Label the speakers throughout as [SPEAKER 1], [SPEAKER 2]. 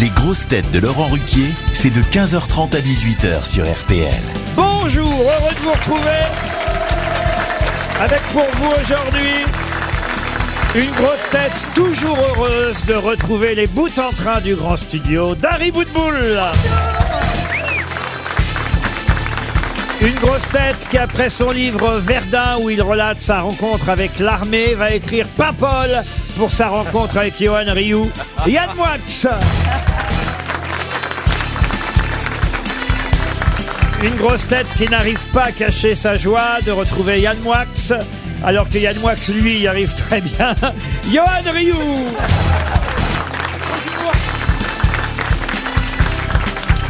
[SPEAKER 1] Les grosses têtes de Laurent Ruquier, c'est de 15h30 à 18h sur RTL.
[SPEAKER 2] Bonjour, heureux de vous retrouver avec pour vous aujourd'hui une grosse tête toujours heureuse de retrouver les bouts en train du grand studio d'Harry Boutboul. Une grosse tête qui, après son livre Verdun, où il relate sa rencontre avec l'armée, va écrire Paimpol pour sa rencontre avec Johan Rioux. Yann Moix Une grosse tête qui n'arrive pas à cacher sa joie de retrouver Yann Moix, alors que Yann Moix, lui, y arrive très bien. Johan Rioux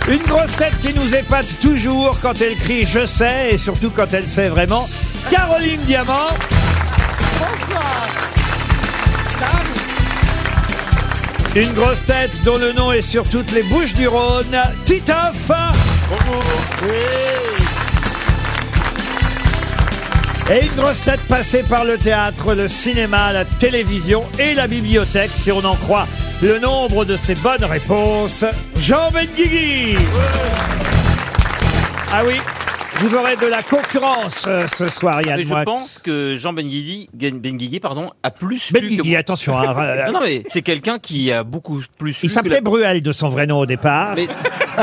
[SPEAKER 2] Une grosse tête qui nous épate toujours quand elle crie je sais et surtout quand elle sait vraiment. Caroline Diamant. Une grosse tête dont le nom est sur toutes les bouches du Rhône, Titoff. Et une grosse tête passée par le théâtre, le cinéma, la télévision et la bibliothèque, si on en croit le nombre de ses bonnes réponses, Jean Benguigui. Ah oui, vous aurez de la concurrence euh, ce soir, Yann
[SPEAKER 3] Mais je
[SPEAKER 2] Moix.
[SPEAKER 3] pense que Jean Benguigui, Gen- Benguigui, pardon, a plus lu que
[SPEAKER 2] Benguigui,
[SPEAKER 3] moi.
[SPEAKER 2] attention. hein,
[SPEAKER 3] Non,
[SPEAKER 2] euh,
[SPEAKER 3] non, mais c'est quelqu'un qui a beaucoup plus lu
[SPEAKER 2] il
[SPEAKER 3] que
[SPEAKER 2] s'appelait
[SPEAKER 3] la-
[SPEAKER 2] Bruel de son vrai nom au départ.
[SPEAKER 3] Mais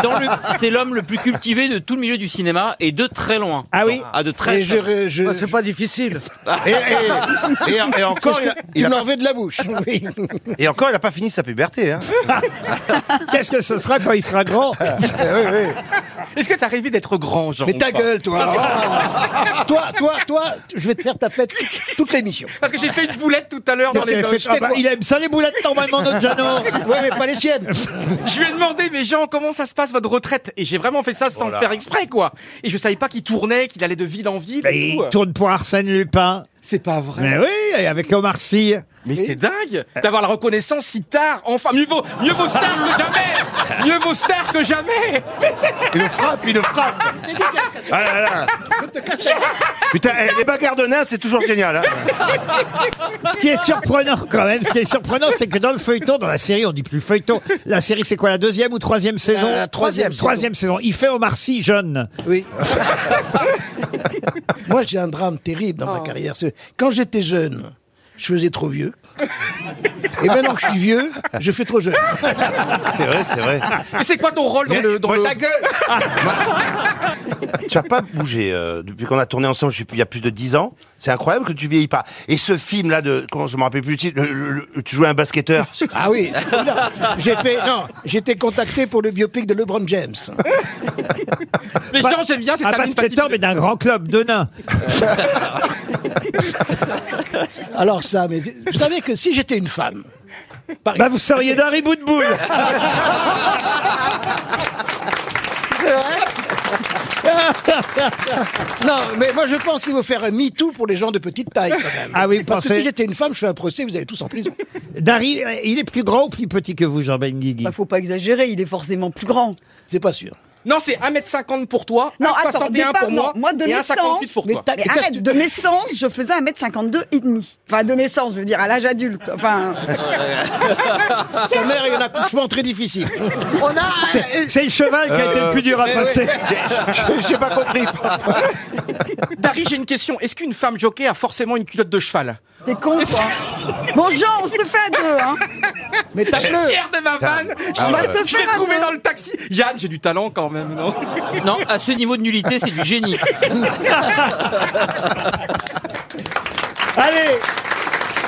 [SPEAKER 3] dans le- c'est l'homme le plus cultivé de tout le milieu du cinéma et de très loin.
[SPEAKER 2] Ah oui
[SPEAKER 3] Ah, de très, très loin.
[SPEAKER 4] c'est pas difficile.
[SPEAKER 5] Et, et- et- et encore, il a, il a-
[SPEAKER 4] de la bouche.
[SPEAKER 5] et encore, il a pas fini sa puberté. Hein.
[SPEAKER 2] Qu'est-ce que ce sera quand il sera grand
[SPEAKER 6] Est-ce que ça arrivé d'être grand, Jean
[SPEAKER 4] Mais ta
[SPEAKER 6] ou pas
[SPEAKER 4] gueule, toi. Oh. toi, toi, toi, je vais te faire ta fête toute l'émission.
[SPEAKER 6] Parce que j'ai fait une boulette tout à l'heure dans les
[SPEAKER 2] Ah
[SPEAKER 6] loges.
[SPEAKER 2] bah, Il aime ça les boulettes normalement, notre Jeannot.
[SPEAKER 4] Ouais, mais pas les siennes.
[SPEAKER 6] Je lui ai demandé, mais Jean, comment ça se passe votre retraite Et j'ai vraiment fait ça sans le faire exprès, quoi. Et je savais pas qu'il tournait, qu'il allait de ville en ville.
[SPEAKER 2] Bah,
[SPEAKER 6] et
[SPEAKER 2] Il
[SPEAKER 6] tout.
[SPEAKER 2] tourne pour Arsène Lupin.
[SPEAKER 6] C'est pas vrai.
[SPEAKER 2] Mais oui, et avec Omar Sy.
[SPEAKER 6] Mais c'est dingue d'avoir la reconnaissance si tard. Enfin, mieux vaut, mieux vaut star que jamais. Mieux vaut star que jamais.
[SPEAKER 5] Il le frappe, il le frappe. Ah là là. Putain, eh, les bagarres de nains, c'est toujours génial. hein.
[SPEAKER 2] Ce qui est surprenant quand même, ce qui est surprenant, c'est que dans le feuilleton, dans la série, on dit plus feuilleton. La série, c'est quoi la deuxième ou troisième saison
[SPEAKER 4] la troisième saison.
[SPEAKER 2] Troisième saison. Il fait Omar Sy jeune.
[SPEAKER 4] Oui. Moi, j'ai un drame terrible dans ma carrière. C'est- Quand j'étais jeune, je faisais trop vieux. Et maintenant que je suis vieux, je fais trop jeune.
[SPEAKER 5] C'est vrai, c'est vrai.
[SPEAKER 6] Et c'est quoi ton rôle dans le. Dans le...
[SPEAKER 5] Tu as pas bougé euh, depuis qu'on a tourné ensemble. je sais plus, Il y a plus de 10 ans. C'est incroyable que tu vieillis pas. Et ce film là de comment je me rappelle plus le titre. le- le- le- tu jouais un basketteur.
[SPEAKER 4] Ah oui. Non, J'ai fait, non, j'étais contacté pour le biopic de LeBron James.
[SPEAKER 6] Mais Jean, j'aime bien, c'est
[SPEAKER 2] Un
[SPEAKER 6] ça.
[SPEAKER 2] basketteur, mais d'un grand club de nains.
[SPEAKER 4] Alors ça, mais vous savez que si j'étais une femme, par
[SPEAKER 2] Bah, vous seriez d'Harry Bootbull.
[SPEAKER 4] Non, mais moi je pense qu'il faut faire un MeToo pour les gens de petite taille quand même.
[SPEAKER 2] Ah oui, vous
[SPEAKER 4] Parce que
[SPEAKER 2] pensez
[SPEAKER 4] si j'étais une femme, je fais un procès, vous allez tous en prison.
[SPEAKER 2] Dari, il est plus grand ou plus petit que vous, Jean Benguigui
[SPEAKER 7] Bah, faut pas exagérer, il est forcément plus grand.
[SPEAKER 4] C'est pas sûr.
[SPEAKER 6] Non, c'est 1m50 pour toi,
[SPEAKER 7] Non,
[SPEAKER 5] Ah,
[SPEAKER 6] 1m61
[SPEAKER 7] attends, départ,
[SPEAKER 6] pour moi,
[SPEAKER 7] non, moi, de
[SPEAKER 6] et
[SPEAKER 7] naissance,
[SPEAKER 6] 1,58 pour
[SPEAKER 4] mais
[SPEAKER 6] toi.
[SPEAKER 4] t'as-
[SPEAKER 7] Mais
[SPEAKER 4] qu'est-ce que tu-
[SPEAKER 7] arrête, de naissance, je faisais 1m52 et demi. Enfin, de naissance, je veux dire, à l'âge adulte. Enfin,
[SPEAKER 4] Sa mère a eu un accouchement très difficile.
[SPEAKER 7] on a...
[SPEAKER 2] C'est c'est le cheval qui a
[SPEAKER 3] Euh,
[SPEAKER 2] été le plus dur à passer.
[SPEAKER 5] J'ai pas compris.
[SPEAKER 6] Dari, j'ai une question. Est-ce qu'une femme jockey a forcément une culotte de cheval
[SPEAKER 7] T'es con, toi. Bon, Jean, on se le fait à deux, hein.
[SPEAKER 4] Mais tape-le
[SPEAKER 6] Fier de ma vanne
[SPEAKER 5] Ah
[SPEAKER 6] Je
[SPEAKER 5] ouais.
[SPEAKER 6] vais-
[SPEAKER 7] Te
[SPEAKER 6] Je vais
[SPEAKER 7] faire un
[SPEAKER 6] trouver
[SPEAKER 7] nœud.
[SPEAKER 6] dans le taxi Yann, j'ai du talent quand même, non
[SPEAKER 3] Non, à ce niveau de nullité, c'est du génie.
[SPEAKER 2] Allez,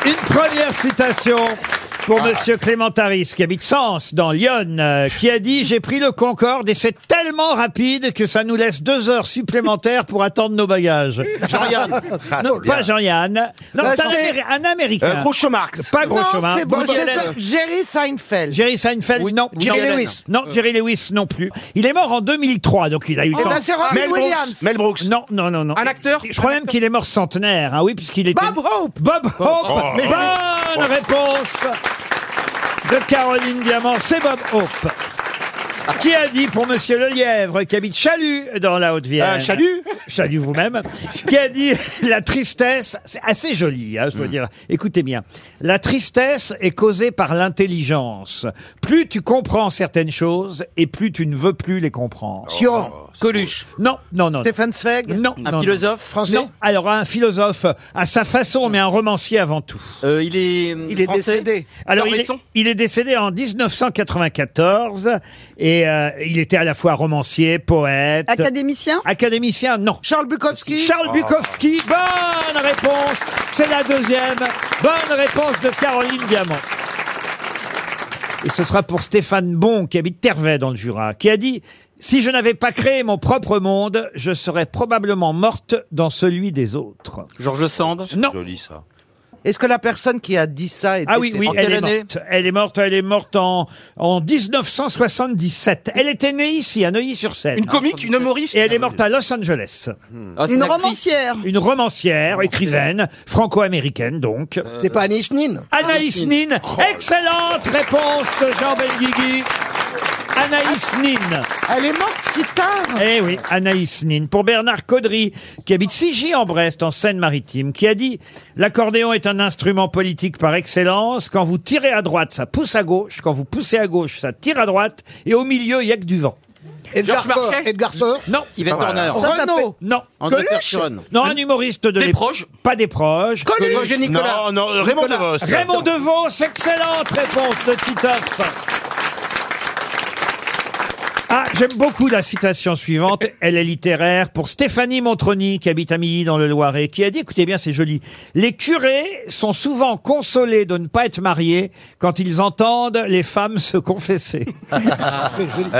[SPEAKER 2] une première citation pour Monsieur Clémentaris, qui habite Sens, dans Lyon, euh, qui a dit « J'ai pris le Concorde et c'est tellement rapide que ça nous laisse deux heures supplémentaires pour attendre nos bagages. »
[SPEAKER 3] Jean-Yann.
[SPEAKER 2] Non, pas Jean-Yann. Non,
[SPEAKER 8] Bah,
[SPEAKER 2] c'est un,
[SPEAKER 8] c'est-
[SPEAKER 2] Améri- un Américain.
[SPEAKER 5] Euh, Groucho Marx.
[SPEAKER 2] Pas gros
[SPEAKER 8] Non,
[SPEAKER 2] chemin.
[SPEAKER 8] c'est bon,
[SPEAKER 3] Woody
[SPEAKER 8] c'est
[SPEAKER 3] Allen.
[SPEAKER 8] ça, Jerry Seinfeld.
[SPEAKER 2] Jerry Seinfeld,
[SPEAKER 3] Oui,
[SPEAKER 2] non.
[SPEAKER 3] oui,
[SPEAKER 2] Jerry
[SPEAKER 3] Woody Allen.
[SPEAKER 2] Lewis, non. Jerry Lewis, non plus. Il est mort en 2003, donc il a eu le
[SPEAKER 8] Eh
[SPEAKER 2] temps.
[SPEAKER 8] ben, c'est Robin
[SPEAKER 5] Mel Brooks.
[SPEAKER 8] Williams.
[SPEAKER 5] Mel Brooks.
[SPEAKER 2] Non, non, non, non.
[SPEAKER 6] Un acteur
[SPEAKER 2] Je crois même qu'il est mort centenaire, hein, oui, puisqu'il était...
[SPEAKER 8] Bob Hope.
[SPEAKER 2] Bob Hope
[SPEAKER 5] oh,
[SPEAKER 2] Bonne réponse de Caroline Diamant, c'est Bob Hope. Qui a dit pour Monsieur Lelièvre, qui habite Chalut, dans la Haute-Vienne
[SPEAKER 5] Ah, Chalut
[SPEAKER 2] Chalut vous-même. Qui a dit la tristesse, c'est assez joli, hein, je
[SPEAKER 5] Mm.
[SPEAKER 2] dois dire. Écoutez bien. La tristesse est causée par l'intelligence. Plus tu comprends certaines choses, et plus tu ne veux plus les comprendre.
[SPEAKER 5] Oh.
[SPEAKER 4] Sion,
[SPEAKER 3] Coluche,
[SPEAKER 2] Non, non, non.
[SPEAKER 8] Stéphane Zweig
[SPEAKER 2] Non,
[SPEAKER 3] un
[SPEAKER 2] non,
[SPEAKER 3] philosophe.
[SPEAKER 2] non.
[SPEAKER 4] français.
[SPEAKER 2] Non, alors un philosophe à sa façon, mais un romancier avant tout.
[SPEAKER 3] Euh, il est.
[SPEAKER 8] Il est
[SPEAKER 3] français
[SPEAKER 8] décédé.
[SPEAKER 2] Alors, il est,
[SPEAKER 6] Dormesson
[SPEAKER 2] il est décédé en 1994 et euh, il était à la fois romancier, poète,
[SPEAKER 7] Académicien
[SPEAKER 2] académicien, non.
[SPEAKER 8] Charles Bukowski
[SPEAKER 3] Ah.
[SPEAKER 2] Charles Bukowski, bonne réponse. C'est la deuxième. Bonne réponse de Caroline Diamant. Et ce sera pour Stéphane Bon, qui habite Tervet dans le Jura, qui a dit Si je n'avais pas créé mon propre monde, je serais probablement morte dans celui des autres.
[SPEAKER 3] Georges Sand.
[SPEAKER 2] Non.
[SPEAKER 5] Joli ça.
[SPEAKER 8] Est-ce que la personne qui a dit ça était
[SPEAKER 2] Ah oui, oui,
[SPEAKER 3] en
[SPEAKER 2] elle
[SPEAKER 3] quelle
[SPEAKER 2] est
[SPEAKER 3] année
[SPEAKER 2] morte. Elle est morte, elle est morte en, en 1977. Elle était née ici, à Neuilly-sur-Seine.
[SPEAKER 6] Une comique, une humoriste.
[SPEAKER 2] Et elle est morte à Los Angeles.
[SPEAKER 3] Ah, c'est
[SPEAKER 7] Une
[SPEAKER 3] actrice.
[SPEAKER 7] romancière
[SPEAKER 2] Une romancière, écrivaine, franco-américaine donc.
[SPEAKER 4] T'es pas Anis Nin
[SPEAKER 2] Anaïs Nin. Excellente réponse de Jean Benguigui. Anaïs Nin.
[SPEAKER 8] Elle est morte si tard
[SPEAKER 2] Eh oui, Anaïs Nin. Pour Bernard Caudry, qui habite Sigy en Brest, en Seine-Maritime, qui a dit « L'accordéon est un instrument politique par excellence. Quand vous tirez à droite, ça pousse à gauche. Quand vous poussez à gauche, ça tire à droite. Et au milieu, il n'y a que du vent.
[SPEAKER 4] Edgar
[SPEAKER 6] Georges
[SPEAKER 4] Faure,
[SPEAKER 6] Marchais
[SPEAKER 4] Edgar Faure.
[SPEAKER 2] Non,
[SPEAKER 3] Yvette Horner.
[SPEAKER 7] Ça, ça
[SPEAKER 8] Ah, Renaud
[SPEAKER 2] non,
[SPEAKER 3] André Percheron.
[SPEAKER 2] non, un humoriste de
[SPEAKER 6] Des
[SPEAKER 2] l'époque.
[SPEAKER 6] proches.
[SPEAKER 2] Pas des proches.
[SPEAKER 4] Coluche. Roger Nicolas.
[SPEAKER 5] Non, non, Raymond
[SPEAKER 4] Nicolas.
[SPEAKER 5] DeVos.
[SPEAKER 2] Raymond DeVos, excellente réponse de Titoff. Ah, j'aime beaucoup la citation suivante. Elle est littéraire pour Stéphanie Montroni, qui habite à Milly dans le Loiret, qui a dit, écoutez bien, c'est joli. Les curés sont souvent consolés de ne pas être mariés quand ils entendent les femmes se confesser.
[SPEAKER 8] Euh,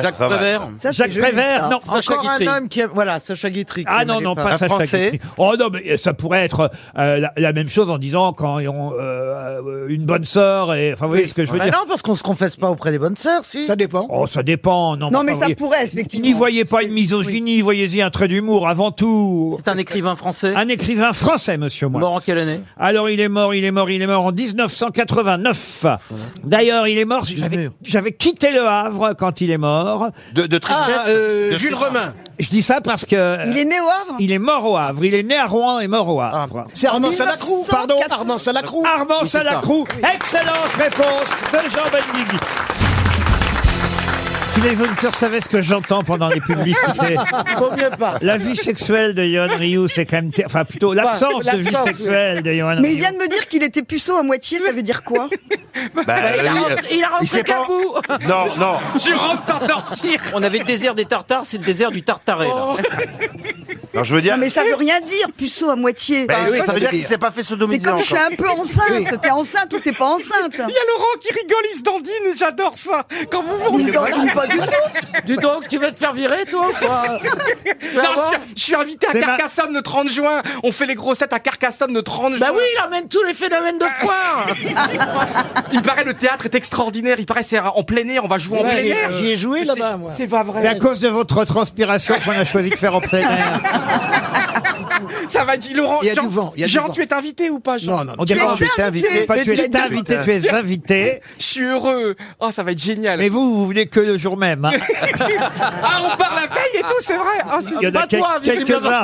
[SPEAKER 3] Jacques
[SPEAKER 5] Pas mal.
[SPEAKER 3] Prévert.
[SPEAKER 7] Ça, c'est
[SPEAKER 2] Jacques
[SPEAKER 7] joli,
[SPEAKER 2] Prévert,
[SPEAKER 7] ça.
[SPEAKER 2] non.
[SPEAKER 3] Sacha
[SPEAKER 8] Encore un
[SPEAKER 3] Guitry.
[SPEAKER 8] homme qui aime... Voilà, Sacha Guitry.
[SPEAKER 2] Ah
[SPEAKER 8] qui
[SPEAKER 2] non,
[SPEAKER 8] n'aimait
[SPEAKER 2] non,
[SPEAKER 8] pas.
[SPEAKER 2] pas Sacha
[SPEAKER 5] Français.
[SPEAKER 2] Guitry. Oh non, mais ça pourrait être euh, la, la même chose en disant quand on, euh, une bonne sœur, et, enfin, vous voyez ce que je veux
[SPEAKER 8] Bah
[SPEAKER 2] dire.
[SPEAKER 8] non, parce qu'on se confesse pas auprès des bonnes sœurs, si.
[SPEAKER 4] Ça dépend.
[SPEAKER 2] Oh, ça dépend. Non,
[SPEAKER 7] Non,
[SPEAKER 2] enfin,
[SPEAKER 7] mais
[SPEAKER 2] vous
[SPEAKER 7] ça
[SPEAKER 2] voyez-
[SPEAKER 7] pourrait,
[SPEAKER 2] N'y
[SPEAKER 7] effectivement.
[SPEAKER 2] voyez pas une misogynie, voyez-y un trait d'humour avant tout.
[SPEAKER 3] C'est un écrivain français.
[SPEAKER 2] Un écrivain français, monsieur Moix.
[SPEAKER 3] Mort en quelle année
[SPEAKER 2] Alors il est mort, il est mort, il est mort en 1989. D'ailleurs, il est mort, j'avais-
[SPEAKER 8] mûr.
[SPEAKER 2] j'avais quitté le Havre quand il est mort.
[SPEAKER 5] De, de tristesse.
[SPEAKER 4] Ah, euh,
[SPEAKER 5] De
[SPEAKER 4] Jules
[SPEAKER 5] tristesse.
[SPEAKER 4] Romain.
[SPEAKER 2] Je dis ça parce que euh,
[SPEAKER 7] Il est né au Havre
[SPEAKER 2] il est mort au Havre, il est né à Rouen et mort au
[SPEAKER 3] Ah.
[SPEAKER 2] Havre.
[SPEAKER 4] C'est Armand Salacrou.
[SPEAKER 7] 1904.
[SPEAKER 4] Pardon, Armand Salacrou.
[SPEAKER 2] Armand Salacrou, excellente réponse de Jean Benguigui. Si les auditeurs savaient ce que j'entends pendant les publicités.
[SPEAKER 8] Vaut mieux pas.
[SPEAKER 2] La vie sexuelle de Yohan Ryu, c'est quand même. ter- Enfin, plutôt l'absence de vie
[SPEAKER 8] l'absence, oui.
[SPEAKER 2] sexuelle de Yohan
[SPEAKER 7] Mais il
[SPEAKER 2] Ryu.
[SPEAKER 7] vient de me dire qu'il était puceau à moitié, ça veut dire quoi
[SPEAKER 5] Bah, oui, euh,
[SPEAKER 8] Il a
[SPEAKER 5] il
[SPEAKER 8] rentré
[SPEAKER 5] sait pas.
[SPEAKER 8] Cabou
[SPEAKER 5] Non, non.
[SPEAKER 6] Je rentre sans sortir.
[SPEAKER 3] On avait le désert des Tartares, c'est le désert du Tartaret. là.
[SPEAKER 5] Non, je veux dire.
[SPEAKER 7] Non, mais ça veut rien dire, puceau à moitié.
[SPEAKER 5] Bah
[SPEAKER 7] Enfin,
[SPEAKER 5] oui, ça veut dire qu'il s'est pas fait
[SPEAKER 7] C'est
[SPEAKER 5] sodomiser
[SPEAKER 7] comme je suis
[SPEAKER 5] encore.
[SPEAKER 7] un peu enceinte. T'es enceinte ou t'es pas enceinte
[SPEAKER 6] Il y a Laurent qui rigole, il se dandine, j'adore ça. Quand vous vous
[SPEAKER 7] Il se dandine pas du tout.
[SPEAKER 8] Dis donc, tu vas te faire virer, toi ou quoi Tu vas
[SPEAKER 6] Non,
[SPEAKER 8] voir
[SPEAKER 6] je, je suis invité à
[SPEAKER 2] C'est ma-
[SPEAKER 6] Carcassonne le 30 juin. On fait les grosses têtes à Carcassonne le 30 juin.
[SPEAKER 8] Bah oui, il emmène tous les phénomènes de foire
[SPEAKER 6] Il paraît le théâtre est extraordinaire. Il paraît c'est en plein air. On va jouer en
[SPEAKER 8] Ouais,
[SPEAKER 6] plein
[SPEAKER 8] j'y-
[SPEAKER 6] air.
[SPEAKER 8] J'y ai joué là-bas, moi.
[SPEAKER 6] C'est pas
[SPEAKER 2] C'est à
[SPEAKER 6] vrai.
[SPEAKER 2] cause de votre transpiration qu'on a choisi de faire en plein air.
[SPEAKER 6] Ça va, dis- Laurent.
[SPEAKER 4] Il y a
[SPEAKER 6] Jean,
[SPEAKER 4] du vent, il y a du
[SPEAKER 6] Jean,
[SPEAKER 4] vent.
[SPEAKER 6] tu es invité ou pas, Jean
[SPEAKER 4] Non, non.
[SPEAKER 2] On
[SPEAKER 4] non.
[SPEAKER 2] dit pas,
[SPEAKER 7] Tu es
[SPEAKER 2] t'es
[SPEAKER 7] invité.
[SPEAKER 2] pas tu
[SPEAKER 7] Mais
[SPEAKER 2] es
[SPEAKER 7] tu es
[SPEAKER 2] invité, tu es invité.
[SPEAKER 6] Je suis heureux. Oh, ça va être génial.
[SPEAKER 2] Mais vous, vous venez que le jour même. hein.
[SPEAKER 6] Ah, on part la veille et tout, c'est vrai. Ah, c'est-
[SPEAKER 2] Il y en a
[SPEAKER 8] Pas toi,
[SPEAKER 2] quel- quelques-uns.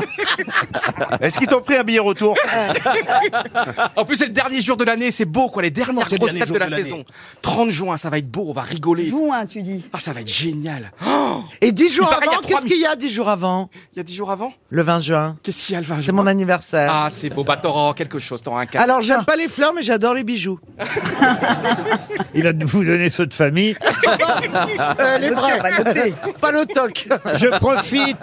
[SPEAKER 5] Est-ce qu'ils t'ont pris un billet retour
[SPEAKER 6] En plus, c'est le dernier jour de l'année. C'est beau, quoi. Les dernières
[SPEAKER 4] C'est le
[SPEAKER 6] grosses
[SPEAKER 4] dernier
[SPEAKER 6] têtes
[SPEAKER 4] jour
[SPEAKER 6] de la
[SPEAKER 4] de l'année.
[SPEAKER 6] saison. 30 juin, ça va être beau. On va rigoler.
[SPEAKER 7] Juin, tu dis.
[SPEAKER 6] Ah, ça va être génial.
[SPEAKER 8] Et dix jours
[SPEAKER 6] paraît qu'il y a
[SPEAKER 8] avant,
[SPEAKER 6] trois
[SPEAKER 8] qu'est-ce qu'il y a dix jours avant
[SPEAKER 6] Il y a 10 jours avant
[SPEAKER 8] Le 20 juin.
[SPEAKER 6] Qu'est-ce qu'il y a le 20
[SPEAKER 8] C'est
[SPEAKER 6] juin
[SPEAKER 8] mon anniversaire.
[SPEAKER 6] Ah, c'est beau. Bah, t'auras quelque chose. T'auras un cadeau.
[SPEAKER 8] Alors, j'aime pas les fleurs, mais j'adore les bijoux.
[SPEAKER 2] Il va vous donner ceux de famille.
[SPEAKER 8] Euh, les vrais, pas le toc.
[SPEAKER 2] Je profite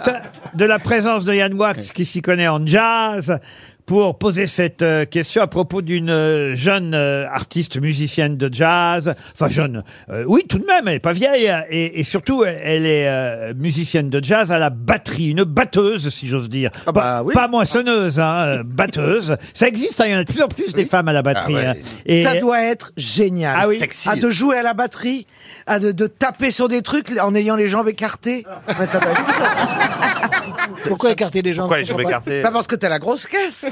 [SPEAKER 2] de la présence de Yann Wax, qui s'y connaît en jazz, pour poser cette euh, question à propos d'une euh, jeune euh, artiste musicienne de jazz. Enfin, jeune. euh, oui, tout de même, elle n'est pas vieille. hein, Et, et surtout, elle est euh, musicienne de jazz à la batterie. Une batteuse, si j'ose dire. pas,
[SPEAKER 8] bah oui.
[SPEAKER 2] pas moissonneuse, hein, euh, batteuse. Ça existe, hein, il y en a de plus en plus des femmes à la batterie.
[SPEAKER 5] ouais.
[SPEAKER 2] hein. Et-
[SPEAKER 8] Ah Ça doit être génial.
[SPEAKER 2] Ah oui.
[SPEAKER 5] Sexy.
[SPEAKER 8] Ah, de jouer à la batterie, à de, de taper sur des trucs en ayant les jambes écartées. Ouais, ça doit être-
[SPEAKER 4] Pourquoi écarter les gens
[SPEAKER 5] Pourquoi les jambes
[SPEAKER 4] Pourquoi
[SPEAKER 5] écartées
[SPEAKER 8] Bah, Pas parce que t'as la grosse caisse.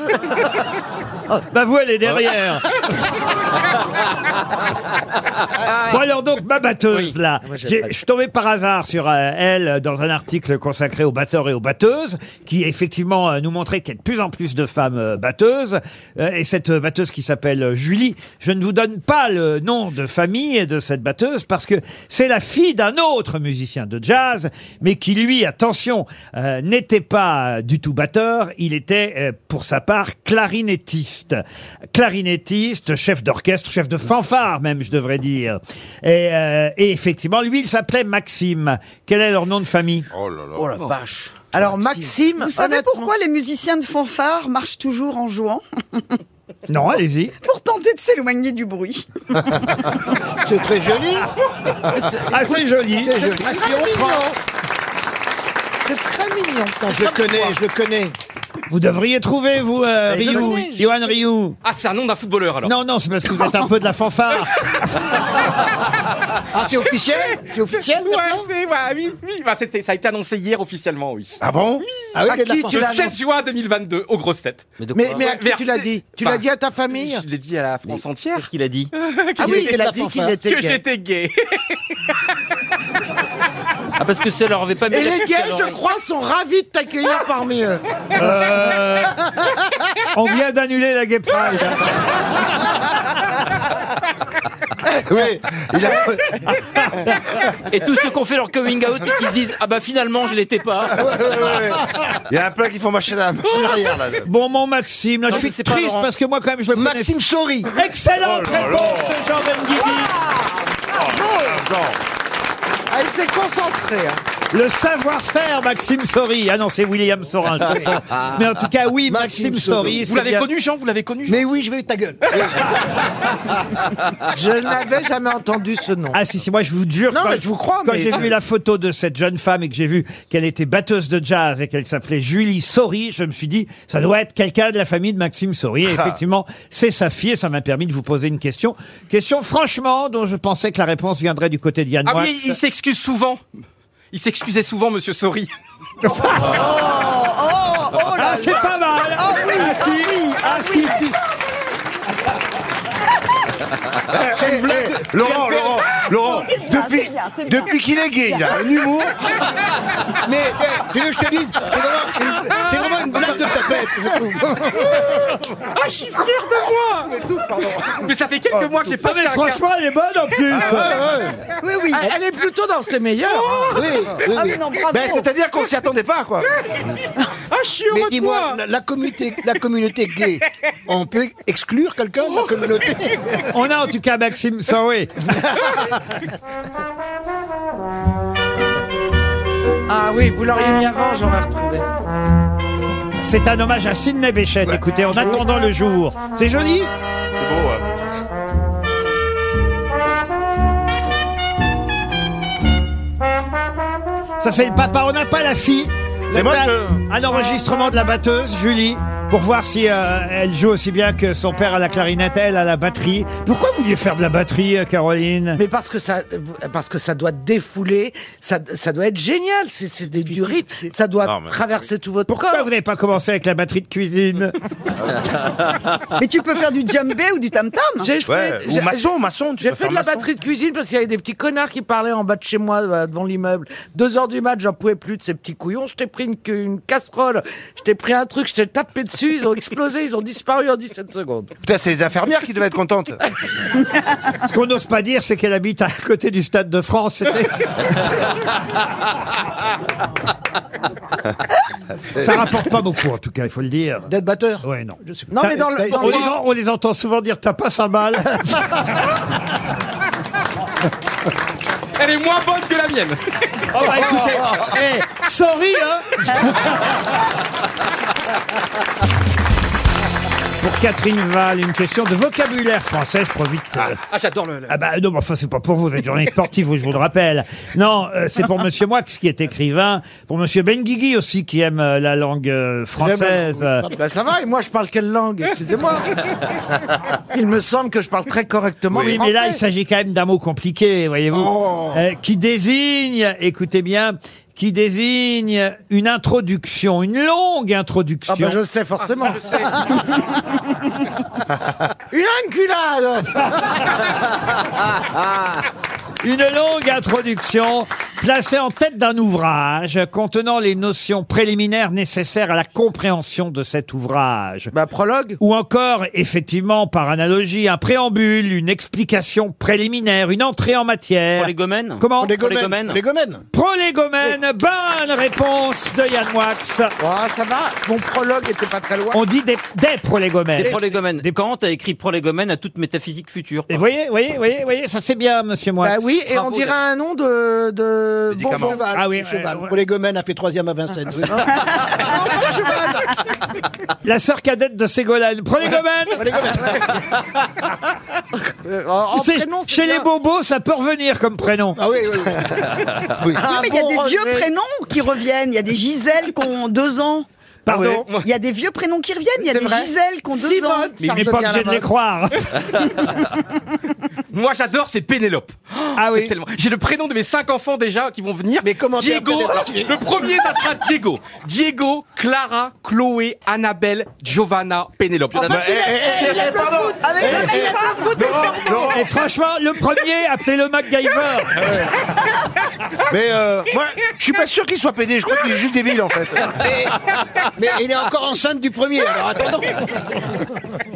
[SPEAKER 2] Bah vous, elle est derrière. Bon alors donc ma batteuse là, J'ai- je suis tombé par hasard sur euh, elle euh, dans un article consacré aux batteurs et aux batteuses qui effectivement euh, nous montrait qu'il y a de plus en plus de femmes euh, batteuses Euh, et cette euh, batteuse qui s'appelle euh, Julie, je ne vous donne pas le nom de famille de cette batteuse parce que c'est la fille d'un autre musicien de jazz mais qui lui attention euh, n'était pas euh, du tout batteur, il était euh, pour sa part clarinettiste. Clarinettiste, chef d'orchestre, chef de fanfare même, je devrais dire. Et, euh, et effectivement, lui, il s'appelait Maxime. Quel est leur nom de famille
[SPEAKER 9] Oh la vache. Alors Maxime,
[SPEAKER 7] Vous savez
[SPEAKER 9] honnêtement-
[SPEAKER 7] pourquoi les musiciens de fanfare marchent toujours en jouant
[SPEAKER 2] Non, allez-y.
[SPEAKER 7] Pour tenter de s'éloigner du bruit.
[SPEAKER 4] C'est très joli.
[SPEAKER 2] Ah, c'est joli.
[SPEAKER 4] C'est joli.
[SPEAKER 9] C'est très mignon. C'est très mignon. quand
[SPEAKER 4] Je le connais, je le connais.
[SPEAKER 2] Vous devriez trouver, vous, euh,
[SPEAKER 9] je
[SPEAKER 2] Ryu. Johan Ryu.
[SPEAKER 6] Ah, c'est un nom d'un footballeur alors.
[SPEAKER 2] Non, non, c'est parce que vous êtes un peu de la fanfare.
[SPEAKER 4] Ah, c'est officiel C'est officiel
[SPEAKER 6] Ouais, c'est, ouais, oui, oui. Bah, c'était, ça a été annoncé hier officiellement, oui.
[SPEAKER 10] Ah bon
[SPEAKER 4] Ah
[SPEAKER 9] À
[SPEAKER 4] oui, il y a de la
[SPEAKER 9] qui
[SPEAKER 4] part-
[SPEAKER 9] tu
[SPEAKER 6] Le
[SPEAKER 9] l'as
[SPEAKER 6] 7 juin 2022, aux grosses têtes.
[SPEAKER 9] Mais, mais à qui tu
[SPEAKER 6] Merci.
[SPEAKER 9] l'as dit Tu l'as
[SPEAKER 6] Bah,
[SPEAKER 9] dit à ta famille
[SPEAKER 6] Je l'ai dit à la France
[SPEAKER 3] Qu'est-ce
[SPEAKER 6] entière
[SPEAKER 3] qu'il a dit
[SPEAKER 9] Ah oui,
[SPEAKER 4] était
[SPEAKER 9] il
[SPEAKER 4] de
[SPEAKER 9] a
[SPEAKER 4] la
[SPEAKER 9] dit qu'il
[SPEAKER 4] fanfare.
[SPEAKER 9] était
[SPEAKER 6] que
[SPEAKER 9] gay.
[SPEAKER 6] j'étais gay.
[SPEAKER 3] Ah, parce que ça leur avait pas mis
[SPEAKER 9] Et
[SPEAKER 3] la-
[SPEAKER 9] les gays, je crois, sont ravis de t'accueillir parmi eux.
[SPEAKER 2] Euh, on vient d'annuler la Gay Pride.
[SPEAKER 10] Oui, il a-
[SPEAKER 3] Et tous ceux qui ont fait leur coming out et qui se disent Ah bah finalement je l'étais pas.
[SPEAKER 10] il y en a plein qui font machine à la machine arrière là.
[SPEAKER 2] Bon, mon Maxime, là,
[SPEAKER 3] Non,
[SPEAKER 2] je suis
[SPEAKER 3] c'est pas
[SPEAKER 2] triste
[SPEAKER 3] Laurent.
[SPEAKER 2] parce que moi, quand même, je le connais.
[SPEAKER 4] Maxime Sori.
[SPEAKER 2] Excellente
[SPEAKER 10] Oh là
[SPEAKER 2] réponse de Jean Benguigui.
[SPEAKER 9] Ah, il s'est Oh. concentré. hein.
[SPEAKER 2] Le savoir-faire, Maxime Sori. Ah non, c'est William Sorin. je comprends. Mais en tout cas, oui, Maxime,
[SPEAKER 4] Maxime Sorin.
[SPEAKER 2] Sorin.
[SPEAKER 6] Vous l'avez connu, Jean Vous l'avez connu Jean
[SPEAKER 4] Mais oui, je vais ta gueule.
[SPEAKER 9] Je n'avais jamais entendu ce nom.
[SPEAKER 2] Ah si, si, moi je vous jure.
[SPEAKER 9] Non,
[SPEAKER 2] quand-
[SPEAKER 9] mais je vous crois,
[SPEAKER 2] Quand
[SPEAKER 9] mais-
[SPEAKER 2] j'ai vu la photo de cette jeune femme et que j'ai vu qu'elle était batteuse de jazz et qu'elle s'appelait Julie Sori, je me suis dit, ça doit être quelqu'un de la famille de Maxime Sori. Et effectivement, c'est sa fille et ça m'a permis de vous poser une question. Question franchement dont je pensais que la réponse viendrait du côté de Yann
[SPEAKER 6] Ah
[SPEAKER 2] Moix.
[SPEAKER 6] oui, il s'excuse souvent. Il s'excusait souvent, monsieur Sori. Oh,
[SPEAKER 2] Ah, c'est pas mal Ah oui, si, ah, si, si.
[SPEAKER 10] C'est une blague. Laurent, Laurent, Laurent, depuis,
[SPEAKER 7] c'est bien, c'est bien.
[SPEAKER 10] depuis qu'il est gay, il a un humour.
[SPEAKER 4] Mais eh, tu veux que je te dise, c'est vraiment, une- c'est vraiment une blague de tapette, je trouve.
[SPEAKER 6] Ah, je suis fier de moi Mais ça fait quelques
[SPEAKER 9] Oh,
[SPEAKER 6] mois que j'ai
[SPEAKER 2] Non,
[SPEAKER 6] passé
[SPEAKER 2] mais
[SPEAKER 6] un Ah, cap.
[SPEAKER 2] franchement, elle est bonne en plus
[SPEAKER 9] Oui, oui. Elle est plutôt dans ses meilleurs. hein.
[SPEAKER 4] Oui, oui,
[SPEAKER 7] Ah
[SPEAKER 4] oui.
[SPEAKER 7] oui, non, bravo.
[SPEAKER 10] Ben, c'est-à-dire qu'on s'y attendait pas, quoi.
[SPEAKER 6] Ah, je suis
[SPEAKER 4] Mais
[SPEAKER 6] heureux de
[SPEAKER 4] dis-moi,
[SPEAKER 6] moi
[SPEAKER 4] la, la communauté, la communauté gay, on peut exclure quelqu'un de la communauté
[SPEAKER 2] On a en tout cas Maxime Sori.
[SPEAKER 9] Ah oui, vous l'auriez mis avant, j'aurais retrouvé.
[SPEAKER 2] C'est un hommage à Sidney Bechet.
[SPEAKER 10] Bah,
[SPEAKER 2] Écoutez, en attendant le jour. C'est joli
[SPEAKER 10] C'est beau, ouais.
[SPEAKER 2] Ça, c'est le papa. On n'a pas la fille. On a
[SPEAKER 10] Mais moi,
[SPEAKER 2] pas
[SPEAKER 10] je-
[SPEAKER 2] Un enregistrement de la batteuse, Julie, pour voir si euh, elle joue aussi bien que son père à la clarinette, elle à la batterie. Pourquoi vous vouliez faire de la batterie, euh, Caroline
[SPEAKER 9] Mais parce que ça, parce que ça doit défouler, ça, ça doit être génial. C'est c'est des- du rythme, ça doit
[SPEAKER 10] Non, mais-
[SPEAKER 9] traverser tout votre
[SPEAKER 2] Pourquoi
[SPEAKER 9] corps.
[SPEAKER 2] vous n'avez pas commencé avec la batterie de cuisine
[SPEAKER 7] Mais tu peux faire du djembé ou du tam-tam.
[SPEAKER 9] J'ai fait,
[SPEAKER 10] Ouais,
[SPEAKER 9] j'ai-
[SPEAKER 10] Ou maçon, maçon, tu
[SPEAKER 9] j'ai
[SPEAKER 10] peux
[SPEAKER 9] fait
[SPEAKER 10] faire
[SPEAKER 9] de la
[SPEAKER 10] maçon.
[SPEAKER 9] batterie de cuisine parce qu'il y avait des petits connards qui parlaient en bas de chez moi, euh, devant l'immeuble. Deux heures du mat, j'en pouvais plus de ces petits couillons. Je t'ai pris une, une casserole, je t'ai pris un truc, je t'ai tapé dessus, ils ont explosé, ils ont disparu en 17 secondes.
[SPEAKER 10] Putain, c'est les infirmières qui devaient être contentes.
[SPEAKER 2] Ce qu'on n'ose pas dire, c'est qu'elle habite à côté du Stade de France. C'était- Ça rapporte pas beaucoup, en tout cas, il faut le dire.
[SPEAKER 4] d'être batteur.
[SPEAKER 2] Ouais, non.
[SPEAKER 4] Je sais pas.
[SPEAKER 9] Non, mais dans le. dans
[SPEAKER 2] On
[SPEAKER 9] le-
[SPEAKER 2] les, en- on les entend souvent dire t'as pas sa balle.
[SPEAKER 6] Elle est moins bonne que la mienne
[SPEAKER 2] Oh bah écoutez, eh, sorry hein Pour Catherine Val, une question de vocabulaire français, je profite. euh,
[SPEAKER 6] Ah, j'adore le... le-
[SPEAKER 2] ah bah non, mais enfin c'est pas pour vous, vous êtes journaliste sportif, vous, je vous le rappelle. Non, euh, c'est pour Monsieur Moix qui est écrivain, pour Monsieur Benguigui aussi qui aime euh, la langue euh, française.
[SPEAKER 9] Bah, ça va, et moi je parle quelle langue Excusez-moi. Il me semble que je parle très correctement.
[SPEAKER 2] Oui, mais
[SPEAKER 9] français. Oh.
[SPEAKER 2] là, il s'agit quand même d'un mot compliqué, voyez-vous, euh, qui désigne, écoutez bien, qui désigne une introduction, une longue introduction.
[SPEAKER 9] Ah bah je sais forcément.
[SPEAKER 10] Ah,
[SPEAKER 6] Je sais.
[SPEAKER 9] Une enculade
[SPEAKER 2] Une longue introduction placée en tête d'un ouvrage contenant les notions préliminaires nécessaires à la compréhension de cet ouvrage.
[SPEAKER 9] Bah prologue
[SPEAKER 2] Ou encore, effectivement, par analogie, un préambule, une explication préliminaire, une entrée en matière.
[SPEAKER 3] Pour les gomènes
[SPEAKER 2] Comment
[SPEAKER 4] Pour les
[SPEAKER 3] Pour les
[SPEAKER 4] gomènes.
[SPEAKER 3] gomènes.
[SPEAKER 4] Les gomènes.
[SPEAKER 2] Prolégomène, bonne réponse de Yann Wax.
[SPEAKER 9] Ouais, Oh. ça va, mon prologue était pas très loin.
[SPEAKER 2] On dit des, des prolégomènes.
[SPEAKER 3] Des prolégomènes. Kant a écrit prolégomènes à toute métaphysique future.
[SPEAKER 2] Et voyez, voyez, voyez, voyez, ça c'est bien, monsieur Moix.
[SPEAKER 9] Bah oui, et on
[SPEAKER 3] Bravo,
[SPEAKER 9] dirait un nom de... de...
[SPEAKER 4] Bon
[SPEAKER 10] Médicament.
[SPEAKER 4] cheval.
[SPEAKER 2] Ah oui,
[SPEAKER 4] bon
[SPEAKER 2] ouais,
[SPEAKER 4] cheval.
[SPEAKER 2] ouais.
[SPEAKER 4] Pour les gomènes, a fait troisième à Vincennes.
[SPEAKER 2] La sœur cadette de Ségolène. Prolégomène
[SPEAKER 9] euh, en- en
[SPEAKER 2] Tu sais,
[SPEAKER 9] prénom, c'est
[SPEAKER 2] Chez
[SPEAKER 9] bien.
[SPEAKER 2] les bobos, ça peut revenir comme prénom.
[SPEAKER 4] Ah oui, oui, oui.
[SPEAKER 7] Oui,
[SPEAKER 4] Ah
[SPEAKER 7] mais il y a
[SPEAKER 9] bon
[SPEAKER 7] des
[SPEAKER 9] Roger.
[SPEAKER 7] vieux prénoms qui reviennent. Il y a des Gisèles qui ont deux ans. Ah
[SPEAKER 2] Pardon.
[SPEAKER 7] Il y a des vieux prénoms qui reviennent. Il y a
[SPEAKER 9] C'est
[SPEAKER 7] des
[SPEAKER 9] vrai.
[SPEAKER 7] Gisèles qui ont deux
[SPEAKER 9] Simone,
[SPEAKER 7] ans.
[SPEAKER 2] Mais
[SPEAKER 9] ça
[SPEAKER 2] il n'est pas
[SPEAKER 9] revient à la
[SPEAKER 2] obligé de les
[SPEAKER 9] mode.
[SPEAKER 2] croire.
[SPEAKER 6] Moi, j'adore, c'est Pénélope.
[SPEAKER 2] Ah
[SPEAKER 6] C'est
[SPEAKER 2] oui.
[SPEAKER 6] tellement- J'ai le prénom de mes cinq enfants déjà qui vont venir.
[SPEAKER 4] Mais comment t'es
[SPEAKER 6] Diego,
[SPEAKER 4] appelé
[SPEAKER 6] le premier, ça sera Diego. Diego, Clara, Chloé, Annabelle, Giovanna, Pénélope.
[SPEAKER 7] En fait, il a- eh, il a le foot. Avec
[SPEAKER 6] Eh,
[SPEAKER 7] ça, il a le foot.
[SPEAKER 2] Et franchement, le premier, appelez-le MacGyver.
[SPEAKER 10] Mais euh, moi, je suis pas sûr qu'il soit pédé. Je crois qu'il est juste débile en fait.
[SPEAKER 4] Mais il est encore enceinte du premier. Alors attendons.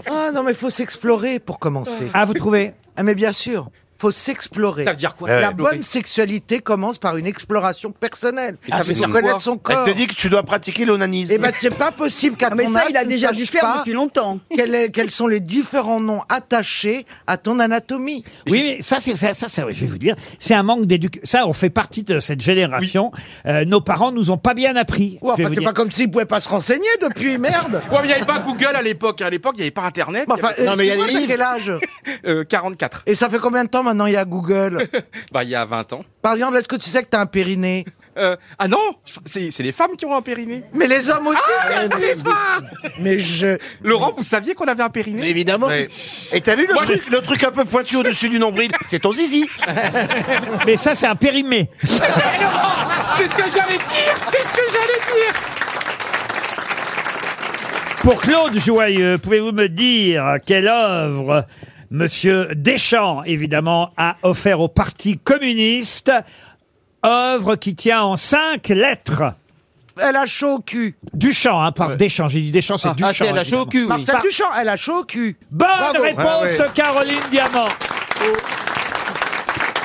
[SPEAKER 9] Ah non, mais faut s'explorer pour commencer.
[SPEAKER 2] Ah, vous trouvez
[SPEAKER 9] Ah mais bien sûr, faut s'explorer.
[SPEAKER 6] Ça veut dire quoi
[SPEAKER 10] Ouais.
[SPEAKER 9] La
[SPEAKER 6] s'explorer
[SPEAKER 9] bonne sexualité commence par une exploration personnelle.
[SPEAKER 6] ça
[SPEAKER 9] Ah,
[SPEAKER 6] veut
[SPEAKER 9] c'est
[SPEAKER 6] dire quoi
[SPEAKER 9] connaître son
[SPEAKER 10] Elle
[SPEAKER 9] corps.
[SPEAKER 10] te dit que tu dois pratiquer l'onanisme.
[SPEAKER 9] Eh ben, c'est pas possible qu'à
[SPEAKER 7] Ah, Mais
[SPEAKER 9] ton
[SPEAKER 7] ça,
[SPEAKER 9] âge,
[SPEAKER 7] il a
[SPEAKER 9] tu ne
[SPEAKER 7] déjà dû
[SPEAKER 9] saches
[SPEAKER 7] faire
[SPEAKER 9] pas
[SPEAKER 7] depuis longtemps.
[SPEAKER 9] Quel est- quels sont les différents noms attachés à ton anatomie
[SPEAKER 2] Oui, mais ça, c'est ça, ça, ça, oui, je vais vous dire, c'est un manque d'éducation. Ça, on fait partie de cette génération. Euh, nos parents nous ont pas bien appris.
[SPEAKER 9] Ou
[SPEAKER 2] je vais
[SPEAKER 9] enfin,
[SPEAKER 2] vous
[SPEAKER 9] bah, c'est
[SPEAKER 2] dire.
[SPEAKER 9] pas comme s'ils pouvaient pas se renseigner depuis, merde
[SPEAKER 6] Ouais, mais il n'y avait pas Google à l'époque. À l'époque, il n'y avait pas Internet.
[SPEAKER 9] Mais Enfin,
[SPEAKER 4] Non, mais il y a
[SPEAKER 9] excuse-moi, t'as
[SPEAKER 4] des livres.
[SPEAKER 9] quel âge
[SPEAKER 6] Euh, 44.
[SPEAKER 9] Et ça fait combien de temps maintenant il y a Google
[SPEAKER 6] Bah, il y a 20 ans.
[SPEAKER 9] Par exemple, est-ce que tu sais que t'as un périnée
[SPEAKER 6] Euh, ah non C'est c'est les femmes qui ont un périnée.
[SPEAKER 9] Mais les hommes aussi c'est-
[SPEAKER 4] Mais je.
[SPEAKER 6] Laurent, vous saviez qu'on avait un périnée
[SPEAKER 4] Évidemment.
[SPEAKER 10] Ouais. Et t'as vu le,
[SPEAKER 6] Moi,
[SPEAKER 10] truc, le truc un peu pointu au-dessus du nombril C'est ton zizi.
[SPEAKER 2] Mais ça, c'est un périmé.
[SPEAKER 6] C'est ce que j'allais dire C'est ce que j'allais dire
[SPEAKER 2] Pour Claude Joyeux, pouvez-vous me dire quelle œuvre Monsieur Deschamps, évidemment, a offert au Parti communiste œuvre qui tient en cinq lettres.
[SPEAKER 9] Elle a chaud au cul.
[SPEAKER 2] Duchamp, hein, par Deschamps. J'ai dit Deschamps, c'est Duchamp.
[SPEAKER 3] Ah, c'est la
[SPEAKER 2] évidemment.
[SPEAKER 3] au cul, oui.
[SPEAKER 9] Marcel Duchamp, elle a chaud au cul.
[SPEAKER 2] Bonne réponse
[SPEAKER 10] Ah ouais.
[SPEAKER 2] de Caroline Diamant.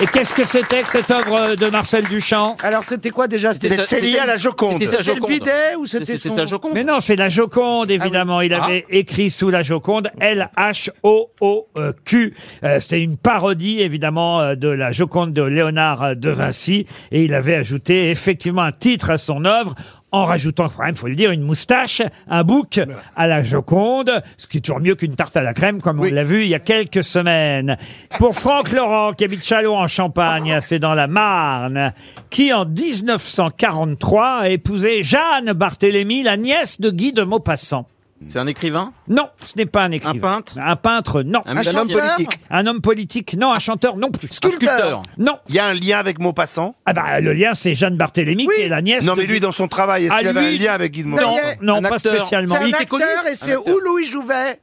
[SPEAKER 2] Et qu'est-ce que c'était que cette œuvre de Marcel Duchamp
[SPEAKER 9] Alors c'était quoi déjà C'était
[SPEAKER 10] C'est c'est lié à la Joconde.
[SPEAKER 3] C'était sa
[SPEAKER 9] c'était le
[SPEAKER 3] Joconde.
[SPEAKER 9] bidet ou
[SPEAKER 3] C'était
[SPEAKER 9] c'était son... Ah
[SPEAKER 3] sa Joconde. Ah.
[SPEAKER 2] Mais non, c'est la Joconde, évidemment. Il avait écrit sous la Joconde L-H-O-O-Q. Euh, C'était une parodie, évidemment, euh, de la Joconde de Léonard euh, de Vinci. Et il avait ajouté effectivement un titre à son œuvre. En rajoutant, quand même, faut le dire, une moustache, un bouc à la Joconde, ce qui est toujours mieux qu'une tarte à la crème, comme on l'a vu il y a quelques semaines. Pour Franck Laurent, qui habite Châlons en Champagne, c'est dans la Marne, qui en 1943 a épousé Jeanne Barthélemy, la nièce de Guy de Maupassant.
[SPEAKER 3] Hmm. C'est un écrivain
[SPEAKER 2] Non, ce n'est pas un
[SPEAKER 3] Un
[SPEAKER 2] écrivain.
[SPEAKER 3] peintre
[SPEAKER 2] Un peintre, non.
[SPEAKER 3] Un
[SPEAKER 9] Un
[SPEAKER 3] musicien
[SPEAKER 9] chanteur
[SPEAKER 2] Un homme politique, non. Un chanteur, non plus.
[SPEAKER 3] Un sculpteur
[SPEAKER 2] Non.
[SPEAKER 10] Il y a un lien avec Maupassant.
[SPEAKER 2] Ah bah, le lien, c'est Jeanne Barthélemy, qui est la nièce
[SPEAKER 10] Non,
[SPEAKER 2] de
[SPEAKER 10] mais lui, dans son travail, est-ce
[SPEAKER 2] Ah,
[SPEAKER 10] qu'il avait un
[SPEAKER 2] lui-
[SPEAKER 10] lien avec Guy de
[SPEAKER 2] Non,
[SPEAKER 10] Maupassant
[SPEAKER 9] Ça y est,
[SPEAKER 2] non,
[SPEAKER 3] un
[SPEAKER 2] pas
[SPEAKER 3] acteur.
[SPEAKER 2] spécialement.
[SPEAKER 9] C'est un
[SPEAKER 6] Il était connu
[SPEAKER 9] acteur et c'est ou Louis Jouvet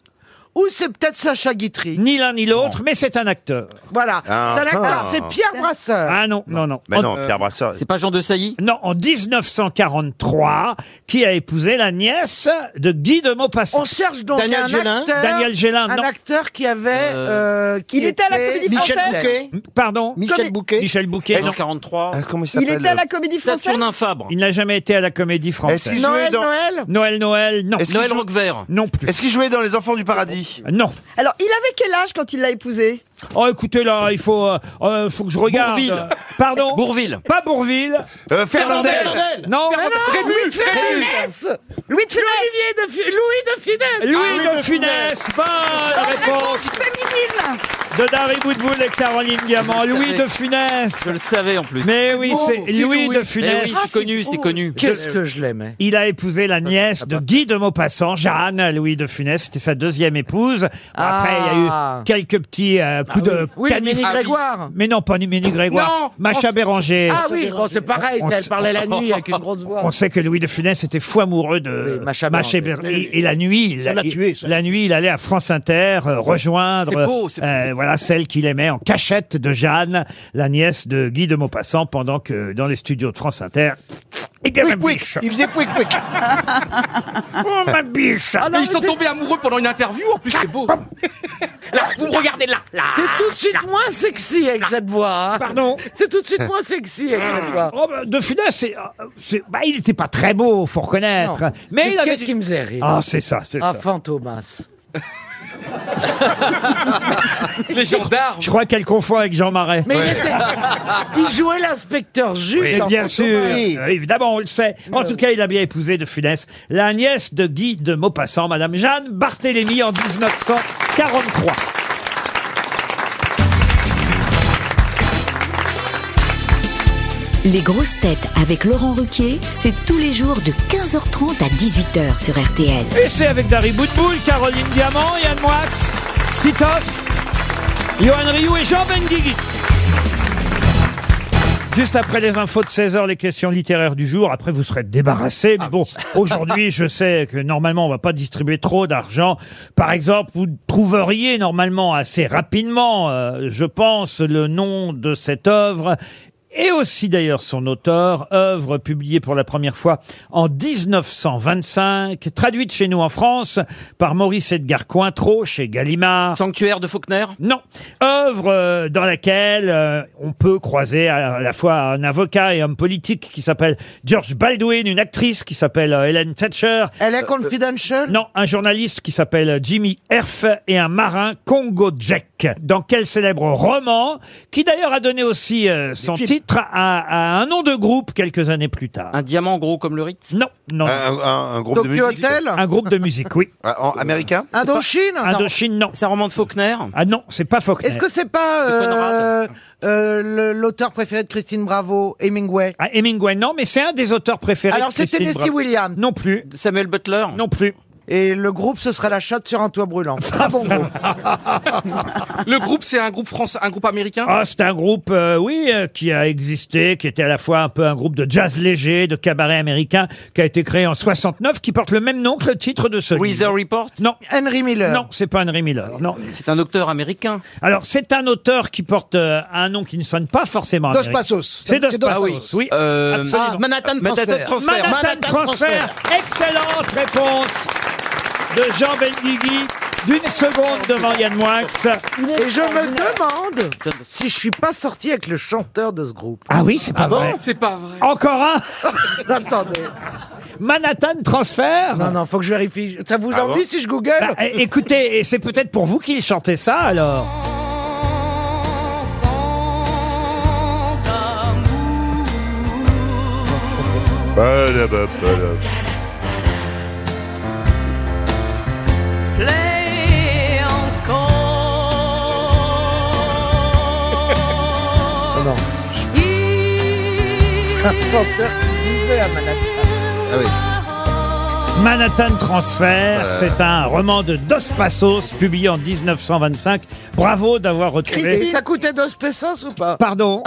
[SPEAKER 9] ou c'est peut-être Sacha Guitry.
[SPEAKER 2] Ni l'un ni l'autre, mais c'est un acteur.
[SPEAKER 9] Voilà.
[SPEAKER 10] Ah,
[SPEAKER 9] C'est un acteur,
[SPEAKER 10] ah.
[SPEAKER 9] c'est Pierre Brasseur.
[SPEAKER 2] Ah non, non, non.
[SPEAKER 10] Mais
[SPEAKER 2] En-
[SPEAKER 10] non, Pierre Brasseur.
[SPEAKER 3] C'est pas Jean de Sailly
[SPEAKER 2] Non, en 1943, qui a épousé la nièce de Guy de Maupassant.
[SPEAKER 9] On cherche donc
[SPEAKER 4] Daniel
[SPEAKER 9] un
[SPEAKER 4] Gélin.
[SPEAKER 9] acteur,
[SPEAKER 2] Daniel Gélin,
[SPEAKER 9] un
[SPEAKER 2] non.
[SPEAKER 9] acteur qui avait, euh, qui
[SPEAKER 7] Il était à la Comédie
[SPEAKER 4] Michel
[SPEAKER 7] Française.
[SPEAKER 4] Bouquet.
[SPEAKER 2] Pardon
[SPEAKER 4] Michel Bouquet.
[SPEAKER 2] Michel Bouquet, non.
[SPEAKER 3] 43.
[SPEAKER 10] Ah, Comment il
[SPEAKER 7] Il
[SPEAKER 10] s'appelle
[SPEAKER 7] était à la Comédie Française.
[SPEAKER 3] Saturnin Fabre.
[SPEAKER 2] Il n'a jamais été à la comédie
[SPEAKER 10] Est-ce
[SPEAKER 2] française.
[SPEAKER 10] qu'il jouait
[SPEAKER 9] Noël,
[SPEAKER 10] dans
[SPEAKER 9] Noël.
[SPEAKER 2] Noël, Noël, non.
[SPEAKER 10] Est-ce qu'il
[SPEAKER 3] Noël
[SPEAKER 10] joue-
[SPEAKER 3] Roquevert.
[SPEAKER 2] Non plus.
[SPEAKER 10] Est-ce qu'il jouait dans Les Enfants du Paradis
[SPEAKER 2] Non.
[SPEAKER 7] Alors, il avait quel âge quand il l'a épousé
[SPEAKER 2] Oh, écoutez, là, il faut, euh, euh, faut que je regarde.
[SPEAKER 3] Bourvil.
[SPEAKER 2] Pardon
[SPEAKER 3] Bourville.
[SPEAKER 2] Pas Bourville.
[SPEAKER 10] Euh, Fernandel
[SPEAKER 4] Fernandel.
[SPEAKER 2] Non.
[SPEAKER 9] Louis de Funès.
[SPEAKER 7] Louis de Funès.
[SPEAKER 9] Olivier de Fu- Louis de Funès.
[SPEAKER 2] Louis de Funès. Bonne réponse
[SPEAKER 7] Réponse féministe
[SPEAKER 10] surprise
[SPEAKER 2] de Darry Boudboul et Caroline Diamant,
[SPEAKER 3] Je le
[SPEAKER 2] Louis
[SPEAKER 3] savais.
[SPEAKER 2] de Funès.
[SPEAKER 3] Je le savais en plus.
[SPEAKER 2] Mais Eh oui,
[SPEAKER 9] Oh,
[SPEAKER 2] c'est
[SPEAKER 9] qui
[SPEAKER 2] Louis
[SPEAKER 9] Louis
[SPEAKER 2] de
[SPEAKER 3] Eh oui,
[SPEAKER 2] Funès.
[SPEAKER 3] c'est connu, c'est connu.
[SPEAKER 9] Qu'est-ce que je hein. l'aimais
[SPEAKER 2] Ah, Il a épousé la nièce de Guy de Maupassant, Jeanne Louis de Funès, c'était sa deuxième épouse. Bon, Après, il y a
[SPEAKER 9] Ah.
[SPEAKER 2] eu quelques petits euh, coups de
[SPEAKER 9] Oui,
[SPEAKER 2] canif.
[SPEAKER 9] Ménie Grégoire.
[SPEAKER 2] Mais non, pas Mini Grégoire,
[SPEAKER 6] Non,
[SPEAKER 2] Macha
[SPEAKER 6] on-
[SPEAKER 2] Béranger.
[SPEAKER 9] Ah oui, bon, c'est pareil,
[SPEAKER 2] On
[SPEAKER 9] elle
[SPEAKER 2] s-
[SPEAKER 9] parlait la nuit avec une grosse voix.
[SPEAKER 2] On sait que Louis de Funès était fou amoureux de
[SPEAKER 9] Oui, Macha
[SPEAKER 2] Macha
[SPEAKER 9] Béranger.
[SPEAKER 2] Béranger. Et, et la nuit, il,
[SPEAKER 4] Ça l'a
[SPEAKER 2] il-
[SPEAKER 4] tué, ça.
[SPEAKER 2] la nuit, il allait à France Inter euh, rejoindre
[SPEAKER 6] C'est beau, c'est beau.
[SPEAKER 2] euh, voilà celle qu'il aimait en cachette de Jeanne, la nièce de Guy de Maupassant, pendant que dans les studios de France Inter. Et bien ma
[SPEAKER 4] Pouic, pouic.
[SPEAKER 2] biche,
[SPEAKER 4] Il faisait pouic, pouic.
[SPEAKER 2] oh ma biche.
[SPEAKER 6] Mais ils sont tombés amoureux pendant une interview, en plus c'est beau. là, vous me regardez là,
[SPEAKER 10] Ah,
[SPEAKER 6] là.
[SPEAKER 9] C'est tout de suite moins sexy avec cette voix. hein.
[SPEAKER 2] Pardon
[SPEAKER 9] C'est tout de suite moins sexy avec cette voix.
[SPEAKER 2] Oh, bah, de Funès, c'est, euh, c'est- bah, il n'était pas très beau, faut reconnaître.
[SPEAKER 9] Non.
[SPEAKER 2] Mais il avait.
[SPEAKER 9] Qu'est-ce qui me faisait rire
[SPEAKER 2] Ah, c'est ça, c'est
[SPEAKER 9] Ah,
[SPEAKER 2] ça.
[SPEAKER 9] Fantomas.
[SPEAKER 6] Les gendarmes.
[SPEAKER 2] Je crois qu'elle confond avec Jean Marais.
[SPEAKER 9] Mais il, était... il jouait l'inspecteur Jules.
[SPEAKER 2] Et
[SPEAKER 9] dans
[SPEAKER 2] bien
[SPEAKER 9] Fantomas.
[SPEAKER 2] sûr,
[SPEAKER 9] Oui.
[SPEAKER 2] euh, évidemment, on le sait. En tout cas, il a bien épousé de Funès, la nièce de Guy de Maupassant, Madame Jeanne Barthélémy, en 1943.
[SPEAKER 11] Les grosses têtes avec Laurent Ruquier, c'est tous les jours de 15h30 à 18h sur RTL.
[SPEAKER 2] Et c'est avec Dari Boutboul, Caroline Diamant, Yann Moix, Titoff, Johan Rioux et Jean Benguigui. Juste après les infos de 16h, les questions littéraires du jour. Après, vous serez débarrassés. Mais bon, aujourd'hui, je sais que normalement, on va pas distribuer trop d'argent. Par exemple, vous trouveriez normalement assez rapidement, euh, je pense, le nom de cette œuvre. Et aussi d'ailleurs son auteur, œuvre publiée pour la première fois en 1925, traduite chez nous en France par Maurice Edgar Cointreau chez Gallimard.
[SPEAKER 3] Sanctuaire de Faulkner
[SPEAKER 2] Non. Œuvre euh, dans laquelle euh, on peut croiser à la fois un avocat et un politique qui s'appelle George Baldwin, une actrice qui s'appelle euh, Helen Thatcher,
[SPEAKER 9] Elle est confidential
[SPEAKER 2] non, un journaliste qui s'appelle euh, Jimmy Herf et un marin Congo Jack. Dans quel célèbre roman, qui d'ailleurs a donné aussi euh, son
[SPEAKER 4] films.
[SPEAKER 2] titre à, à un nom de groupe quelques années plus tard.
[SPEAKER 3] Un diamant gros comme le Ritz
[SPEAKER 2] Non, non.
[SPEAKER 5] Un, un- un groupe de
[SPEAKER 9] Tokyo
[SPEAKER 5] musique
[SPEAKER 9] Hotel
[SPEAKER 2] Un groupe de musique, oui.
[SPEAKER 5] Euh, en- américain
[SPEAKER 9] Indochine
[SPEAKER 2] Indochine, non.
[SPEAKER 3] C'est un roman de Faulkner
[SPEAKER 2] Ah non, c'est pas Faulkner.
[SPEAKER 9] Est-ce que c'est pas euh,
[SPEAKER 3] Conrad.
[SPEAKER 9] euh, le- l'auteur préféré de Christine Bravo, Hemingway
[SPEAKER 2] Ah, Hemingway, non, mais c'est un des auteurs préférés.
[SPEAKER 9] Alors
[SPEAKER 2] de
[SPEAKER 9] c'est
[SPEAKER 2] Christine
[SPEAKER 9] Tennessee
[SPEAKER 2] Bravo.
[SPEAKER 9] Williams.
[SPEAKER 2] Non plus,
[SPEAKER 3] Samuel Butler
[SPEAKER 2] non plus. Ah,
[SPEAKER 9] Et le groupe, ce serait la chatte sur un toit brûlant. Très bon groupe.
[SPEAKER 6] Le groupe, c'est un groupe français, un groupe américain.
[SPEAKER 2] Ah, c'est un groupe, euh, oui, euh, qui a existé, qui était à la fois un peu un groupe de jazz léger, de cabaret américain, qui a été créé en 69, qui porte le même nom que le titre de ce
[SPEAKER 3] Weather
[SPEAKER 2] livre.
[SPEAKER 3] Report
[SPEAKER 2] Non,
[SPEAKER 9] Henry Miller.
[SPEAKER 2] non, c'est pas Henry Miller. Non.
[SPEAKER 3] C'est un docteur américain.
[SPEAKER 2] Alors, c'est un auteur qui porte euh, un nom qui ne sonne pas forcément.
[SPEAKER 4] Dos
[SPEAKER 2] américain.
[SPEAKER 4] Passos.
[SPEAKER 2] C'est Dos Passos, oui.
[SPEAKER 3] Euh,
[SPEAKER 2] Absolument.
[SPEAKER 4] Ah, Manhattan
[SPEAKER 3] Manhattan
[SPEAKER 4] Transfer.
[SPEAKER 3] Transfer.
[SPEAKER 2] Manhattan,
[SPEAKER 4] Manhattan
[SPEAKER 2] Transfer. Excellente réponse de Jean Bendigui. D'une seconde devant Yann Moix.
[SPEAKER 9] Et je me demande si je suis pas sorti avec le chanteur de ce groupe.
[SPEAKER 2] Ah oui, c'est pas vrai.
[SPEAKER 6] C'est pas vrai.
[SPEAKER 2] Encore un
[SPEAKER 9] Attendez.
[SPEAKER 2] Manhattan Transfer Ah
[SPEAKER 9] Non, non, faut que je vérifie. Ça vous ennuie si je google
[SPEAKER 2] Bah, é- écoutez, et c'est peut-être pour vous qu'il chantait ça alors.
[SPEAKER 9] Oh non. C'est un chanteur qui vivait à Manhattan.
[SPEAKER 2] Manhattan Transfer, c'est un roman de Dos Passos publié en 1925. Bravo d'avoir retrouvé.
[SPEAKER 9] Et ça coûtait 2 pesos ou pas
[SPEAKER 2] Pardon.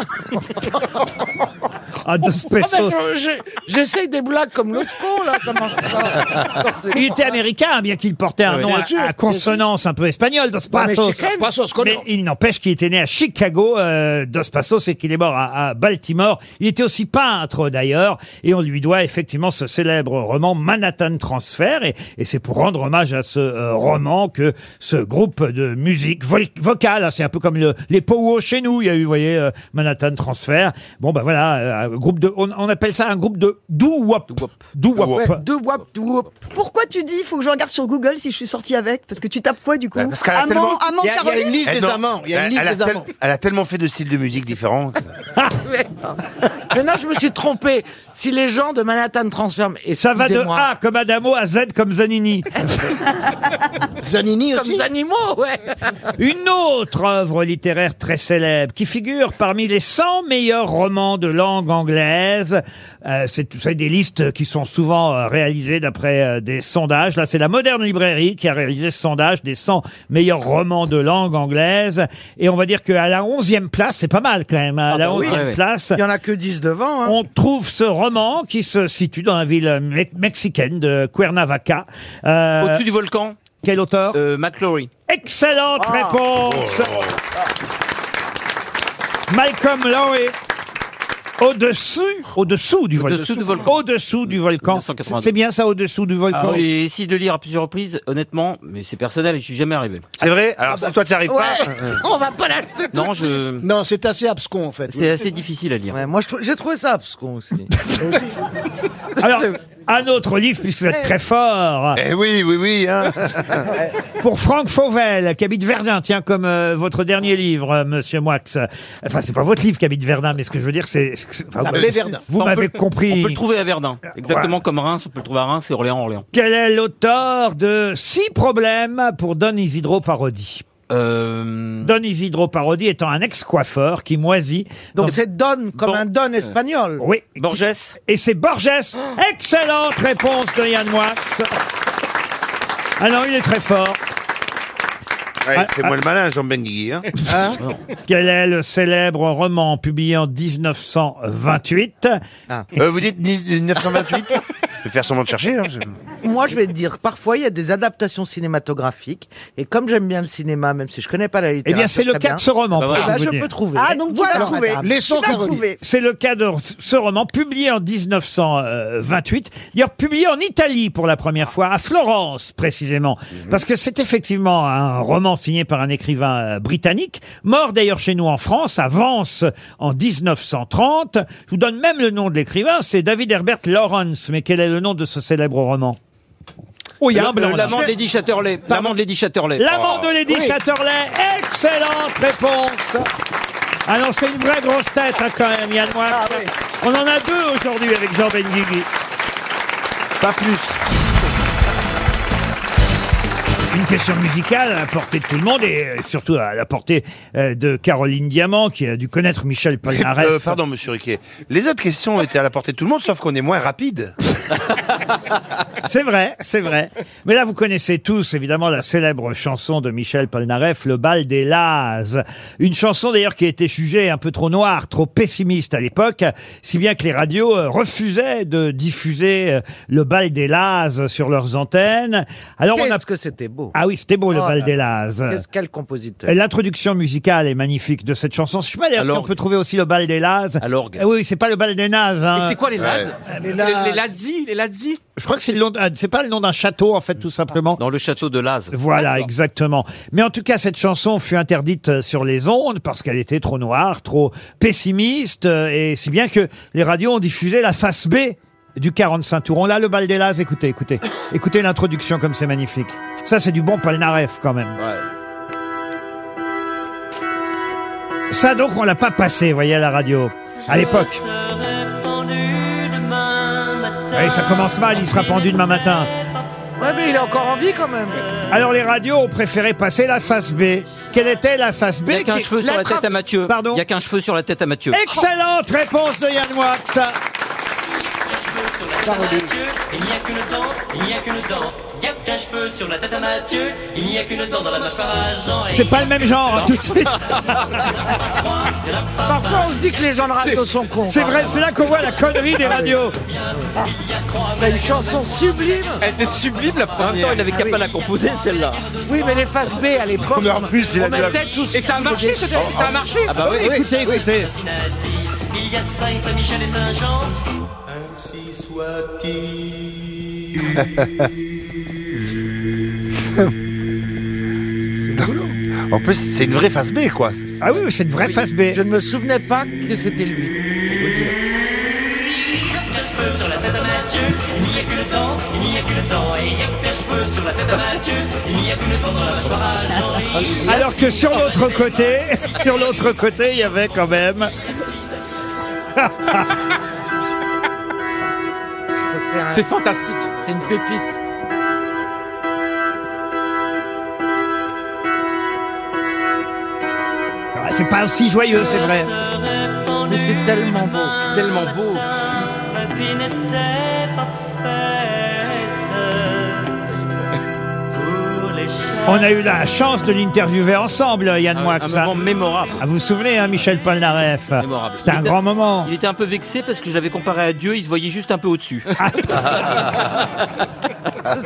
[SPEAKER 2] ah, Dos
[SPEAKER 9] Ah ben,
[SPEAKER 2] Passos.
[SPEAKER 9] je- je- J'essaye des blagues comme l'autre con, là, ça marche pas.
[SPEAKER 2] Il était américain, bien qu'il portait un nom à, à consonance un peu espagnole, Dos
[SPEAKER 9] mais
[SPEAKER 2] Passos.
[SPEAKER 9] chicane.
[SPEAKER 4] Passos,
[SPEAKER 2] Mais
[SPEAKER 4] connard.
[SPEAKER 2] il n'empêche qu'il était né à Chicago, euh, Dos Passos, et qu'il est mort à, à Baltimore. Il était aussi peintre d'ailleurs, et on lui doit effectivement ce célèbre roman Manhattan Transfer. Et, et c'est pour rendre hommage à ce euh, roman que ce groupe de musique vol- vocale, hein, c'est un peu comme le- les Powo chez nous. Il y a eu, vous voyez, euh, Manhattan Transfer. Bon, ben voilà, euh, un groupe de, on, on appelle ça un groupe de doo wop, doo wop,
[SPEAKER 9] Ouais, deux wap, deux wop.
[SPEAKER 7] pourquoi tu dis, faut que je regarde sur Google si je suis sortie avec Parce que tu tapes quoi du coup
[SPEAKER 5] Bah, parce qu'elle a
[SPEAKER 7] Amant,
[SPEAKER 5] tellement-
[SPEAKER 7] amant
[SPEAKER 4] Il y a- il y a une
[SPEAKER 7] Caroline
[SPEAKER 4] liste
[SPEAKER 5] Eh
[SPEAKER 4] des
[SPEAKER 5] non,
[SPEAKER 4] amants. Il y a une
[SPEAKER 5] elle, elle
[SPEAKER 4] liste des
[SPEAKER 5] tel-
[SPEAKER 4] amants.
[SPEAKER 5] elle a tellement fait de styles de musique différents.
[SPEAKER 8] Mais non, je me suis trompé. Si les gens de Manhattan transforment. Et
[SPEAKER 2] Ça va de A comme Adamo à Z comme Zanini.
[SPEAKER 4] Zanini
[SPEAKER 8] Comme
[SPEAKER 4] aussi.
[SPEAKER 8] des animaux, ouais.
[SPEAKER 2] Une autre œuvre littéraire très célèbre qui figure parmi les 100 meilleurs romans de langue anglaise. Euh, c'est vous savez, des listes qui sont souvent euh, réalisées d'après euh, des sondages. Là, c'est la Moderne Librairie qui a réalisé ce sondage des 100 meilleurs romans de langue anglaise. Et on va dire qu'à la 11e place, c'est pas mal quand même, hein, à la
[SPEAKER 3] bah oui.
[SPEAKER 2] 11e
[SPEAKER 3] Ouais, ouais.
[SPEAKER 2] place.
[SPEAKER 8] Il n'y en a que 10 devant. hein.
[SPEAKER 2] On trouve ce roman qui se situe dans la ville euh, me- mexicaine de Cuernavaca. Euh,
[SPEAKER 3] Au-dessus du volcan,
[SPEAKER 2] Quel auteur
[SPEAKER 3] euh, McClory.
[SPEAKER 2] Excellente
[SPEAKER 4] Ah.
[SPEAKER 2] réponse
[SPEAKER 5] Oh
[SPEAKER 2] Malcolm Lowry au-dessus, au-dessous du volcan.
[SPEAKER 3] Au-dessous du volcan.
[SPEAKER 2] Au-dessous du volcan.
[SPEAKER 3] 1982.
[SPEAKER 2] C'est bien ça, au-dessous du volcan.
[SPEAKER 3] J'ai essayé de le lire à plusieurs reprises, honnêtement, mais c'est personnel, je suis jamais arrivé.
[SPEAKER 5] C'est vrai Alors
[SPEAKER 9] Ah bah,
[SPEAKER 5] si toi t'y arrives pas, euh,
[SPEAKER 4] Ouais. On va pas la.
[SPEAKER 3] Non, je.
[SPEAKER 4] Non, c'est assez abscon en fait.
[SPEAKER 3] C'est assez difficile à lire.
[SPEAKER 8] Ouais, moi, je trou- j'ai trouvé ça abscon aussi.
[SPEAKER 2] Alors, un autre livre, puisque vous êtes très fort,
[SPEAKER 5] eh oui, oui, oui. hein.
[SPEAKER 2] pour Franck Fauvel, qui habite Verdun, tiens, comme euh, votre dernier livre, euh, monsieur Moix. Enfin, c'est pas votre livre qui habite Verdun, mais ce que je veux dire, c'est... c'est-
[SPEAKER 3] Ah,
[SPEAKER 2] enfin,
[SPEAKER 4] La
[SPEAKER 2] vous-
[SPEAKER 4] plaie Verdun.
[SPEAKER 2] vous
[SPEAKER 3] On peut
[SPEAKER 2] m'avez
[SPEAKER 3] le-
[SPEAKER 2] compris.
[SPEAKER 3] On peut le trouver à Verdun, exactement comme Reims, on peut le trouver à Reims et Orléans, Orléans.
[SPEAKER 2] Quel est l'auteur de Six problèmes pour Don Isidro Parodi
[SPEAKER 3] Euh...
[SPEAKER 2] Don Isidro Parodi étant un ex-coiffeur qui moisit. dans-
[SPEAKER 8] Donc c'est don, comme
[SPEAKER 3] Bon.
[SPEAKER 8] un don espagnol.
[SPEAKER 2] Oui.
[SPEAKER 3] Borges,
[SPEAKER 2] Et c'est Borges. Excellente réponse de Yann Moix. Ah non, il est très fort.
[SPEAKER 5] Ouais, c'est moi le malin, Jean Benguigui. Hein.
[SPEAKER 2] Quel est le célèbre roman publié en 1928
[SPEAKER 5] Euh, vous dites ni- 1928 Je vais faire semblant de chercher. hein, je-
[SPEAKER 8] Moi, je vais te dire, parfois, il y a des adaptations cinématographiques. Et comme j'aime bien le cinéma, même si je connais pas la littérature.
[SPEAKER 2] Eh bien, c'est le
[SPEAKER 8] très
[SPEAKER 2] cas de ce roman.
[SPEAKER 3] Ah bah
[SPEAKER 2] pour
[SPEAKER 8] eh
[SPEAKER 3] voilà.
[SPEAKER 2] tout
[SPEAKER 8] ben,
[SPEAKER 2] vous
[SPEAKER 8] je
[SPEAKER 2] dire.
[SPEAKER 8] peux trouver.
[SPEAKER 7] Ah, donc tu
[SPEAKER 8] Voilà,
[SPEAKER 7] l'as trouvé.
[SPEAKER 9] ben,
[SPEAKER 8] madame.
[SPEAKER 4] Laissons
[SPEAKER 7] Tu l'as
[SPEAKER 4] Caroline.
[SPEAKER 7] trouvé.
[SPEAKER 2] C'est le cas de ce roman publié en 1928, d'ailleurs publié en Italie pour la première fois, à Florence précisément,
[SPEAKER 8] Mhm.
[SPEAKER 2] parce que c'est effectivement un roman signé par un écrivain euh, britannique, mort d'ailleurs chez nous en France, à Vence en 1930. Je vous donne même le nom de l'écrivain, c'est David Herbert Lawrence, mais quel est le nom de ce célèbre roman Oh, il y a un blanc.
[SPEAKER 3] euh,
[SPEAKER 2] là.
[SPEAKER 3] l'amant de Lady Chatterley. L'amant de Lady Oh. Chatterley.
[SPEAKER 2] L'amant de Lady Chatterley, excellente réponse Ah non, c'est une vraie grosse tête hein, quand même, Yann Moix.
[SPEAKER 5] Ah
[SPEAKER 2] On en a deux aujourd'hui avec Jean Benguigui.
[SPEAKER 5] Pas plus.
[SPEAKER 2] Une question musicale à la portée de tout le monde et euh, surtout à la portée euh, de Caroline Diamant qui a dû connaître Michel Polnareff.
[SPEAKER 5] Euh, pardon, monsieur Riquet. Les autres questions étaient à la portée de tout le monde, sauf qu'on est moins rapide.
[SPEAKER 2] C'est vrai, c'est vrai. Mais là, vous connaissez tous, évidemment, la célèbre chanson de Michel Polnareff, Le bal des Lazes. Une chanson, d'ailleurs, qui a été jugée un peu trop noire, trop pessimiste à l'époque, si bien que les radios euh, refusaient de diffuser euh, Le bal des Lazes sur leurs antennes. Alors, on a...
[SPEAKER 8] Qu'est-ce que c'était beau.
[SPEAKER 2] Ah oui, c'était beau, Le
[SPEAKER 8] Oh
[SPEAKER 2] bal
[SPEAKER 8] là
[SPEAKER 2] des
[SPEAKER 8] là.
[SPEAKER 2] Lazes.
[SPEAKER 8] Qu'est-ce- Quel compositeur.
[SPEAKER 2] Et L'introduction musicale est magnifique de cette chanson. Je sais pas d'ailleurs si
[SPEAKER 3] Alors-
[SPEAKER 2] on peut trouver aussi le bal des Lazes.
[SPEAKER 3] À l'orgue.
[SPEAKER 2] Eh Oui, c'est pas le bal des Nazes. hein.
[SPEAKER 6] Et c'est quoi les Laz Les
[SPEAKER 4] Laz.
[SPEAKER 6] les Lazzi Les Lazzi
[SPEAKER 2] Je crois que c'est le nom. de- ah, C'est pas le nom d'un château en fait, tout simplement.
[SPEAKER 3] Dans le château de Laz.
[SPEAKER 2] Voilà, exactement. Mais en tout cas, cette chanson fut interdite euh, sur les ondes parce qu'elle était trop noire, trop pessimiste, euh, et si bien que les radios ont diffusé la face B du 45 tours. On l'a, le bal des Lazes. Écoutez, écoutez. Écoutez l'introduction comme c'est magnifique. Ça, c'est du bon Polnareff quand même. Ça, donc, on l'a pas passé, vous voyez, à la radio, à l'époque. Allez, ça commence mal, il sera pendu demain matin.
[SPEAKER 8] Ouais, mais il est encore en vie quand même.
[SPEAKER 2] Alors les radios ont préféré passer la face B. Quelle était la face B
[SPEAKER 3] Il n'y a qu'un
[SPEAKER 2] qui-
[SPEAKER 3] cheveu sur la
[SPEAKER 2] trappe-
[SPEAKER 3] tête à Mathieu.
[SPEAKER 2] Pardon
[SPEAKER 3] Il n'y a qu'un cheveu sur la tête à Mathieu.
[SPEAKER 2] Excellente réponse de Yann Moix.
[SPEAKER 12] Il n'y a qu'une dent, il n'y a qu'une dent. Il n'y a qu'un cheveu sur la tête à Mathieu. Il n'y a qu'une dent dans la mâchoire à Jean. Et
[SPEAKER 2] C'est pas le même genre, hein, tout de suite.
[SPEAKER 8] Parfois, on se dit que les gens de radio sont cons.
[SPEAKER 2] C'est vrai, c'est là qu'on voit la connerie
[SPEAKER 8] Ah,
[SPEAKER 2] des radios.
[SPEAKER 8] On a une chanson sublime.
[SPEAKER 6] Elle était sublime la
[SPEAKER 3] En même temps,
[SPEAKER 6] première.
[SPEAKER 3] il n'avait qu'à pas la composer, celle-là.
[SPEAKER 8] Oui, mais les faces B à l'époque.
[SPEAKER 5] Mais en plus, il a
[SPEAKER 8] on
[SPEAKER 5] de la-
[SPEAKER 8] mettait tout ce
[SPEAKER 6] Et ça a
[SPEAKER 8] qu'il y
[SPEAKER 6] marché,
[SPEAKER 8] avait
[SPEAKER 6] ce
[SPEAKER 8] chez-
[SPEAKER 6] truc, ça a marché.
[SPEAKER 3] Ah bah oui.
[SPEAKER 2] Écoutez, écoutez.
[SPEAKER 12] Cincinnati. Il y a Saint, Saint-Michel et Saint-Jean.
[SPEAKER 5] En plus, c'est une vraie face B, quoi.
[SPEAKER 2] Ah oui, oui, c'est une vraie face B.
[SPEAKER 8] Je ne me souvenais pas que c'était lui.
[SPEAKER 12] Il n'y a qu'un cheveu sur la tête à Mathieu. Il n'y a qu'une dent, il n'y a a qu'une dent et il n'y a que des cheveux sur la tête à Mathieu. Il n'y a qu'une dent dans la mâchoire à Jean. et il y a
[SPEAKER 2] Alors que sur l'autre côté, sur l'autre côté, il y avait quand même.
[SPEAKER 6] C'est fantastique.
[SPEAKER 8] C'est une pépite.
[SPEAKER 2] Ah, C'est pas aussi joyeux, c'est vrai.
[SPEAKER 8] Mais c'est tellement beau. C'est tellement beau.
[SPEAKER 12] La vie n'était pas faite pour les
[SPEAKER 2] On a eu la chance de l'interviewer ensemble, Yann
[SPEAKER 3] Ah,
[SPEAKER 2] Moix.
[SPEAKER 3] un
[SPEAKER 2] ça.
[SPEAKER 3] moment mémorable.
[SPEAKER 2] Ah, vous vous souvenez, hein, Michel Polnareff
[SPEAKER 3] Mémorable.
[SPEAKER 2] C'était un
[SPEAKER 3] Il était-
[SPEAKER 2] grand moment.
[SPEAKER 3] Il était un peu vexé parce que je l'avais comparé à Dieu, il se voyait juste un peu au-dessus.
[SPEAKER 2] Ah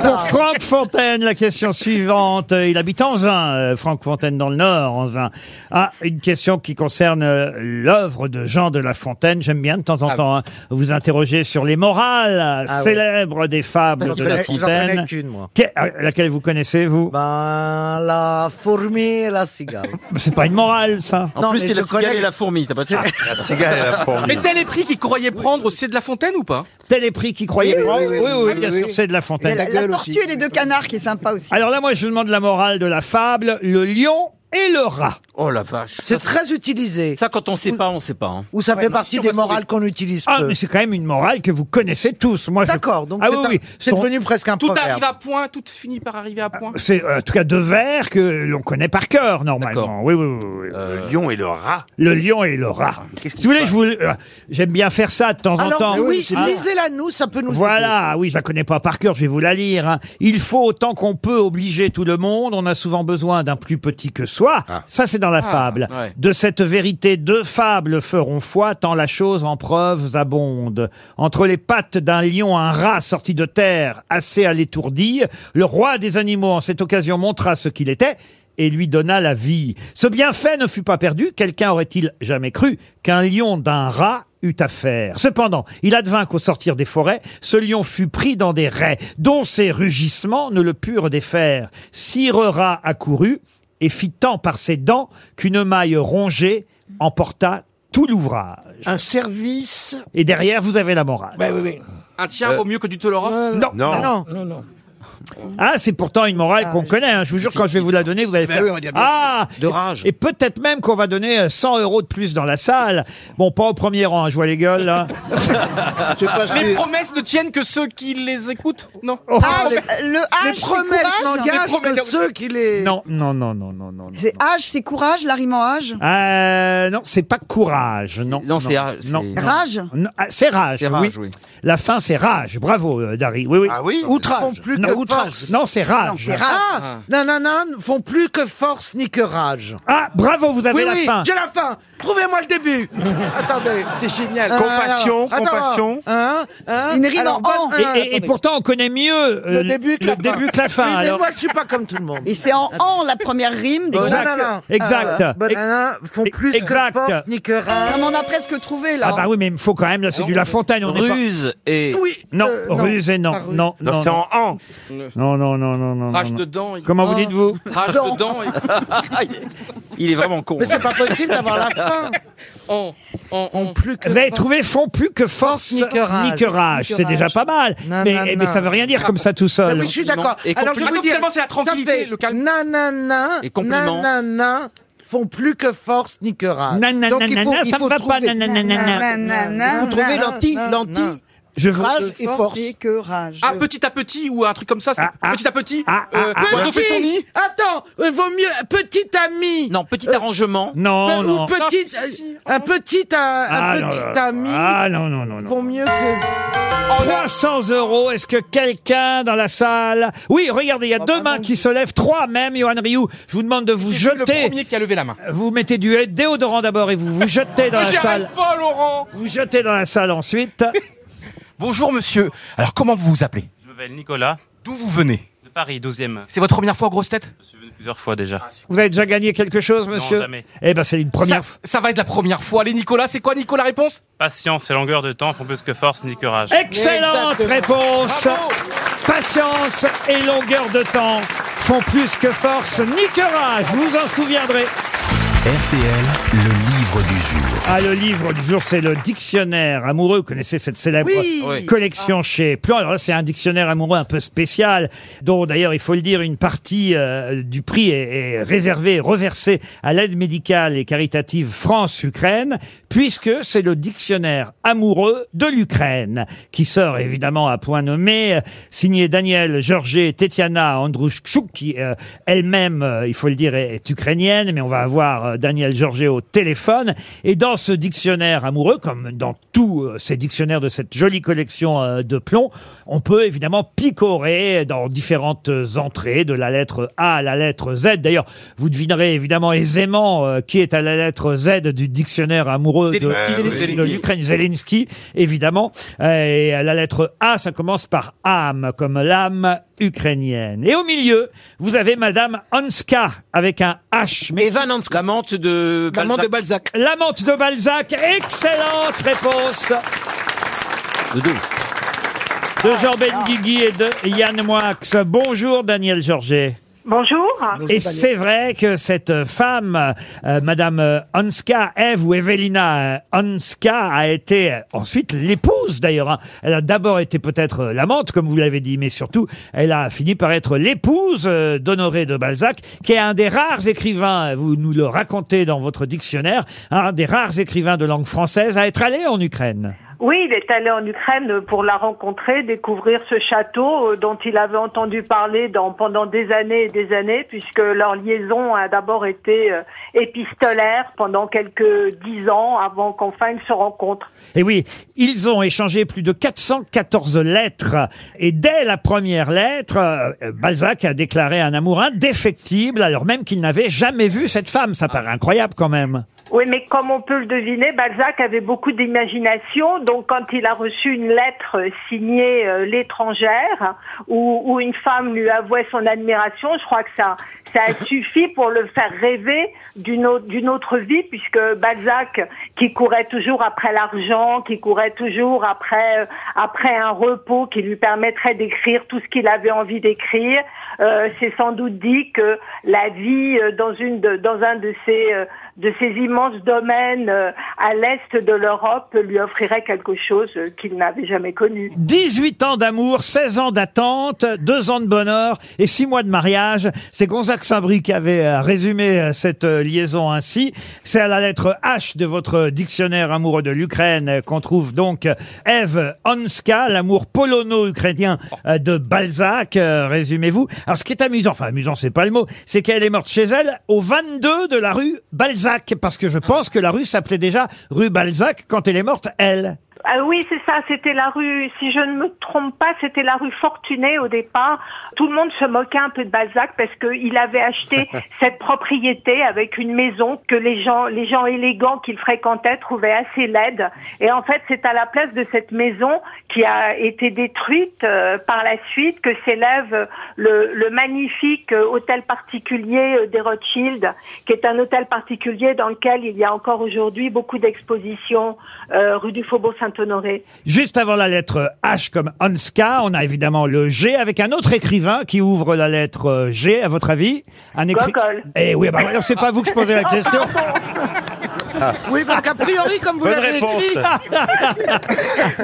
[SPEAKER 2] Pour Franck Fontaine, la question suivante. Euh, Il habite Anzin, euh, Franck Fontaine dans le Nord, Anzin. Ah, une question qui concerne euh, l'œuvre de Jean de La Fontaine. J'aime bien de temps en temps hein, vous interroger sur les morales
[SPEAKER 9] Ah ouais.
[SPEAKER 2] célèbres des fables
[SPEAKER 9] Parce
[SPEAKER 2] de
[SPEAKER 9] que
[SPEAKER 2] La
[SPEAKER 9] j'en connais- j'en
[SPEAKER 2] Fontaine.
[SPEAKER 9] connais qu'une, moi.
[SPEAKER 2] Que- euh, laquelle vous connaissez, vous
[SPEAKER 9] Ben, la fourmi et la cigale.
[SPEAKER 2] C'est pas une morale, ça.
[SPEAKER 6] En plus, c'est la cigale et la fourmi. T'as pas de
[SPEAKER 5] La cigale et la fourmi.
[SPEAKER 6] Mais tel est prix qu'il croyait prendre, c'est de la fontaine ou pas
[SPEAKER 2] Tel est prix qu'il croyait prendre. Oui, oui, bien sûr, c'est de La
[SPEAKER 7] La,
[SPEAKER 2] Fontaine.
[SPEAKER 7] la tortue et les deux canards qui est sympa aussi.
[SPEAKER 2] Alors là, moi, je vous demande la morale de la fable, le lion et le rat.
[SPEAKER 3] Oh la vache.
[SPEAKER 9] C'est très utilisé.
[SPEAKER 3] Ça, quand on sait pas, on sait pas. hein.
[SPEAKER 9] Ou ça fait partie des morales qu'on utilise
[SPEAKER 2] Ah,
[SPEAKER 9] peu.
[SPEAKER 2] mais c'est quand même une morale que vous connaissez tous. Moi, je-
[SPEAKER 9] D'accord, donc
[SPEAKER 2] ah,
[SPEAKER 9] c'est
[SPEAKER 2] oui,
[SPEAKER 9] un-
[SPEAKER 2] oui.
[SPEAKER 9] c'est
[SPEAKER 2] Son-
[SPEAKER 9] devenu presque un
[SPEAKER 6] Tout
[SPEAKER 9] proverbe.
[SPEAKER 6] arrive à point, tout finit par arriver à point.
[SPEAKER 2] C'est euh, en tout cas deux vers que l'on connaît par cœur normalement. Oui, oui, oui, oui.
[SPEAKER 3] Euh,
[SPEAKER 5] Le lion et le rat. Ah,
[SPEAKER 2] Le lion et le rat. Si vous voulez, je vous euh, j'aime bien faire ça de temps en
[SPEAKER 9] Alors,
[SPEAKER 2] temps.
[SPEAKER 9] oui,
[SPEAKER 2] Ah,
[SPEAKER 9] lisez-la nous, ça peut nous
[SPEAKER 2] Voilà, ah oui, je la connais pas par cœur, je vais vous la lire. hein. Il faut autant qu'on peut obliger tout le monde, on a souvent besoin d'un plus petit que soi. Ça, c'est dans la
[SPEAKER 6] Ah,
[SPEAKER 2] fable.
[SPEAKER 6] ouais.
[SPEAKER 2] De cette vérité, deux fables feront foi, tant la chose en preuves abonde. Entre les pattes d'un lion, un rat sorti de terre, assez à l'étourdir, le roi des animaux en cette occasion montra ce qu'il était et lui donna la vie. Ce bienfait ne fut pas perdu, quelqu'un aurait-il jamais cru qu'un lion d'un rat eut affaire. Cependant, il advint qu'au sortir des forêts, ce lion fut pris dans des raies, dont ses rugissements ne le purent défaire. Sire rat accourut, et fit tant par ses dents qu'une maille rongée emporta tout l'ouvrage.
[SPEAKER 4] Un service.
[SPEAKER 2] Et derrière, vous avez la morale.
[SPEAKER 4] Ben oui, oui.
[SPEAKER 6] Un tien vaut mieux que du tolérant
[SPEAKER 2] Euh, Non.
[SPEAKER 5] Non.
[SPEAKER 9] Non,
[SPEAKER 4] Non, non.
[SPEAKER 2] Ah, c'est pourtant une morale qu'on connaît. hein. Je vous jure, quand je vais vous la donner, vous allez
[SPEAKER 4] Ben
[SPEAKER 2] faire
[SPEAKER 4] oui, on dirait bien.
[SPEAKER 2] ah
[SPEAKER 3] De rage.
[SPEAKER 2] Et, et peut-être même qu'on va donner euh, 100 euros de plus dans la salle. Bon, pas au premier rang. hein, je vois les gueules là.
[SPEAKER 4] C'est parce que-
[SPEAKER 6] Les promesses ne tiennent que ceux qui les écoutent Non.
[SPEAKER 2] Oh.
[SPEAKER 7] Ah, le le
[SPEAKER 9] Les
[SPEAKER 7] H, c'est
[SPEAKER 9] promesses
[SPEAKER 2] hein.
[SPEAKER 7] courage.
[SPEAKER 9] n'engagent que
[SPEAKER 6] promesses-
[SPEAKER 9] ceux qui les...
[SPEAKER 2] Non, non, non, non, non, non. non.
[SPEAKER 7] C'est H, c'est courage, l'arriment H.
[SPEAKER 2] Euh, non, c'est pas courage. Non,
[SPEAKER 3] non, c'est rage,
[SPEAKER 2] non.
[SPEAKER 3] c'est-
[SPEAKER 7] Rage.
[SPEAKER 2] Non, ah, c'est rage.
[SPEAKER 3] C'est rage,
[SPEAKER 2] oui.
[SPEAKER 3] oui.
[SPEAKER 2] La fin, c'est rage. Bravo, euh, Dari. Oui, oui.
[SPEAKER 5] Ah oui
[SPEAKER 9] Font
[SPEAKER 4] Outrage.
[SPEAKER 9] plus
[SPEAKER 2] Non,
[SPEAKER 9] que
[SPEAKER 2] outrage. Non, c'est rage.
[SPEAKER 7] Non, c'est rage.
[SPEAKER 9] Ah, non, non, non, font plus que force ni que rage.
[SPEAKER 2] Ah, bravo, vous avez
[SPEAKER 9] Oui,
[SPEAKER 2] la
[SPEAKER 9] oui,
[SPEAKER 2] fin.
[SPEAKER 9] j'ai la fin. Trouvez-moi le début. Attendez.
[SPEAKER 6] C'est génial.
[SPEAKER 9] Euh,
[SPEAKER 5] Compassion,
[SPEAKER 9] alors,
[SPEAKER 5] compassion.
[SPEAKER 9] Hein, hein,
[SPEAKER 7] Une rime
[SPEAKER 9] alors,
[SPEAKER 7] en
[SPEAKER 9] bonne-
[SPEAKER 7] en.
[SPEAKER 2] Et,
[SPEAKER 9] hein,
[SPEAKER 2] et- et
[SPEAKER 9] attendez.
[SPEAKER 2] pourtant, on connaît mieux euh,
[SPEAKER 9] Le début que la fin.
[SPEAKER 2] début que la
[SPEAKER 9] Oui,
[SPEAKER 2] fin.
[SPEAKER 9] mais
[SPEAKER 2] alors.
[SPEAKER 9] moi, je suis pas comme tout le monde.
[SPEAKER 7] Et c'est en en la première rime. donc-
[SPEAKER 2] Exact. euh,
[SPEAKER 9] Banana.
[SPEAKER 2] Exact.
[SPEAKER 9] Ah, banana font
[SPEAKER 2] Et-
[SPEAKER 9] plus
[SPEAKER 2] exact.
[SPEAKER 9] que force ni que
[SPEAKER 7] Ah,
[SPEAKER 9] rage.
[SPEAKER 7] mais on a presque trouvé là.
[SPEAKER 2] Ah bah oui, mais il me faut quand même, là, c'est du La Fontaine. On n'est pas...
[SPEAKER 3] Ruse et.
[SPEAKER 9] Oui.
[SPEAKER 2] Non,
[SPEAKER 9] euh,
[SPEAKER 2] ruse et non.
[SPEAKER 9] pas ruse.
[SPEAKER 2] Non, non,
[SPEAKER 5] Non, c'est
[SPEAKER 2] non,
[SPEAKER 5] en an.
[SPEAKER 2] non, non, non, non, non,
[SPEAKER 6] Rage
[SPEAKER 2] non.
[SPEAKER 6] dedans. et-
[SPEAKER 2] Comment vous dites-vous
[SPEAKER 6] Rage
[SPEAKER 7] Non.
[SPEAKER 6] dedans. et-
[SPEAKER 3] Il est vraiment con.
[SPEAKER 9] Mais c'est pas possible d'avoir la fin.
[SPEAKER 6] En, en, en.
[SPEAKER 9] Font plus que
[SPEAKER 2] Vous avez trouvé fond plus que force
[SPEAKER 9] Force ni que rage.
[SPEAKER 2] ni que rage. C'est
[SPEAKER 7] Ni que
[SPEAKER 2] déjà
[SPEAKER 7] rage.
[SPEAKER 2] pas mal.
[SPEAKER 9] Non,
[SPEAKER 2] mais,
[SPEAKER 9] non,
[SPEAKER 2] mais ça
[SPEAKER 9] non.
[SPEAKER 2] veut rien dire comme ça tout
[SPEAKER 9] Ah
[SPEAKER 2] seul.
[SPEAKER 9] oui, je suis d'accord.
[SPEAKER 3] Et
[SPEAKER 9] Alors, je vais
[SPEAKER 6] compliment.
[SPEAKER 9] vous dire,
[SPEAKER 6] Finalement, c'est la tranquillité,
[SPEAKER 9] ça fait
[SPEAKER 6] le calme.
[SPEAKER 9] Nanana,
[SPEAKER 3] Et compliment.
[SPEAKER 9] nanana, font plus que force ni que rage.
[SPEAKER 2] Nanana,
[SPEAKER 9] Donc, il faut-
[SPEAKER 2] nanana,
[SPEAKER 9] il
[SPEAKER 2] ça
[SPEAKER 9] faut
[SPEAKER 2] me va pas,
[SPEAKER 9] trouver-
[SPEAKER 2] nanana.
[SPEAKER 7] Nanana.
[SPEAKER 4] Vous trouvez
[SPEAKER 7] Nanana.
[SPEAKER 4] l'anti,
[SPEAKER 9] non, non.
[SPEAKER 4] l'anti,
[SPEAKER 2] Je vous...
[SPEAKER 4] rage et force.
[SPEAKER 7] Force que rage.
[SPEAKER 6] Ah, petit à petit ou un truc comme ça. c'est-
[SPEAKER 2] Ah, ah.
[SPEAKER 6] petit à petit.
[SPEAKER 2] Ah, ah,
[SPEAKER 6] euh,
[SPEAKER 2] ah,
[SPEAKER 6] l'oiseau fait son nid.
[SPEAKER 9] Petit, attends, euh, vaut mieux, petit ami.
[SPEAKER 3] Non, petit arrangement.
[SPEAKER 2] Non,
[SPEAKER 9] Pe- ou
[SPEAKER 2] non.
[SPEAKER 9] petit,
[SPEAKER 6] Non, si, si.
[SPEAKER 9] un petit, un,
[SPEAKER 2] Ah,
[SPEAKER 9] un
[SPEAKER 2] non,
[SPEAKER 9] petit
[SPEAKER 2] non.
[SPEAKER 9] ami
[SPEAKER 2] Ah non, non, non, non.
[SPEAKER 9] vaut mieux que.
[SPEAKER 2] 300 euros. Est-ce que quelqu'un dans la salle. Oui, regardez, il y a deux mains qui se lèvent, trois même, Johan Rioux. Je vous demande de vous
[SPEAKER 6] bah, Je suis le
[SPEAKER 2] jeter.
[SPEAKER 6] premier qui a levé la main.
[SPEAKER 2] Vous mettez du déodorant d'abord et vous vous jetez dans la salle.
[SPEAKER 6] pas, Laurent.
[SPEAKER 2] Vous jetez dans la salle ensuite.
[SPEAKER 6] Bonjour, monsieur. Alors, comment vous vous appelez
[SPEAKER 13] Je m'appelle Nicolas,
[SPEAKER 6] D'où vous venez
[SPEAKER 13] de Paris 12e.
[SPEAKER 6] C'est votre première fois, grosse tête
[SPEAKER 13] Je suis venu plusieurs fois déjà.
[SPEAKER 2] Vous avez déjà gagné Ah, quelque chose, monsieur
[SPEAKER 13] jamais.
[SPEAKER 2] Eh ben, c'est une
[SPEAKER 6] ça,
[SPEAKER 2] première. fois.
[SPEAKER 6] ça va être la première fois. Allez, Nicolas, c'est quoi, Nicolas, réponse
[SPEAKER 13] Patience et longueur de temps font plus que force ni que rage.
[SPEAKER 2] Excellente
[SPEAKER 9] Exactement.
[SPEAKER 2] réponse. Patience et longueur de temps font plus que force. Nicolas, je vous en souviendrai.
[SPEAKER 1] RTL, le livre du jour.
[SPEAKER 2] Ah, le livre du jour, c'est le dictionnaire amoureux. Vous connaissez cette célèbre
[SPEAKER 1] Oui. Oui.
[SPEAKER 2] collection chez Plon. Alors là, c'est un dictionnaire amoureux un peu spécial, dont d'ailleurs, il faut le dire, une partie euh, du prix est, est réservée, reversée à l'aide médicale et caritative France-Ukraine, puisque c'est le dictionnaire amoureux de l'Ukraine, qui sort évidemment à point nommé, euh, signé Daniel Georget, Tetiana Andrushchuk, qui euh, elle-même, euh, il faut le dire, est, est ukrainienne, mais on va avoir euh, Daniel Georget au téléphone. Et dans ce dictionnaire amoureux, comme dans tous euh, ces dictionnaires de cette jolie collection euh, de plomb, on peut évidemment picorer dans différentes entrées, de la lettre A à la lettre Z. D'ailleurs, vous devinerez évidemment aisément euh, qui est à la lettre Z du dictionnaire amoureux de-
[SPEAKER 6] Zelensky,
[SPEAKER 2] de-
[SPEAKER 6] Zelensky.
[SPEAKER 2] de l'Ukraine. Zelensky, évidemment. Euh, Et à la lettre A, ça commence par âme, comme l'âme ukrainienne. Et au milieu, vous avez Madame Hanska, avec un H. Mais... L'amante de
[SPEAKER 4] L'amante de
[SPEAKER 2] Balzac. L'amante de Balzac. Excellente réponse
[SPEAKER 3] De deux.
[SPEAKER 2] de Jean Benguigui et de Yann Moix. Bonjour Daniel Georget.
[SPEAKER 14] Bonjour.
[SPEAKER 2] Et c'est vrai que cette femme, euh, Madame euh, Hanska, Eve ou Evelina euh, Hanska, a été euh, ensuite l'épouse d'ailleurs. hein. Elle a d'abord été peut-être euh, l'amante, comme vous l'avez dit, mais surtout, elle a fini par être l'épouse euh, d'Honoré de Balzac, qui est un des rares écrivains, euh, vous nous le racontez dans votre dictionnaire, un des rares écrivains de langue française à être allé en Ukraine.
[SPEAKER 14] Oui, il est allé en Ukraine pour la rencontrer, découvrir ce château euh, dont il avait entendu parler dans- pendant des années et des années, puisque leur liaison a d'abord été euh, épistolaire pendant quelques dix ans avant qu'enfin ils se rencontrent.
[SPEAKER 2] Et oui, ils ont échangé plus de 414 lettres. Et dès la première lettre, euh, Balzac a déclaré un amour indéfectible, alors même qu'il n'avait jamais vu cette femme. Ça paraît incroyable quand même.
[SPEAKER 14] Oui, mais comme on peut le deviner, Balzac avait beaucoup d'imagination. Donc, quand il a reçu une lettre signée euh, L'étrangère, où, où une femme lui avouait son admiration, je crois que ça, ça a suffi pour le faire rêver d'une autre, d'une autre vie, puisque Balzac, qui courait toujours après l'argent, qui courait toujours après, euh, après un repos qui lui permettrait d'écrire tout ce qu'il avait envie d'écrire, euh, s'est sans doute dit que la vie euh, dans, une de- dans un de ces euh, de ces immenses domaines euh, à l'est de l'Europe lui offrirait quelque chose euh, qu'il n'avait jamais connu.
[SPEAKER 2] 18 ans d'amour, 16 ans d'attente, 2 ans de bonheur et 6 mois de mariage. C'est Gonzague Sabri qui avait euh, résumé euh, cette euh, liaison ainsi. C'est à la lettre H de votre dictionnaire amoureux de l'Ukraine euh, qu'on trouve donc euh, Eve Hanska, l'amour polono-ukrainien euh, de Balzac, euh, résumez-vous. Alors ce qui est amusant, enfin amusant c'est pas le mot, c'est qu'elle est morte chez elle au 22 de la rue Balzac, parce que je pense que la rue s'appelait déjà rue Balzac quand elle est morte, elle.
[SPEAKER 14] Ah oui, c'est ça, c'était la rue, si je ne me trompe pas, c'était la rue Fortuné au départ. Tout le monde se moquait un peu de Balzac parce qu'il avait acheté cette propriété avec une maison que les gens, les gens élégants qu'il fréquentait trouvaient assez laide. Et en fait, c'est à la place de cette maison qui a été détruite euh, par la suite que s'élève le, le magnifique euh, hôtel particulier euh, des Rothschild, qui est un hôtel particulier dans lequel il y a encore aujourd'hui beaucoup d'expositions euh, rue du Faubourg Saint-Honoré.
[SPEAKER 2] Juste avant la lettre H comme Hanska, on a évidemment le G avec un autre écrivain qui ouvre la lettre euh, G, à votre avis un
[SPEAKER 14] Gogol.
[SPEAKER 2] Eh oui, bah, voilà, c'est pas vous que je posais la question.
[SPEAKER 8] Oui, parce qu'a priori, comme vous
[SPEAKER 2] Ah. Bonne
[SPEAKER 8] l'avez
[SPEAKER 2] réponse.
[SPEAKER 8] écrit,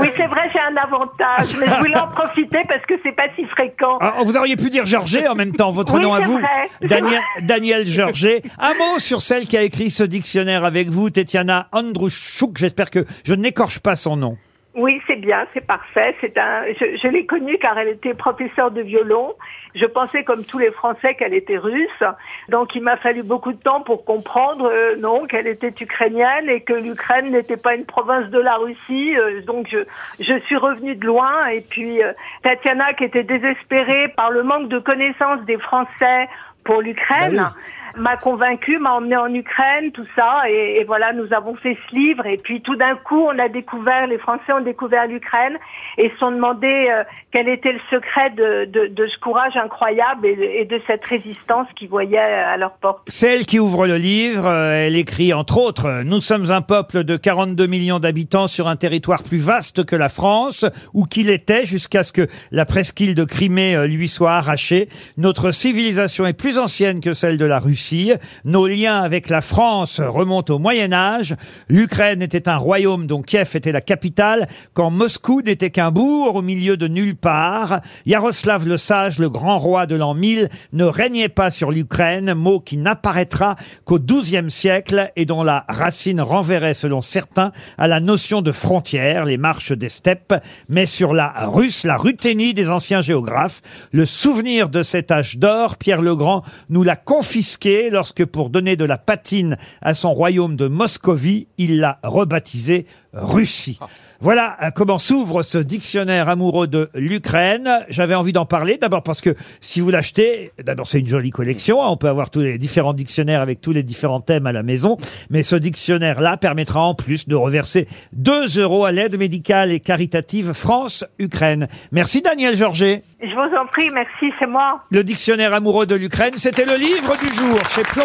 [SPEAKER 14] oui, c'est vrai, j'ai un avantage, mais je voulais en profiter parce que c'est pas si fréquent.
[SPEAKER 2] Ah, vous auriez pu dire Georget en même temps, votre
[SPEAKER 14] Oui,
[SPEAKER 2] nom à
[SPEAKER 14] c'est
[SPEAKER 2] vous.
[SPEAKER 14] vrai.
[SPEAKER 2] Daniel, Daniel Georget. Un mot sur celle qui a écrit ce dictionnaire avec vous, Tetiana Andrushchuk. J'espère que je n'écorche pas son nom.
[SPEAKER 14] Oui, c'est bien, c'est parfait. C'est un. Je, je l'ai connue car elle était professeure de violon. Je pensais, comme tous les Français, qu'elle était russe. Donc, il m'a fallu beaucoup de temps pour comprendre, euh, non, qu'elle était ukrainienne et que l'Ukraine n'était pas une province de la Russie. Euh, donc, je, je suis revenue de loin. Et puis, euh, Tatiana, qui était désespérée par le manque de connaissances des Français pour l'Ukraine.
[SPEAKER 15] Bah
[SPEAKER 14] m'a convaincu, m'a emmené en Ukraine, tout ça, et, et voilà, nous avons fait ce livre, et puis tout d'un coup, on a découvert, les Français ont découvert l'Ukraine, et se sont demandé euh, quel était le secret de, de- de ce courage incroyable et, et de cette résistance qu'ils voyaient à leur porte.
[SPEAKER 2] C'est elle qui ouvre le livre. Euh, Elle écrit entre autres euh, Nous sommes un peuple de 42 millions d'habitants sur un territoire plus vaste que la France, ou qu'il était jusqu'à ce que la presqu'île de Crimée euh, lui soit arrachée. Notre civilisation est plus ancienne que celle de la Russie. Russie. Nos liens avec la France remontent au Moyen Âge. L'Ukraine était un royaume dont Kiev était la capitale, quand Moscou n'était qu'un bourg au milieu de nulle part. Yaroslav le Sage, le grand roi de l'an 1000, ne régnait pas sur l'Ukraine, mot qui n'apparaîtra qu'au XIIe siècle et dont la racine renverrait, selon certains, à la notion de frontière, les marches des steppes, mais sur la russe, la ruthénie des anciens géographes. Le souvenir de cet âge d'or, Pierre le Grand nous l'a confisqué lorsque, pour donner de la patine à son royaume de Moscovie, il l'a rebaptisé Russie. Voilà euh, comment s'ouvre ce dictionnaire amoureux de l'Ukraine. J'avais envie d'en parler d'abord parce que si vous l'achetez, d'abord c'est une jolie collection, hein, on peut avoir tous les différents dictionnaires avec tous les différents thèmes à la maison, mais ce dictionnaire-là permettra en plus de reverser 2 euros à l'aide médicale et caritative France-Ukraine. Merci Daniel Georget.
[SPEAKER 14] Je vous en prie, merci, c'est moi.
[SPEAKER 2] Le dictionnaire amoureux de l'Ukraine, c'était le livre du jour chez Plon.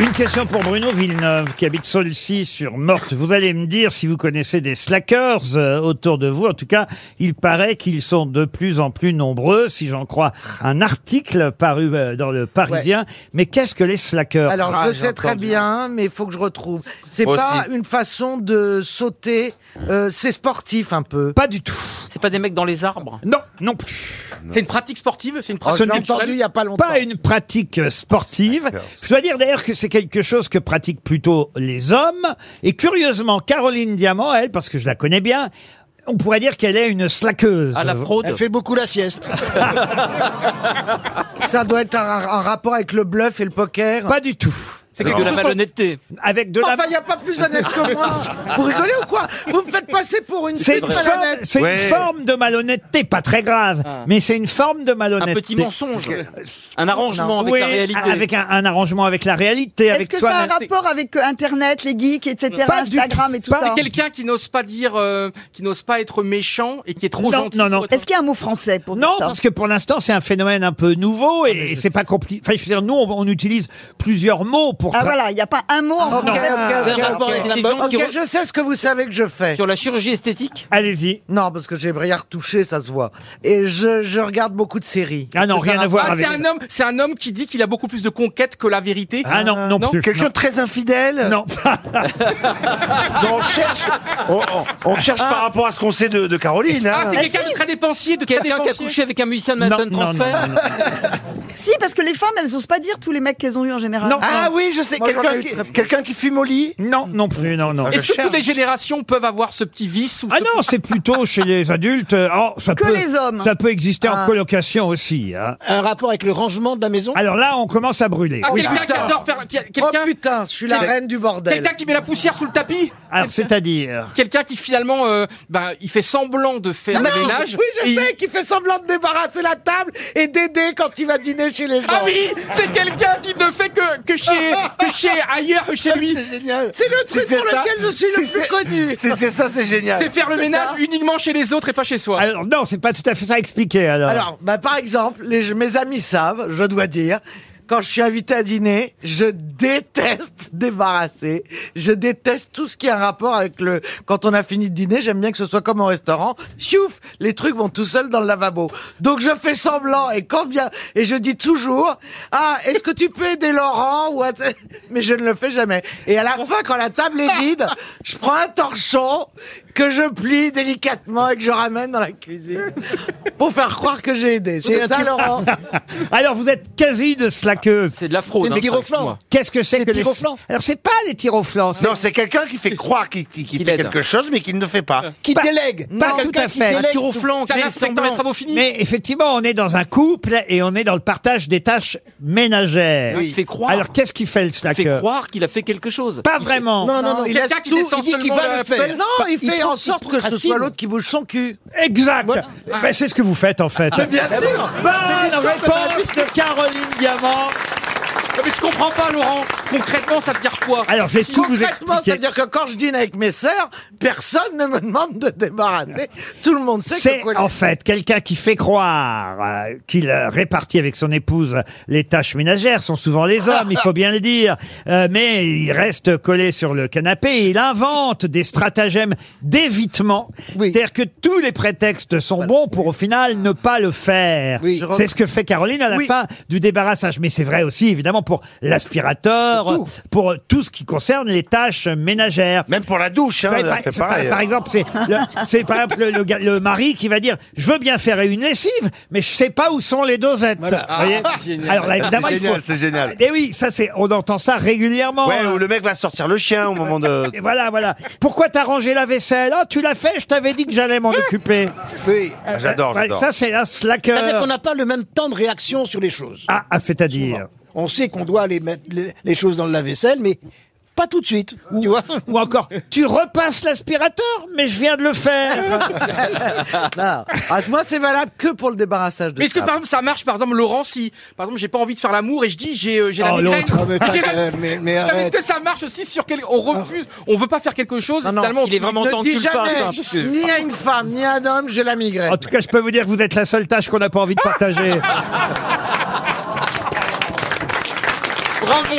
[SPEAKER 2] Une question pour Bruno Villeneuve qui habite Solcy sur Morte. Vous allez me dire si vous connaissez des slackers euh, autour de vous. En tout cas, il paraît qu'ils sont de plus en plus nombreux, si j'en crois un article paru euh, dans le Parisien. Mais qu'est-ce que les slackers
[SPEAKER 9] Alors, je sais très bien, mais il faut que je retrouve. C'est
[SPEAKER 2] Moi
[SPEAKER 9] pas
[SPEAKER 2] aussi.
[SPEAKER 9] une façon de sauter. euh, c'est sportif un peu.
[SPEAKER 2] Pas du tout.
[SPEAKER 3] C'est pas des mecs dans les arbres
[SPEAKER 2] Non, non plus.
[SPEAKER 6] C'est une pratique sportive C'est une
[SPEAKER 2] Ce
[SPEAKER 6] pratique
[SPEAKER 2] n'est
[SPEAKER 6] culturelle
[SPEAKER 9] pas
[SPEAKER 2] une pratique euh, sportive. Je dois dire d'ailleurs que c'est quelque chose que pratiquent plutôt les hommes. Et curieusement, Caroline Diamant, elle, parce que je la connais bien, on pourrait dire qu'elle est une slaqueuse.
[SPEAKER 9] À la fraude. Elle fait
[SPEAKER 2] beaucoup la sieste.
[SPEAKER 9] Ça doit être un, un rapport avec le bluff et le poker.
[SPEAKER 2] Pas du tout.
[SPEAKER 3] C'est avec de la malhonnêteté.
[SPEAKER 2] Avec de
[SPEAKER 9] enfin,
[SPEAKER 2] la-
[SPEAKER 9] il n'y a pas plus honnête que moi. Vous rigolez ou quoi Vous me faites passer pour une
[SPEAKER 2] C'est
[SPEAKER 9] fille
[SPEAKER 2] une, forme,
[SPEAKER 9] malhonnête.
[SPEAKER 2] c'est une forme de malhonnêteté, pas très grave, mais c'est une forme de malhonnêteté.
[SPEAKER 3] Ah. petit mensonge. Un arrangement avec
[SPEAKER 2] Oui,
[SPEAKER 3] la réalité.
[SPEAKER 2] Avec un, un arrangement avec la réalité,
[SPEAKER 7] Est-ce
[SPEAKER 2] avec
[SPEAKER 7] que ça a un
[SPEAKER 2] soi-même.
[SPEAKER 7] rapport avec euh, Internet, les geeks, etc.,
[SPEAKER 6] Pas du
[SPEAKER 7] Instagram et tout ça
[SPEAKER 6] C'est quelqu'un qui n'ose pas dire, euh, qui n'ose pas être méchant et qui est trop
[SPEAKER 2] Non,
[SPEAKER 6] gentil.
[SPEAKER 2] non, non.
[SPEAKER 7] Est-ce qu'il y a un mot français pour
[SPEAKER 2] Non, parce que pour l'instant, c'est un phénomène un peu nouveau
[SPEAKER 5] Ah,
[SPEAKER 2] et, et c'est pas compliqué. Enfin, je veux dire, nous, on, on utilise plusieurs mots pour.
[SPEAKER 7] Ah voilà, il n'y a pas un mot en
[SPEAKER 9] Ok, ok,
[SPEAKER 7] français.
[SPEAKER 9] ok,
[SPEAKER 3] Ah,
[SPEAKER 9] ok.
[SPEAKER 3] ok. Des gens qui
[SPEAKER 9] Ok,
[SPEAKER 3] re-
[SPEAKER 9] je sais ce que vous savez que je fais.
[SPEAKER 3] Sur la chirurgie esthétique
[SPEAKER 2] Allez-y.
[SPEAKER 9] Non, parce que j'ai rien retouché, ça se voit. Et je, je regarde beaucoup de séries. Ça n'a
[SPEAKER 6] Ah, c'est un homme, c'est un homme qui dit qu'il a beaucoup plus de conquêtes que la vérité.
[SPEAKER 9] Ah non, non plus, Quelqu'un non. de
[SPEAKER 6] très infidèle.
[SPEAKER 2] Non.
[SPEAKER 5] on cherche, on, on- on cherche par rapport à ce qu'on sait de, de Caroline. hein.
[SPEAKER 6] Ah, c'est quelqu'un de très dépensier, de très
[SPEAKER 3] Quelqu'un qui a
[SPEAKER 6] dépensier.
[SPEAKER 3] couché avec un musicien de Manhattan Transfer
[SPEAKER 7] Si, parce que les femmes, elles n'osent pas dire tous les mecs qu'elles ont eu en général.
[SPEAKER 5] Ah oui, je sais, quelqu'un qui, quelqu'un qui fume au lit. Ah,
[SPEAKER 2] Non, non plus, non, non.
[SPEAKER 6] Est-ce que toutes les générations peuvent avoir ce petit vice ou
[SPEAKER 2] Ah non, c'est plutôt chez les adultes. euh, oh, ça
[SPEAKER 6] Que
[SPEAKER 2] peut,
[SPEAKER 6] les hommes.
[SPEAKER 2] Ça peut exister
[SPEAKER 6] Ah.
[SPEAKER 2] en colocation aussi. hein.
[SPEAKER 4] Un rapport avec le rangement de la maison
[SPEAKER 2] Alors là, on commence à brûler.
[SPEAKER 6] Ah,
[SPEAKER 2] Oui.
[SPEAKER 6] quelqu'un qui adore faire. qui- quelqu'un-
[SPEAKER 9] Oh, putain, je suis la
[SPEAKER 6] Quel-
[SPEAKER 9] reine du bordel.
[SPEAKER 6] Quelqu'un qui met la poussière sous le tapis
[SPEAKER 2] Alors, c'est-à-dire.
[SPEAKER 6] Quelqu'un qui finalement, euh, ben, il fait semblant de faire
[SPEAKER 9] Non,
[SPEAKER 6] le ménage.
[SPEAKER 9] Oui, je
[SPEAKER 6] et il-
[SPEAKER 9] sais qu'il fait semblant de débarrasser la table et d'aider quand il va dîner chez les gens.
[SPEAKER 6] Ah oui, c'est quelqu'un qui ne fait que, que, chez, que chez ailleurs que chez lui.
[SPEAKER 9] Ah, C'est génial. C'est le truc pour lequel je suis le plus connu.
[SPEAKER 6] C'est faire le ménage uniquement chez les autres et pas chez soi.
[SPEAKER 2] Alors non, c'est pas tout à fait ça expliqué alors.
[SPEAKER 9] Alors, bah, par exemple, les- mes amis savent, je dois dire, quand je suis invité à dîner, je déteste débarrasser. Je déteste tout ce qui a un rapport avec le. Quand on a fini de dîner, j'aime bien que ce soit comme au restaurant. Chouf, les trucs vont tout seuls dans le lavabo. Donc je fais semblant et quand bien et je dis toujours, ah, est-ce que tu peux aider Laurent ou à- Mais je ne le fais jamais. Et à la fin, quand la table est vide, je prends un torchon que je plie délicatement et que je ramène dans la cuisine pour faire croire que j'ai aidé. C'est ça, Laurent.
[SPEAKER 2] Alors vous êtes quasi de
[SPEAKER 6] Ah,
[SPEAKER 2] slaqueuse.
[SPEAKER 3] C'est de la fraude.
[SPEAKER 9] C'est des hein, tirs au flanc. excuse-moi.
[SPEAKER 2] Qu'est-ce que c'est
[SPEAKER 9] Des
[SPEAKER 2] que les
[SPEAKER 9] tirs au flanc.
[SPEAKER 2] Alors c'est pas les tirs au flanc.
[SPEAKER 5] Non, c'est quelqu'un qui fait croire qu'il qu'il- qu'il fait quelque chose, mais qu'il ne fait pas.
[SPEAKER 2] Qui délègue. Pas
[SPEAKER 5] Non,
[SPEAKER 2] tout
[SPEAKER 5] quelqu'un
[SPEAKER 2] à
[SPEAKER 5] qui
[SPEAKER 2] fait.
[SPEAKER 5] délègue Un tir au tout. flanc,
[SPEAKER 2] Mais-
[SPEAKER 5] c'est un inspecteur des travaux
[SPEAKER 6] finis.
[SPEAKER 2] Mais effectivement, on est dans un couple et on est dans le partage des tâches ménagères.
[SPEAKER 3] Oui. Il fait croire.
[SPEAKER 2] Alors qu'est-ce qu'il fait le
[SPEAKER 3] Il fait
[SPEAKER 2] slacker
[SPEAKER 3] croire qu'il a fait quelque chose.
[SPEAKER 2] Pas vraiment.
[SPEAKER 9] Non, non, non, il laisse tout, il dit qu'il va le faire. Non, il fait en sorte que ce soit l'autre qui bouge son cul. Ah,
[SPEAKER 2] Exact. Ben, c'est ce que vous faites en fait.
[SPEAKER 9] Mais bien sûr.
[SPEAKER 2] Bonne réponse de Caroline Diamant.
[SPEAKER 6] Mais je comprends pas, Laurent. Concrètement, ça veut dire quoi
[SPEAKER 2] Alors, je vais tout vous
[SPEAKER 9] Concrètement,
[SPEAKER 2] expliquer.
[SPEAKER 9] ça veut dire que quand je dîne avec mes sœurs, personne ne me demande de débarrasser. Tout le monde sait que
[SPEAKER 2] C'est
[SPEAKER 9] quoi-
[SPEAKER 2] en fait quelqu'un qui fait croire euh, qu'il euh, répartit avec son épouse les tâches ménagères, sont souvent les hommes, il faut bien le dire, Euh, mais il reste collé sur le canapé, et il invente des stratagèmes d'évitement, c'est-à-dire que tous les prétextes sont bons pour au final ne pas le faire. C'est ce que fait Caroline à la
[SPEAKER 9] Oui.
[SPEAKER 2] fin du débarrassage, mais c'est vrai aussi évidemment pour l'aspirateur, pour tout ce qui concerne les tâches ménagères. Même pour la douche,
[SPEAKER 5] hein, elle fait pareil.
[SPEAKER 2] par exemple, c'est le- c'est par exemple le, le gars- le mari qui va dire je veux bien faire une lessive, mais je sais pas où sont les dosettes.
[SPEAKER 5] Voilà.
[SPEAKER 2] Vous voyez
[SPEAKER 5] Ah, c'est génial.
[SPEAKER 2] Alors là, évidemment,
[SPEAKER 5] C'est
[SPEAKER 2] il faut-
[SPEAKER 5] génial, c'est génial.
[SPEAKER 2] Et oui, ça c'est, on entend ça régulièrement. hein.
[SPEAKER 5] Ouais, ou le mec va sortir le chien au moment de.
[SPEAKER 2] Et voilà, voilà. Pourquoi t'as rangé la vaisselle Oh, tu l'as fait. Je t'avais dit que j'allais m'en occuper.
[SPEAKER 4] Oui.
[SPEAKER 2] Ah, j'adore, Ouais, j'adore. ça, c'est un slacker.
[SPEAKER 4] C'est-à-dire qu'on n'a pas le même temps de réaction sur les choses.
[SPEAKER 2] Ah, ah, c'est-à-dire.
[SPEAKER 4] On sait qu'on doit aller mettre les, les choses dans le lave-vaisselle, mais pas tout de suite. tu vois
[SPEAKER 2] Ou encore, tu repasses l'aspirateur, mais je viens de le
[SPEAKER 4] Ah,
[SPEAKER 2] faire.
[SPEAKER 9] Non. Ah, moi, c'est valable que pour le débarrassage de
[SPEAKER 6] Mais est-ce que
[SPEAKER 9] table.
[SPEAKER 6] par exemple ça marche Par exemple, Laurent, si par exemple j'ai pas envie de faire l'amour et je dis j'ai euh, j'ai la
[SPEAKER 9] Oh,
[SPEAKER 6] migraine.
[SPEAKER 9] l'autre. Ah, mais
[SPEAKER 6] J'ai la-
[SPEAKER 9] t'as- mais- mais
[SPEAKER 6] Non, mais est-ce
[SPEAKER 9] arrête.
[SPEAKER 6] que ça marche aussi sur quel On refuse, on veut pas faire quelque chose. finalement, on-
[SPEAKER 9] ne dis jamais,
[SPEAKER 6] hein,
[SPEAKER 9] ni à une femme, ni à un homme, j'ai la migraine.
[SPEAKER 2] En tout cas, je peux vous dire que vous êtes la seule tâche qu'on n'a pas envie de partager.
[SPEAKER 6] Bravo.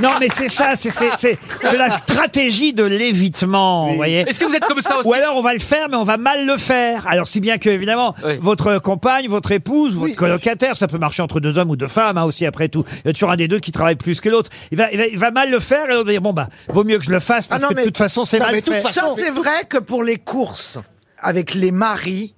[SPEAKER 2] Non, mais c'est ça, c'est- c'est c'est de la stratégie de l'évitement, vous voyez.
[SPEAKER 6] Est-ce que vous êtes comme ça aussi
[SPEAKER 2] Ou alors on va le faire, mais on va mal le faire. Alors si bien que évidemment votre compagne, votre épouse, votre colocataire, ça peut marcher entre deux hommes ou deux femmes hein, aussi après tout. Il y a toujours un des deux qui travaille plus que l'autre. Il va, il va, il va mal le faire et on va dire bon bah vaut mieux que je le
[SPEAKER 4] Ah
[SPEAKER 2] fasse parce que bah, de toute façon c'est
[SPEAKER 9] Non,
[SPEAKER 2] mal
[SPEAKER 9] mais de toute
[SPEAKER 2] fait.
[SPEAKER 9] façon, c'est vrai que pour les courses, avec les maris,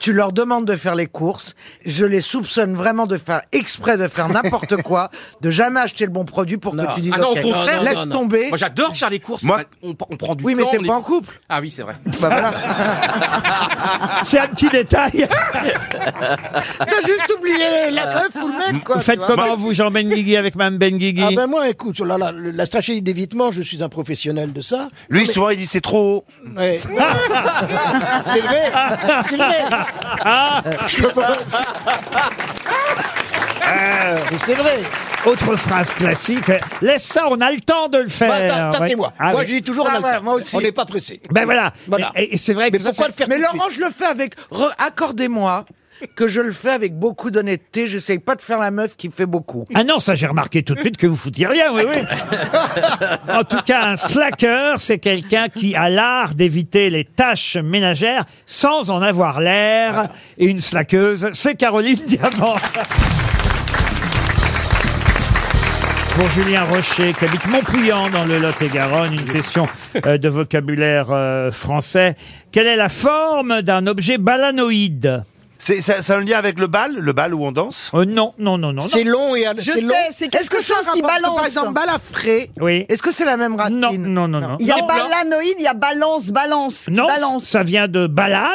[SPEAKER 9] tu leur demandes de faire les courses. Je les soupçonne vraiment de faire exprès de faire n'importe quoi, de jamais acheter le bon produit pour que tu dises
[SPEAKER 6] Ah non,
[SPEAKER 9] OK,
[SPEAKER 6] au contraire,
[SPEAKER 9] laisse tomber.
[SPEAKER 6] Moi, j'adore faire les courses.
[SPEAKER 9] Moi-
[SPEAKER 6] on, on prend du
[SPEAKER 9] Oui, mais
[SPEAKER 6] temps,
[SPEAKER 9] t'es
[SPEAKER 6] on
[SPEAKER 9] pas
[SPEAKER 6] est-
[SPEAKER 9] en couple.
[SPEAKER 6] Ah oui, c'est vrai.
[SPEAKER 2] C'est un petit détail.
[SPEAKER 9] T'as juste oublié la meuf ou le mec, quoi.
[SPEAKER 2] vous
[SPEAKER 9] tu
[SPEAKER 2] faites
[SPEAKER 9] vois.
[SPEAKER 2] comment vous, Jean Benguigui, avec Mme Benguigui
[SPEAKER 4] Ah ben moi, écoute, oh là là, le- la stratégie d'évitement, je suis un professionnel de ça.
[SPEAKER 5] Lui,
[SPEAKER 4] Non, mais-
[SPEAKER 5] souvent, il dit c'est trop haut.
[SPEAKER 4] Ouais. c'est vrai, c'est vrai. Je suis pas- Mais c'est vrai.
[SPEAKER 2] Euh, Autre phrase classique. euh, Laisse ça, on a le temps de le faire.
[SPEAKER 4] Bah, ça, ça,
[SPEAKER 2] Ouais.
[SPEAKER 4] c'est moi.
[SPEAKER 2] Ah
[SPEAKER 4] moi,
[SPEAKER 2] oui.
[SPEAKER 4] je dis toujours, on a le temps. On n'est pas pressé.
[SPEAKER 2] Ben voilà.
[SPEAKER 4] Voilà.
[SPEAKER 2] Et, et c'est vrai que
[SPEAKER 9] Mais
[SPEAKER 2] ça,
[SPEAKER 9] pourquoi
[SPEAKER 2] c'est-
[SPEAKER 9] le faire Mais Laurent, je le fais avec. re- Accordez-moi que je le fais avec beaucoup d'honnêteté. J'essaye pas de faire la meuf qui fait beaucoup.
[SPEAKER 2] Ah non, ça j'ai remarqué tout de suite que vous foutiez rien, oui, oui. en tout cas, un slacker, c'est quelqu'un qui a l'art d'éviter les tâches ménagères sans en avoir l'air. Et une slackeuse, c'est Caroline Diamant. Pour Julien Rocher, qui habite Montpliant dans le Lot-et-Garonne, une question euh, de vocabulaire euh, français. Quelle est la forme d'un objet balanoïde
[SPEAKER 5] C'est ça, ça a un lien avec le bal, le bal où on danse
[SPEAKER 2] Euh, Non, non, non, non.
[SPEAKER 5] C'est
[SPEAKER 2] non.
[SPEAKER 5] long et à-
[SPEAKER 9] Je sais, c'est quelque chose qui balance. Par exemple, balafré.
[SPEAKER 2] Oui.
[SPEAKER 9] Est-ce que c'est la même racine Non,
[SPEAKER 2] non, non, non.
[SPEAKER 7] Il y a
[SPEAKER 2] Non,
[SPEAKER 7] balanoïde, il y a balance, balance, qui
[SPEAKER 2] Non,
[SPEAKER 7] balance.
[SPEAKER 2] ça vient de balane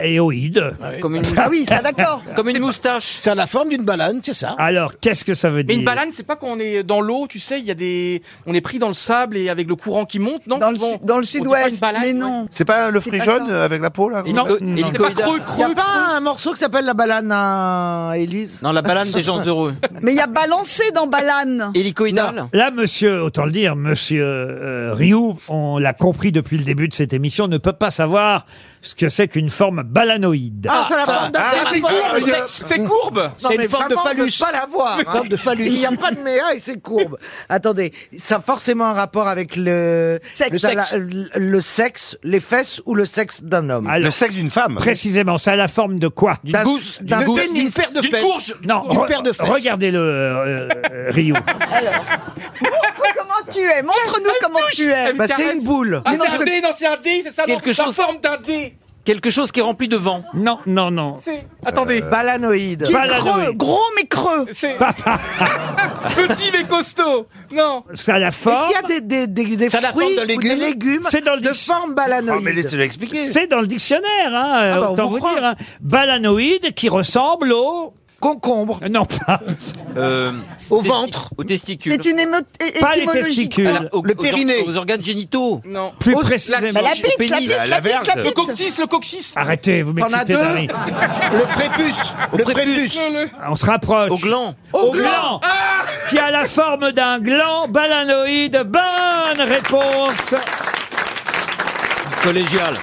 [SPEAKER 2] et oïde.
[SPEAKER 7] Comme une- Ah oui, ça, d'accord.
[SPEAKER 3] Comme une moustache.
[SPEAKER 4] Ça a la forme d'une balane, c'est ça.
[SPEAKER 2] Alors, qu'est-ce que ça veut
[SPEAKER 6] Mais
[SPEAKER 2] dire
[SPEAKER 6] une balane, c'est pas quand on est dans l'eau, tu sais, il y a des, on est pris dans le sable et avec le courant qui monte, non Dans le,
[SPEAKER 7] dans le sud-ouest, mais non.
[SPEAKER 5] C'est pas le
[SPEAKER 6] C'est
[SPEAKER 5] fruit
[SPEAKER 6] pas
[SPEAKER 5] jaune
[SPEAKER 6] ça.
[SPEAKER 5] euh, avec la peau, là
[SPEAKER 6] Non,
[SPEAKER 5] non.
[SPEAKER 9] Il
[SPEAKER 6] C'est pas creux,
[SPEAKER 9] n'y a
[SPEAKER 6] creux.
[SPEAKER 9] pas un morceau qui s'appelle La Balane à Élise
[SPEAKER 3] Non, la balane des gens heureux.
[SPEAKER 7] Mais il y a balancé dans balane.
[SPEAKER 3] Hélicoïdal.
[SPEAKER 2] Là, monsieur, autant le dire, monsieur euh, Rioux, on l'a compris depuis le début de cette émission, ne peut pas savoir ce que c'est qu'une forme balanoïde.
[SPEAKER 9] Ah, ça, la bande de-
[SPEAKER 6] Ah, c'est
[SPEAKER 9] Ah,
[SPEAKER 6] courbe,
[SPEAKER 9] c'est-
[SPEAKER 6] c'est- c'est courbe.
[SPEAKER 9] Non,
[SPEAKER 4] C'est une
[SPEAKER 9] mais
[SPEAKER 4] forme de
[SPEAKER 9] vraiment, on peut
[SPEAKER 4] phallus.
[SPEAKER 9] pas la voir. hein.
[SPEAKER 4] Une forme de phallus.
[SPEAKER 9] Il n'y a pas de méa et c'est courbe. Attendez, ça a forcément un rapport avec le
[SPEAKER 7] Sexe.
[SPEAKER 9] le,
[SPEAKER 7] Sexe.
[SPEAKER 9] la- le sexe, les fesses ou le sexe d'un homme.
[SPEAKER 2] Alors, Ah, Précisément, ça a la forme de quoi
[SPEAKER 9] D'une D'un- gousse, d'une d'un gousse. pénis.
[SPEAKER 4] D'une paire de
[SPEAKER 9] D'une
[SPEAKER 4] fesses.
[SPEAKER 9] courge.
[SPEAKER 2] Non,
[SPEAKER 4] D'une
[SPEAKER 2] re-
[SPEAKER 4] paire de fesses.
[SPEAKER 2] regardez-le, euh, euh, Rioux.
[SPEAKER 7] comment tu es Montre-nous comment tu es.
[SPEAKER 6] Bah, c'est une
[SPEAKER 9] boule.
[SPEAKER 6] Ah,
[SPEAKER 7] Mais non,
[SPEAKER 6] c'est un
[SPEAKER 7] je-
[SPEAKER 6] dé, non, c'est un dé, c'est ça,
[SPEAKER 3] Quelque
[SPEAKER 6] non,
[SPEAKER 3] chose-
[SPEAKER 6] la forme d'un dé.
[SPEAKER 3] Quelque chose qui est rempli de vent.
[SPEAKER 2] Non, non, non.
[SPEAKER 6] C'est, attendez.
[SPEAKER 9] Balanoïde.
[SPEAKER 7] Qui est creux, gros mais creux.
[SPEAKER 6] C'est petit mais costaud. Non.
[SPEAKER 2] Ça a la
[SPEAKER 9] Est-ce
[SPEAKER 2] forme.
[SPEAKER 9] qu'il y a des, des, des, des
[SPEAKER 4] Ça a la forme
[SPEAKER 9] fruits
[SPEAKER 4] de
[SPEAKER 9] ou
[SPEAKER 4] légumes
[SPEAKER 9] des légumes
[SPEAKER 2] C'est dans le
[SPEAKER 9] de
[SPEAKER 2] dic-
[SPEAKER 9] forme balanoïde
[SPEAKER 5] Oh, mais laissez-le expliquer.
[SPEAKER 2] C'est dans le dictionnaire, hein,
[SPEAKER 9] Ah bah, on
[SPEAKER 2] autant
[SPEAKER 9] vous
[SPEAKER 2] vous
[SPEAKER 9] croit.
[SPEAKER 2] dire. hein. Balanoïde qui ressemble au.
[SPEAKER 9] Concombre.
[SPEAKER 2] Non, pas.
[SPEAKER 9] Au ventre.
[SPEAKER 3] Aux testicules.
[SPEAKER 7] C'est une émo- é- Pas les étymologie. testicules.
[SPEAKER 3] À la- aux-
[SPEAKER 7] Le
[SPEAKER 3] aux or-
[SPEAKER 7] périnée.
[SPEAKER 3] Aux, organes génitaux.
[SPEAKER 6] Non.
[SPEAKER 2] Plus précisément.
[SPEAKER 7] Bah, la bite, la bite, la bite, la bite.
[SPEAKER 6] Le coccyx, le coccyx.
[SPEAKER 2] Arrêtez, vous
[SPEAKER 6] T'en as
[SPEAKER 2] m'excitez,
[SPEAKER 6] deux
[SPEAKER 2] Marie.
[SPEAKER 6] Le prépuce.
[SPEAKER 2] Le prépuce. On se rapproche. Au gland. Au gland.
[SPEAKER 9] Ah
[SPEAKER 2] Qui a la forme d'un gland balanoïde. Bonne réponse
[SPEAKER 3] Collégial.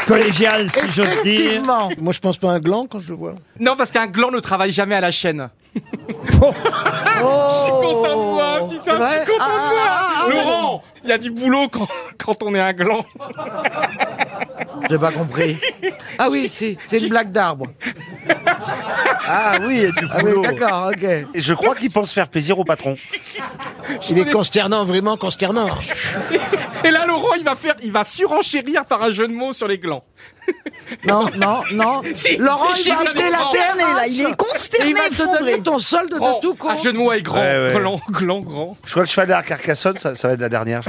[SPEAKER 2] collégial, si j'ose dire.
[SPEAKER 4] Moi, je pense pas à un gland quand je le vois.
[SPEAKER 6] Non, parce qu'un gland ne travaille jamais à la chaîne.
[SPEAKER 9] Je
[SPEAKER 6] suis content de moi,
[SPEAKER 9] C'est
[SPEAKER 6] putain,
[SPEAKER 9] vrai
[SPEAKER 6] je suis content de moi.
[SPEAKER 9] Ah, ah, ah,
[SPEAKER 6] Laurent, il y a du boulot quand, quand on est un gland.
[SPEAKER 9] J'ai pas compris. Ah oui, si, c'est une blague d'arbre.
[SPEAKER 5] Ah oui, il y a du
[SPEAKER 9] Ah oui,
[SPEAKER 5] boulot.
[SPEAKER 9] d'accord, ok.
[SPEAKER 5] Et je crois qu'il pense faire plaisir au patron.
[SPEAKER 4] Il est consternant, vraiment consternant.
[SPEAKER 6] Et là, Laurent, il va faire, il va surenchérir par un jeu de mots sur les glands.
[SPEAKER 9] Non, non, non.
[SPEAKER 6] Si,
[SPEAKER 9] Laurent,
[SPEAKER 6] je
[SPEAKER 9] il va
[SPEAKER 6] suis
[SPEAKER 9] te donner la
[SPEAKER 6] consterné,
[SPEAKER 9] terre
[SPEAKER 7] là, il est consterné,
[SPEAKER 9] Il va te donner
[SPEAKER 7] effondré.
[SPEAKER 9] ton solde de tout court.
[SPEAKER 6] Oh, Un jeu de mots avec grand,
[SPEAKER 5] Ouais, ouais.
[SPEAKER 6] gland, gland, grand.
[SPEAKER 5] Je crois que le cheval de la Carcassonne, ça, ça va être la dernière.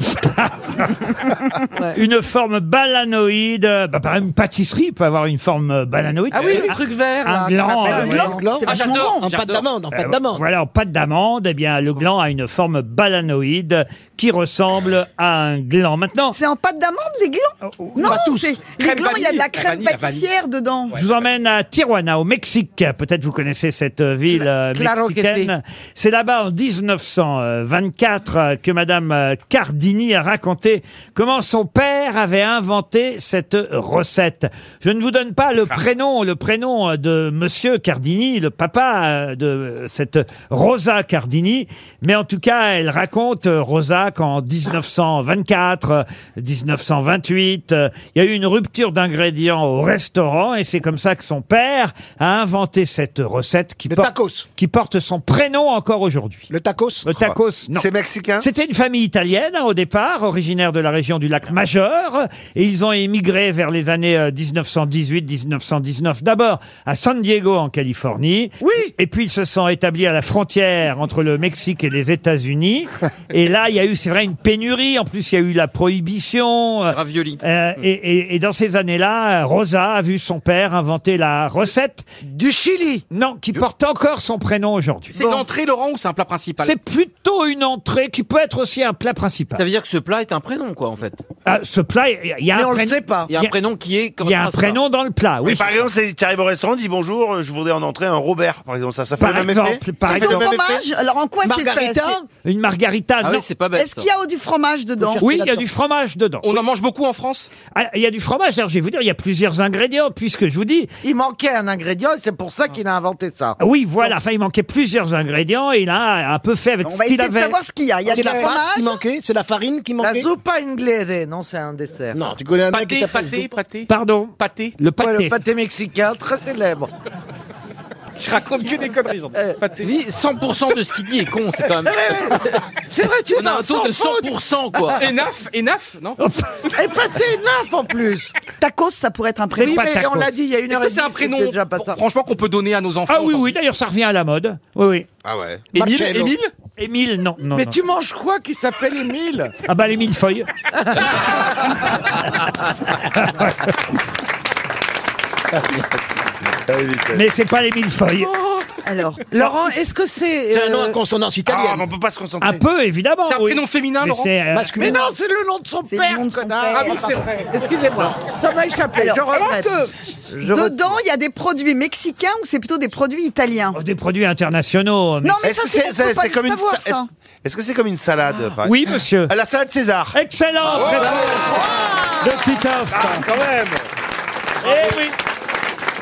[SPEAKER 7] Euh,
[SPEAKER 2] Une forme balanoïde. Bah, par exemple, une pâtisserie peut avoir une forme euh, balanoïde.
[SPEAKER 9] Ah oui, le truc vert, là,
[SPEAKER 2] Un
[SPEAKER 9] qu'on
[SPEAKER 2] gland.
[SPEAKER 9] appelle le
[SPEAKER 2] euh,
[SPEAKER 9] gland.
[SPEAKER 2] ouais.
[SPEAKER 9] C'est Ah, vachement j'adore, bon. En pâte j'adore. d'amande, en pâte
[SPEAKER 2] Euh,
[SPEAKER 9] d'amande.
[SPEAKER 2] Voilà, en pâte d'amande, eh bien, le gland a une forme balanoïde qui ressemble à un gland. Maintenant. Oh,
[SPEAKER 7] C'est en pâte d'amande, les glands Non, c'est les
[SPEAKER 2] Crème
[SPEAKER 7] glands, il y a de la
[SPEAKER 2] vanille, la
[SPEAKER 7] crème
[SPEAKER 2] vanille, la vanille.
[SPEAKER 7] pâtissière dedans.
[SPEAKER 2] Je vous emmène à Tijuana, au Mexique. Peut-être vous connaissez cette euh, ville euh,
[SPEAKER 7] claro que
[SPEAKER 2] mexicaine. C'est là-bas, en 1924, euh, que Madame euh, Cardini a raconté comment son père avait inventé cette recette. Je ne vous donne pas le prénom, le prénom euh, de Monsieur Cardini, le papa euh, de cette Rosa Cardini, mais en tout cas, elle raconte euh, Rosa qu'en 1924, euh, 1928, euh, il y a eu une rupture d'ingrédients au restaurant et c'est comme ça que son père a inventé cette recette qui, porte, qui porte son prénom encore aujourd'hui.
[SPEAKER 4] Le tacos
[SPEAKER 2] Le tacos, non. C'est mexicain C'était une famille italienne hein, au départ, originaire de la région du lac Majeur et ils ont émigré vers les années euh, 1918-1919 d'abord à San Diego en Californie. Oui. Et puis ils se sont établis à la frontière entre le Mexique et les États-Unis et là il y a eu c'est vrai une pénurie en plus il y a eu la prohibition euh,
[SPEAKER 3] Ravioli.
[SPEAKER 2] euh, et, et- et dans ces années-là, Rosa a vu son père inventer la recette
[SPEAKER 9] du Chili.
[SPEAKER 2] Non, qui porte encore son prénom aujourd'hui.
[SPEAKER 6] C'est une entrée, Laurent, ou c'est un plat principal
[SPEAKER 2] C'est plutôt une entrée qui peut être aussi un plat principal.
[SPEAKER 3] Ça veut dire que ce plat est un prénom, quoi, en fait.
[SPEAKER 2] Ah, ce plat, il y a un prénom-
[SPEAKER 3] Il y a un prénom qui est.
[SPEAKER 2] Il y a un prénom dans le plat, oui.
[SPEAKER 5] Mais par exemple, c'est- tu arrives au restaurant, dis bonjour, euh, je voudrais en entrée un Robert, par exemple. Ça, ça fait
[SPEAKER 2] Par
[SPEAKER 5] le même
[SPEAKER 2] exemple,
[SPEAKER 5] effet
[SPEAKER 2] par
[SPEAKER 5] Ça fait
[SPEAKER 7] C'est
[SPEAKER 5] le
[SPEAKER 7] au
[SPEAKER 5] même effet
[SPEAKER 7] fromage Alors en quoi c'est fait
[SPEAKER 5] Margarita
[SPEAKER 7] C'est-
[SPEAKER 2] Une margarita,
[SPEAKER 7] Ah
[SPEAKER 2] non.
[SPEAKER 7] Est-ce qu'il y a du fromage dedans
[SPEAKER 2] Oui, il y a du fromage dedans. Ah,
[SPEAKER 6] On en mange beaucoup en France
[SPEAKER 2] Il y a du fromage, alors je vais vous dire, il y a plusieurs ingrédients, puisque je vous dis... Ah
[SPEAKER 9] Il manquait un ingrédient et c'est pour ça qu'il a inventé ça.
[SPEAKER 2] Oui, voilà, enfin, il manquait plusieurs ingrédients, et il a un peu fait avec ce qu'il avait.
[SPEAKER 4] C'est la pâte qui manquait C'est la farine qui
[SPEAKER 9] La
[SPEAKER 4] manquait
[SPEAKER 9] zuppa inglese, non, c'est un dessert.
[SPEAKER 4] Non, tu connais un mec
[SPEAKER 9] pâté,
[SPEAKER 4] qui s'appelle
[SPEAKER 9] pâté,
[SPEAKER 6] pâté.
[SPEAKER 2] Pardon
[SPEAKER 6] Pâté.
[SPEAKER 2] Le
[SPEAKER 9] pâté. le pâté mexicain, très célèbre.
[SPEAKER 6] Je raconte que des conneries, genre.
[SPEAKER 3] Oui, 100% de ce qu'il dit est con, c'est quand même.
[SPEAKER 9] Eh
[SPEAKER 6] Eh,
[SPEAKER 9] C'est vrai, tu
[SPEAKER 3] On a
[SPEAKER 9] vois,
[SPEAKER 3] un taux de
[SPEAKER 9] sans faute.
[SPEAKER 3] 100%, quoi.
[SPEAKER 6] Enaf, Enaf, non
[SPEAKER 9] Et pâté, neuf en plus.
[SPEAKER 7] Tacos, ça pourrait être un prénom.
[SPEAKER 9] Oui, mais on l'a dit il y a une
[SPEAKER 6] Est-ce
[SPEAKER 9] heure
[SPEAKER 6] que
[SPEAKER 9] et
[SPEAKER 6] c'est un
[SPEAKER 9] demie,
[SPEAKER 6] prénom
[SPEAKER 9] c'était déjà pas ça.
[SPEAKER 6] Franchement, qu'on peut donner à nos enfants.
[SPEAKER 2] Ah oui, oui, d'ailleurs, ça revient à la mode. Oui, oui.
[SPEAKER 5] Ah ouais.
[SPEAKER 2] Émile,
[SPEAKER 6] Marcello.
[SPEAKER 2] Émile Émile, non, non,
[SPEAKER 9] mais
[SPEAKER 2] non.
[SPEAKER 9] tu manges quoi qui s'appelle Émile
[SPEAKER 2] Ah bah, les mille feuilles. Mais c'est pas les mille feuilles.
[SPEAKER 7] Alors,
[SPEAKER 9] Oh. Laurent, est-ce que c'est.
[SPEAKER 4] C'est un nom
[SPEAKER 9] euh,
[SPEAKER 4] à consonance italienne.
[SPEAKER 5] Ah, mais on peut pas se concentrer.
[SPEAKER 2] Un peu, évidemment.
[SPEAKER 6] C'est un
[SPEAKER 2] oui.
[SPEAKER 6] prénom féminin,
[SPEAKER 2] Mais
[SPEAKER 6] Laurent
[SPEAKER 2] c'est, euh,
[SPEAKER 9] Mais non, c'est le nom de son père, connard.
[SPEAKER 6] père. Ah oui, c'est vrai.
[SPEAKER 9] Excusez-moi, ça m'a échappé,
[SPEAKER 7] Alors,
[SPEAKER 9] je regrette.
[SPEAKER 7] est-ce que
[SPEAKER 9] Je regrette.
[SPEAKER 7] dedans, il y a des produits mexicains ou c'est plutôt des produits italiens
[SPEAKER 2] Des produits internationaux.
[SPEAKER 7] Non, mais
[SPEAKER 5] Est-ce
[SPEAKER 7] ça,
[SPEAKER 5] que
[SPEAKER 7] c'est-
[SPEAKER 5] c'est
[SPEAKER 7] on peut
[SPEAKER 5] c'est-
[SPEAKER 7] pas
[SPEAKER 5] c'est
[SPEAKER 7] le
[SPEAKER 5] comme une
[SPEAKER 7] savoir,
[SPEAKER 5] sa-
[SPEAKER 7] ça.
[SPEAKER 5] est-ce- Est-ce que c'est comme une salade par-
[SPEAKER 2] Oui, monsieur.
[SPEAKER 5] Ah, La salade César. Ah,
[SPEAKER 2] Excellent De Titoff.
[SPEAKER 5] quand même.
[SPEAKER 3] Ah,
[SPEAKER 2] Eh oui.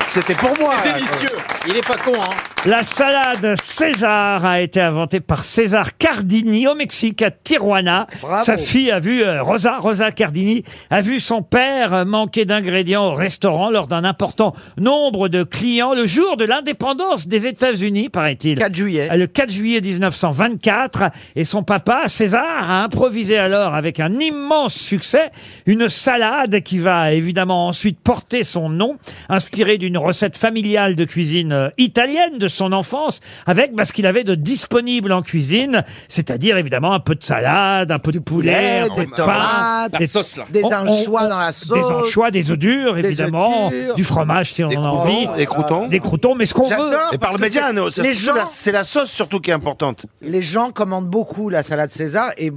[SPEAKER 5] C'était pour moi. là,
[SPEAKER 6] Délicieux.
[SPEAKER 3] Il est pas con, hein.
[SPEAKER 2] La salade César a été inventée par César Cardini au Mexique, à Tijuana.
[SPEAKER 9] Bravo.
[SPEAKER 2] Sa fille a vu, euh, Rosa, Rosa Cardini, a vu son père euh, manquer d'ingrédients au restaurant lors d'un important nombre de clients le jour de l'indépendance des États-Unis, paraît-il. Euh,
[SPEAKER 9] 4 juillet.
[SPEAKER 2] Le 4 juillet 1924. Et son papa, César, a improvisé alors avec un immense succès une salade qui va évidemment ensuite porter son nom, inspirée d'une recette familiale de cuisine cuisine euh, italienne de son enfance avec bah, ce qu'il avait de disponible en cuisine, c'est-à-dire évidemment un peu de salade, un peu de poulet,
[SPEAKER 9] Poulet,
[SPEAKER 2] des
[SPEAKER 9] des
[SPEAKER 2] pains,
[SPEAKER 9] tomates, des anchois dans la
[SPEAKER 2] des
[SPEAKER 9] sauce.
[SPEAKER 2] anchois, des œufs durs
[SPEAKER 9] Des œufs
[SPEAKER 2] évidemment,
[SPEAKER 9] durs.
[SPEAKER 2] du fromage si on en a envie,
[SPEAKER 5] Des croutons.
[SPEAKER 2] des croutons, mais ce qu'on veut.
[SPEAKER 5] Et par le médiane, ça-
[SPEAKER 9] les
[SPEAKER 5] surtout la-
[SPEAKER 9] gens-
[SPEAKER 5] c'est la sauce surtout qui est importante.
[SPEAKER 9] Les gens commandent beaucoup la salade César et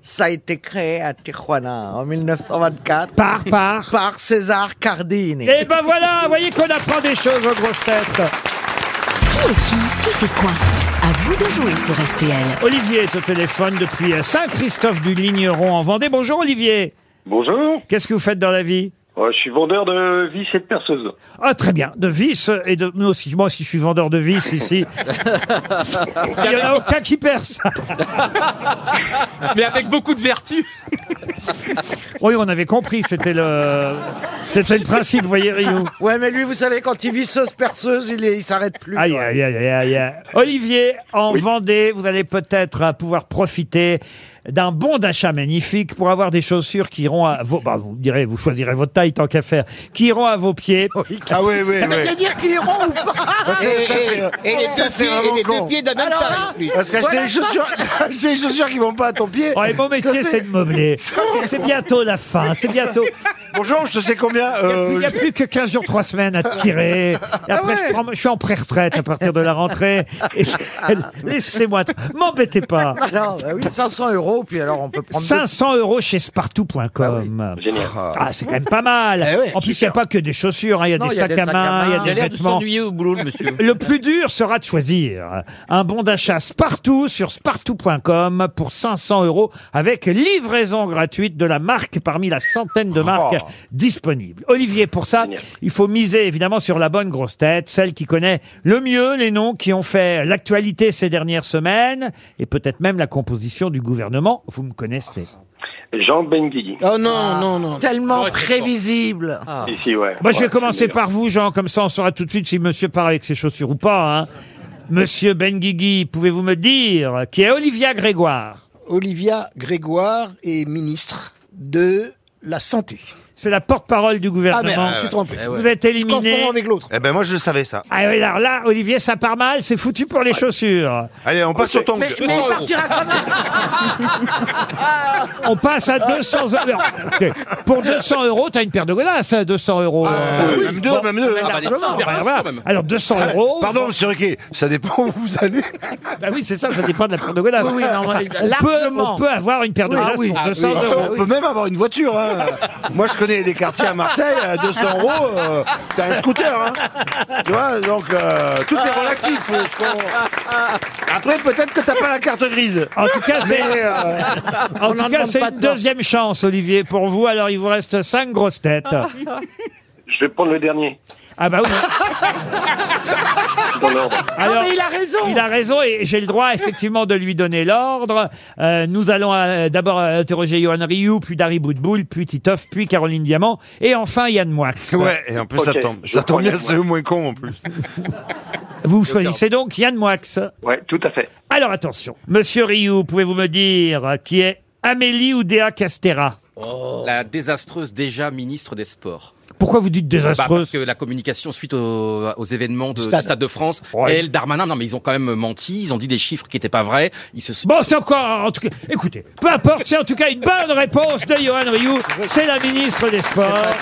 [SPEAKER 9] ça a été créé à Tijuana en 1924.
[SPEAKER 2] Par, par
[SPEAKER 9] Par César Cardini.
[SPEAKER 2] Et ben voilà, vous voyez qu'on apprend des choses aux grosses têtes.
[SPEAKER 16] Qui est qui Qui fait quoi À vous de jouer sur RTL.
[SPEAKER 2] Olivier est au téléphone depuis euh, Saint-Christophe du Ligneron en Vendée. Bonjour Olivier.
[SPEAKER 15] Bonjour.
[SPEAKER 2] Qu'est-ce que vous faites dans la vie
[SPEAKER 15] Euh, je suis vendeur de vis et de perceuse.
[SPEAKER 2] Ah très bien, de vis et de moi aussi, moi aussi je suis vendeur de vis ici. Il y en a aucun qui perce.
[SPEAKER 6] Mais avec beaucoup de vertus.
[SPEAKER 2] Oui, on avait compris, c'était le c'était le principe, voyez Rio.
[SPEAKER 9] Ouais, mais lui, vous savez, quand il visseuse perceuse, il est- il s'arrête plus.
[SPEAKER 2] Aïe, aïe, aïe, aïe, aïe, aïe. Olivier, en Vendée, vous allez peut-être euh, pouvoir profiter d'un bon d'achat magnifique pour avoir des chaussures qui iront à vos... Bah, vous me direz, vous choisirez votre taille tant qu'à faire. Qui iront à vos pieds.
[SPEAKER 9] Ah oui, oui, Ça veut oui. dire qu'ils iront ou
[SPEAKER 5] Ah,
[SPEAKER 10] Ah,
[SPEAKER 9] pas
[SPEAKER 4] Alors là,
[SPEAKER 5] Parce qu'acheter
[SPEAKER 4] voilà,
[SPEAKER 5] des chaussures, acheter des chaussures qui vont pas à ton pied.
[SPEAKER 2] Oh, et mon métier, c'est de meubler. C'est bientôt la fin, c'est bientôt.
[SPEAKER 5] Bonjour, je te sais combien.
[SPEAKER 2] Il
[SPEAKER 5] euh,
[SPEAKER 2] n'y a plus que 15 jours, 3 semaines à tirer. Et après, je, prends- je suis en pré-retraite à partir de la rentrée. Et- Laissez-moi. t- M'embêtez pas.
[SPEAKER 9] Non, bah oui, 500 euros, puis alors on peut prendre. deux-
[SPEAKER 2] 500 euros chez spartou.com.
[SPEAKER 15] Génial.
[SPEAKER 2] Ah, c'est quand même pas mal. en plus, il n'y a pas que des chaussures, hein, il y a
[SPEAKER 3] Non,
[SPEAKER 2] des sacs à main, il y a
[SPEAKER 3] Il
[SPEAKER 2] des
[SPEAKER 3] a l'air de
[SPEAKER 2] vêtements.
[SPEAKER 3] s'ennuyer au boulot, le monsieur.
[SPEAKER 2] Le plus dur sera de choisir un bon d'achat Spartoo sur spartoo.com pour 500 euros avec livraison gratuite de la marque parmi la centaine de marques disponibles. Olivier, pour ça, il faut miser évidemment sur la bonne grosse tête, celle qui connaît le mieux les noms qui ont fait l'actualité ces dernières semaines et peut-être même la composition du gouvernement. Vous me connaissez.
[SPEAKER 15] Jean Benguigui.
[SPEAKER 9] Oh non, non, non. Tellement
[SPEAKER 15] Ouais,
[SPEAKER 9] prévisible.
[SPEAKER 4] Ah.
[SPEAKER 15] Ici, ouais.
[SPEAKER 5] Bah,
[SPEAKER 2] Moi, je vais
[SPEAKER 15] Ouais,
[SPEAKER 2] commencer
[SPEAKER 5] hein.
[SPEAKER 15] c'est meilleur.
[SPEAKER 2] par vous, Jean, comme ça on saura tout de suite si monsieur part avec ses chaussures ou pas. Hein. Monsieur Benguigui, pouvez-vous me dire qui est Olivia Grégoire
[SPEAKER 4] Olivia Grégoire est ministre de la Santé.
[SPEAKER 2] C'est la porte-parole du
[SPEAKER 4] Ah
[SPEAKER 2] gouvernement. Eh
[SPEAKER 4] merde, je suis trompé.
[SPEAKER 2] Vous êtes
[SPEAKER 4] Je
[SPEAKER 2] éliminé.
[SPEAKER 4] confonds avec l'autre.
[SPEAKER 5] Eh ben moi je le savais ça.
[SPEAKER 2] Ah oui, alors là, Olivier, ça part mal, c'est foutu pour les chaussures.
[SPEAKER 5] Allez, on passe
[SPEAKER 2] Ok.
[SPEAKER 5] au ton.
[SPEAKER 2] Mais- mais il partira On passe à 200 euros. Alors, ok. Pour 200 euros, t'as une paire de godasses à 200 euros.
[SPEAKER 5] Euh, Même deux, même deux.
[SPEAKER 2] Ah, bah, voilà. Alors 200 euros.
[SPEAKER 5] Pardon, monsieur Riquet, ça dépend où vous allez.
[SPEAKER 2] Bah oui, c'est ça, ça dépend de la paire de godasses.
[SPEAKER 5] Oui, oui, non,
[SPEAKER 2] Enfin,
[SPEAKER 5] mais
[SPEAKER 2] on, peut,
[SPEAKER 5] largement.
[SPEAKER 2] on peut avoir une paire de
[SPEAKER 5] Oui,
[SPEAKER 2] godasses
[SPEAKER 5] ah oui.
[SPEAKER 2] pour
[SPEAKER 5] Ah
[SPEAKER 2] 200
[SPEAKER 5] oui.
[SPEAKER 2] euros.
[SPEAKER 5] On peut même avoir une voiture. hein. Moi, je connais des quartiers à Marseille, à 200 euros, euh, t'as un scooter. hein. Tu vois, donc euh, tout est relatif. faut- faut- Après, peut-être que t'as pas la carte grise.
[SPEAKER 2] En tout cas, c'est
[SPEAKER 5] Mais, euh,
[SPEAKER 2] en tout cas, c'est une deuxième chance, Olivier, pour vous. Alors, il vous reste cinq grosses têtes.
[SPEAKER 15] Je vais prendre le dernier,
[SPEAKER 2] Ah bah oui.
[SPEAKER 15] dans l'ordre.
[SPEAKER 2] Alors,
[SPEAKER 9] mais il a raison.
[SPEAKER 2] Il a raison et j'ai le droit effectivement de lui donner l'ordre. Euh, nous allons euh, d'abord interroger Johan Rioux, puis Dari Boudboul, puis Titoff, puis Caroline Diamant et enfin Yann Moix.
[SPEAKER 5] Ouais, et en plus, ça
[SPEAKER 15] Ok,
[SPEAKER 5] tombe.
[SPEAKER 15] je
[SPEAKER 5] Ça tombe
[SPEAKER 15] prends
[SPEAKER 5] bien,
[SPEAKER 15] les
[SPEAKER 5] c'est le moins con en plus.
[SPEAKER 2] Vous choisissez donc Yann Moix.
[SPEAKER 15] Ouais, tout à fait.
[SPEAKER 2] Alors attention, Monsieur Rioux, pouvez-vous me dire euh, qui est Amélie Oudéa Castera
[SPEAKER 6] La désastreuse déjà ministre des Sports.
[SPEAKER 2] Pourquoi vous dites
[SPEAKER 6] Bah, parce
[SPEAKER 2] désastreuse
[SPEAKER 6] que la communication suite aux, aux événements de,
[SPEAKER 2] Stade.
[SPEAKER 6] du Stade de France,
[SPEAKER 2] Ouais.
[SPEAKER 6] elle, Darmanin, non mais ils ont quand même menti, ils ont dit des chiffres qui n'étaient pas vrais, ils se sont...
[SPEAKER 2] Bon, c'est encore, en tout cas, écoutez, peu importe, c'est en tout cas une bonne réponse de Johan Rioux. C'est la ministre des Sports.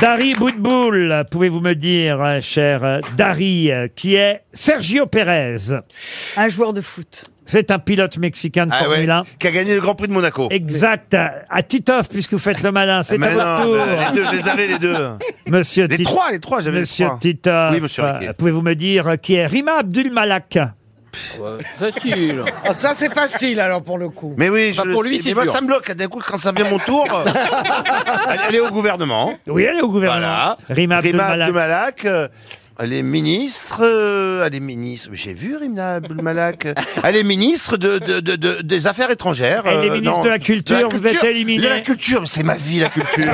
[SPEAKER 2] Dari Boudboul, pouvez-vous me dire, euh, cher euh, Dari, euh, qui est Sergio Pérez
[SPEAKER 7] Un joueur de foot.
[SPEAKER 2] C'est un pilote mexicain de
[SPEAKER 5] Ah
[SPEAKER 2] Formule
[SPEAKER 5] ouais,
[SPEAKER 2] 1.
[SPEAKER 5] Qui a gagné le Grand Prix de Monaco.
[SPEAKER 2] Exact. À, à Titoff, puisque vous faites le malin, c'est
[SPEAKER 5] Mais
[SPEAKER 2] à votre
[SPEAKER 5] non,
[SPEAKER 2] tour.
[SPEAKER 5] mais les deux, je les avais les deux.
[SPEAKER 2] Monsieur
[SPEAKER 5] Les
[SPEAKER 2] Tit-
[SPEAKER 5] trois, les trois, j'avais les
[SPEAKER 2] Monsieur
[SPEAKER 5] trois.
[SPEAKER 2] Titoff,
[SPEAKER 5] Oui, monsieur Riquet.
[SPEAKER 2] euh, pouvez-vous me dire euh, qui est Rima Abdulmalak
[SPEAKER 3] Facile.
[SPEAKER 9] Ah, ça, c'est facile, alors, pour le coup.
[SPEAKER 5] Mais oui, je
[SPEAKER 6] Bah,
[SPEAKER 5] le
[SPEAKER 6] pour lui,
[SPEAKER 5] sais.
[SPEAKER 6] c'est
[SPEAKER 5] Mais moi,
[SPEAKER 6] dur.
[SPEAKER 5] ça me bloque. D'un coup, quand ça vient mon tour, euh, elle, elle est au gouvernement.
[SPEAKER 2] Oui, elle est au gouvernement.
[SPEAKER 5] Voilà.
[SPEAKER 2] Rima Abdulmalak.
[SPEAKER 5] Abdulmalak, euh, elle est ministre. euh, elle est ministre. J'ai vu Rima Abdulmalak. Elle est ministre de, de- de- de- des Affaires étrangères.
[SPEAKER 2] Elle est
[SPEAKER 5] euh,
[SPEAKER 2] ministre
[SPEAKER 5] non,
[SPEAKER 2] de la culture, vous êtes éliminé.
[SPEAKER 5] De la culture, c'est ma vie, la culture.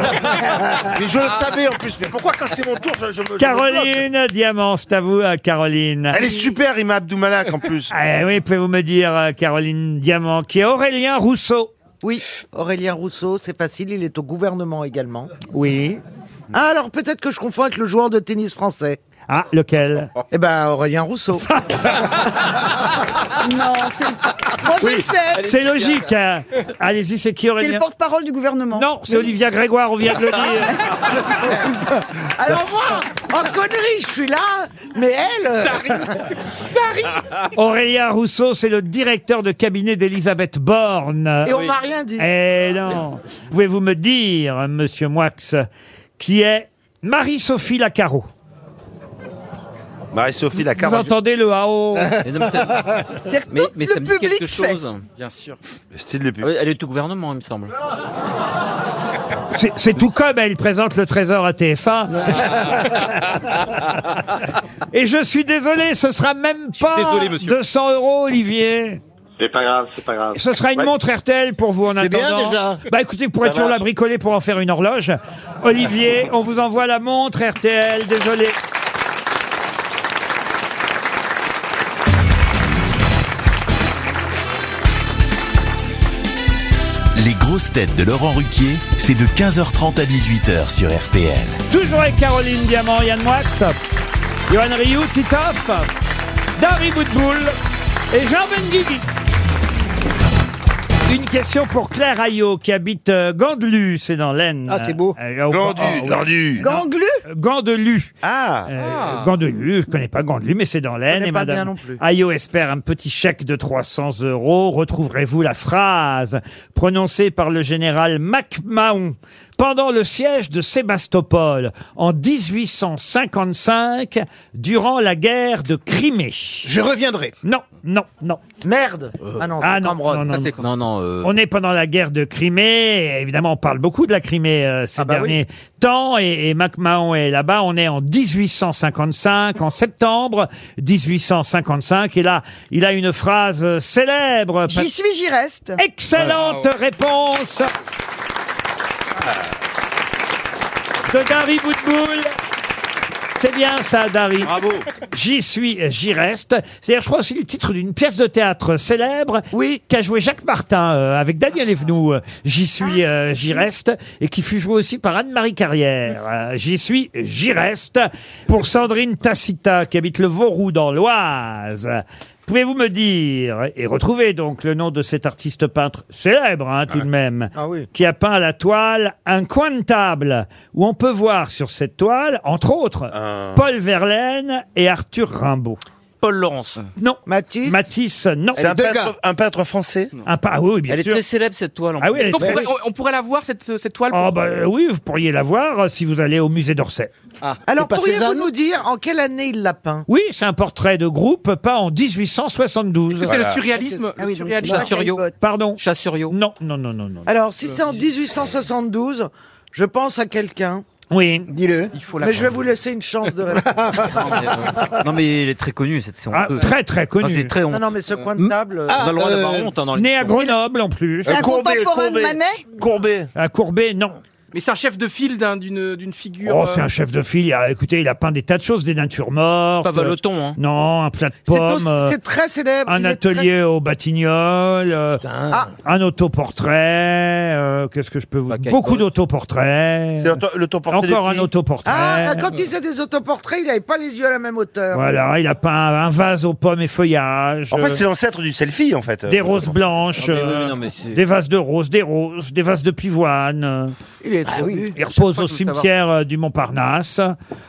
[SPEAKER 5] mais je le savais en plus. Mais pourquoi, quand c'est mon tour, je, je me. je me bloque
[SPEAKER 2] Caroline Diamant, c'est à vous, euh, Caroline.
[SPEAKER 5] Elle est super, Rima Abdulmalak en plus.
[SPEAKER 2] Eh oui, pouvez-vous me dire, euh, Caroline Diamant, qui est Aurélien Rousseau
[SPEAKER 9] Oui, Aurélien Rousseau, c'est facile, il est au gouvernement également.
[SPEAKER 2] Oui.
[SPEAKER 9] Ah, alors peut-être que je confonds avec le joueur de tennis français.
[SPEAKER 2] Ah, lequel
[SPEAKER 9] Eh ben, Aurélien Rousseau.
[SPEAKER 7] Non, c'est. Moi, je le sais.
[SPEAKER 2] C'est logique. hein. Allez-y, c'est qui
[SPEAKER 7] C'est le
[SPEAKER 2] Aurélien
[SPEAKER 7] porte-parole du gouvernement.
[SPEAKER 2] Non, c'est Olivia Grégoire, on vient de le dire.
[SPEAKER 9] Alors moi, en connerie, je suis là, mais elle... euh,
[SPEAKER 2] Aurélien Rousseau, c'est le directeur de cabinet d'Elisabeth Borne.
[SPEAKER 9] Et on m'a rien dit.
[SPEAKER 2] Eh non. Pouvez-vous me dire, monsieur Moix, qui est Marie-Sophie Lacaro
[SPEAKER 5] Marie-Sophie
[SPEAKER 2] Vous
[SPEAKER 5] Lacaro.
[SPEAKER 2] entendez le AO
[SPEAKER 3] Mais non, mais ça- mais, mais ça me dit quelque chose. Bien sûr.
[SPEAKER 5] Style depuis.
[SPEAKER 3] elle est au gouvernement, il me semble.
[SPEAKER 2] C'est- C'est tout comme elle présente le trésor à TF1. Et je suis désolé, ce sera même pas
[SPEAKER 15] désolé, monsieur.
[SPEAKER 2] 200 euros, Olivier.
[SPEAKER 15] C'est pas grave, c'est pas grave.
[SPEAKER 2] Ce sera une
[SPEAKER 15] Ouais.
[SPEAKER 2] montre RTL pour vous en
[SPEAKER 15] C'est
[SPEAKER 2] attendant.
[SPEAKER 15] bien, déjà.
[SPEAKER 2] Bah écoutez, vous pourrez
[SPEAKER 15] Ça
[SPEAKER 2] toujours
[SPEAKER 15] va.
[SPEAKER 2] la bricoler pour en faire une horloge. Olivier, on vous envoie la montre RTL, désolé.
[SPEAKER 1] Les grosses têtes de Laurent Ruquier, c'est de 15h30 à 18h sur RTL.
[SPEAKER 2] Toujours avec Caroline Diamant, Yann Moix, Johan Rioux, Titoff, Dari Boudboul et Jean Benguigui. Une question pour Claire Ayot qui habite euh, Gandelus, c'est dans l'Aisne.
[SPEAKER 4] Ah, c'est beau.
[SPEAKER 2] Euh, au-
[SPEAKER 4] Gandu,
[SPEAKER 2] oh, oui.
[SPEAKER 4] Gandu. Ganglu
[SPEAKER 2] Euh, Gandelu. Euh,
[SPEAKER 5] Ah.
[SPEAKER 2] Gandelu, je connais pas Gandelu, mais c'est dans l'Aisne.
[SPEAKER 9] connais
[SPEAKER 2] Et
[SPEAKER 9] pas
[SPEAKER 2] madame
[SPEAKER 9] bien non plus.
[SPEAKER 2] Ayot espère un petit chèque de 300 euros. Retrouverez-vous la phrase prononcée par le général MacMahon pendant le siège de Sébastopol en 1855 durant la guerre de Crimée.
[SPEAKER 4] Je reviendrai.
[SPEAKER 2] Non, non, non.
[SPEAKER 9] Merde Ah non,
[SPEAKER 2] Ah
[SPEAKER 9] c'est
[SPEAKER 2] non,
[SPEAKER 9] Cameron.
[SPEAKER 2] non, non,
[SPEAKER 9] Ah, c'est-
[SPEAKER 3] Non, non. euh,
[SPEAKER 2] On est pendant la guerre de Crimée. et Évidemment, on parle beaucoup de la Crimée euh, ces
[SPEAKER 9] bah oui.
[SPEAKER 2] derniers temps. Et, et MacMahon est là-bas. On est en 1855, en septembre 1855. Et là, il a une phrase euh, célèbre.
[SPEAKER 7] J'y suis, j'y reste.
[SPEAKER 2] Excellente réponse de Dari Boudboul. C'est bien ça, Dari. Bravo. J'y suis, j'y reste. C'est, je crois, aussi le titre d'une pièce de théâtre célèbre oui. qu'a joué Jacques Martin euh, avec Daniel Evenou. euh, J'y suis, euh, j'y reste. Et qui fut joué aussi par Anne-Marie Carrière. Euh, J'y suis, j'y reste. Pour Sandrine Tacita, qui habite le Vauroux dans l'Oise. Pouvez-vous me dire, et retrouver donc le nom de cet artiste peintre célèbre hein, tout de même,
[SPEAKER 9] Ah oui.
[SPEAKER 2] qui a peint à la toile un coin de table où on peut voir sur cette toile, entre autres, Paul Verlaine et Arthur Rimbaud.
[SPEAKER 3] Paul Laurence.
[SPEAKER 2] Non. Matisse Matisse, non.
[SPEAKER 5] C'est un peintre, un peintre français
[SPEAKER 2] Un pa- ah oui, oui, bien
[SPEAKER 3] Elle
[SPEAKER 2] sûr.
[SPEAKER 3] est très célèbre, cette toile. en
[SPEAKER 2] Ah oui,
[SPEAKER 3] plus.
[SPEAKER 2] elle est
[SPEAKER 6] On
[SPEAKER 2] très-
[SPEAKER 6] pourrait, on- on pourrait la voir, cette, cette toile
[SPEAKER 2] Ah bah oui, vous pourriez la voir euh, si vous allez au musée d'Orsay.
[SPEAKER 9] Alors pourriez-vous nous dire en quelle année il l'a peint
[SPEAKER 2] Oui, c'est un portrait de groupe peint en 1872.
[SPEAKER 6] Est-ce que c'est le surréalisme
[SPEAKER 9] Ah
[SPEAKER 6] le
[SPEAKER 9] oui, donc
[SPEAKER 6] surréalisme.
[SPEAKER 9] c'est pas-
[SPEAKER 3] Chassuriau.
[SPEAKER 2] Pardon
[SPEAKER 3] Chassuriau.
[SPEAKER 2] Non, non, non, non, non.
[SPEAKER 9] Alors
[SPEAKER 5] Euh,
[SPEAKER 9] si c'est en 1872, je pense à quelqu'un,
[SPEAKER 2] Oui.
[SPEAKER 4] Dis-le.
[SPEAKER 9] mais je vais vous laisser une chance de répondre.
[SPEAKER 3] Non, mais elle est très connue, cette c'est
[SPEAKER 2] Ah,
[SPEAKER 3] honteux.
[SPEAKER 2] très, très
[SPEAKER 3] Ah,
[SPEAKER 2] connu.
[SPEAKER 3] j'ai très honte. Hmm Ah,
[SPEAKER 9] non, non, mais ce coin de table... euh,
[SPEAKER 3] on a le droit d'avoir honte hein, dans Euh, les
[SPEAKER 2] Né à Grenoble en
[SPEAKER 6] Euh,
[SPEAKER 2] plus.
[SPEAKER 7] C'est un contemporain de Manet
[SPEAKER 5] Courbet.
[SPEAKER 2] À Courbet, non.
[SPEAKER 6] Mais c'est un chef de file d'un- d'une d'une figure.
[SPEAKER 2] Oh,
[SPEAKER 6] euh,
[SPEAKER 2] c'est un chef de file. Ah, écoutez, il a peint des tas de choses, des natures mortes.
[SPEAKER 3] Pas Valoton, hein.
[SPEAKER 2] Non, un plat de
[SPEAKER 9] c'est
[SPEAKER 2] pommes.
[SPEAKER 9] aussi-
[SPEAKER 2] euh,
[SPEAKER 9] C'est très célèbre.
[SPEAKER 2] Un
[SPEAKER 9] il est
[SPEAKER 2] atelier au Batignolles, euh,
[SPEAKER 9] Ah.
[SPEAKER 2] un autoportrait, euh, qu'est-ce que je peux vous
[SPEAKER 3] Pas
[SPEAKER 2] dire
[SPEAKER 3] Caillebotte.
[SPEAKER 2] Beaucoup d'autoportraits.
[SPEAKER 5] C'est l'auto- l'autoportrait
[SPEAKER 2] Encore
[SPEAKER 5] de
[SPEAKER 2] un
[SPEAKER 5] qui
[SPEAKER 2] autoportrait.
[SPEAKER 9] Ah, quand il faisait des autoportraits, il n'avait pas les yeux à la même hauteur.
[SPEAKER 2] Voilà, il a peint un vase aux pommes et feuillages,
[SPEAKER 5] En
[SPEAKER 2] euh,
[SPEAKER 5] fait, c'est l'ancêtre du selfie, en fait.
[SPEAKER 2] des roses blanches,
[SPEAKER 3] Non, mais oui,
[SPEAKER 2] euh,
[SPEAKER 3] non, mais c'est-
[SPEAKER 2] des vases de roses, des roses, des vases de pivoine. euh.
[SPEAKER 9] Il est trop nu.
[SPEAKER 2] Il repose
[SPEAKER 3] pas
[SPEAKER 2] au
[SPEAKER 3] tout savoir.
[SPEAKER 2] cimetière euh, du Montparnasse,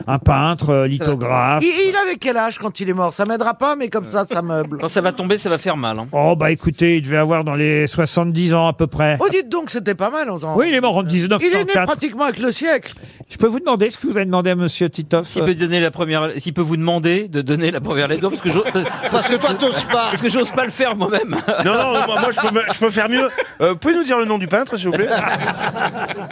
[SPEAKER 2] un peintre, euh, lithographe.
[SPEAKER 9] Il, il avait quel âge quand il est mort Ça m'aidera pas, mais comme ça, ça meuble.
[SPEAKER 3] Quand ça va tomber, ça va faire mal. Hein.
[SPEAKER 2] Oh bah écoutez, il devait avoir dans les 70 ans à peu près.
[SPEAKER 9] Oh, dites donc, c'était pas mal, on s'en-
[SPEAKER 2] Oui, il est mort en
[SPEAKER 9] Il est né
[SPEAKER 2] 1904.
[SPEAKER 9] pratiquement avec le siècle.
[SPEAKER 2] Je peux vous demander ce que vous avez demandé à monsieur Titoff
[SPEAKER 3] S'il peut donner la première, s'il peut vous demander de donner la première lettre, parce que j'ose- parce, parce que toi t'oses pas, parce que j'ose pas le faire moi-même.
[SPEAKER 5] Non, non, moi, moi, je, peux me- je peux faire mieux. Euh, vous pouvez nous dire le nom du peintre, s'il vous plaît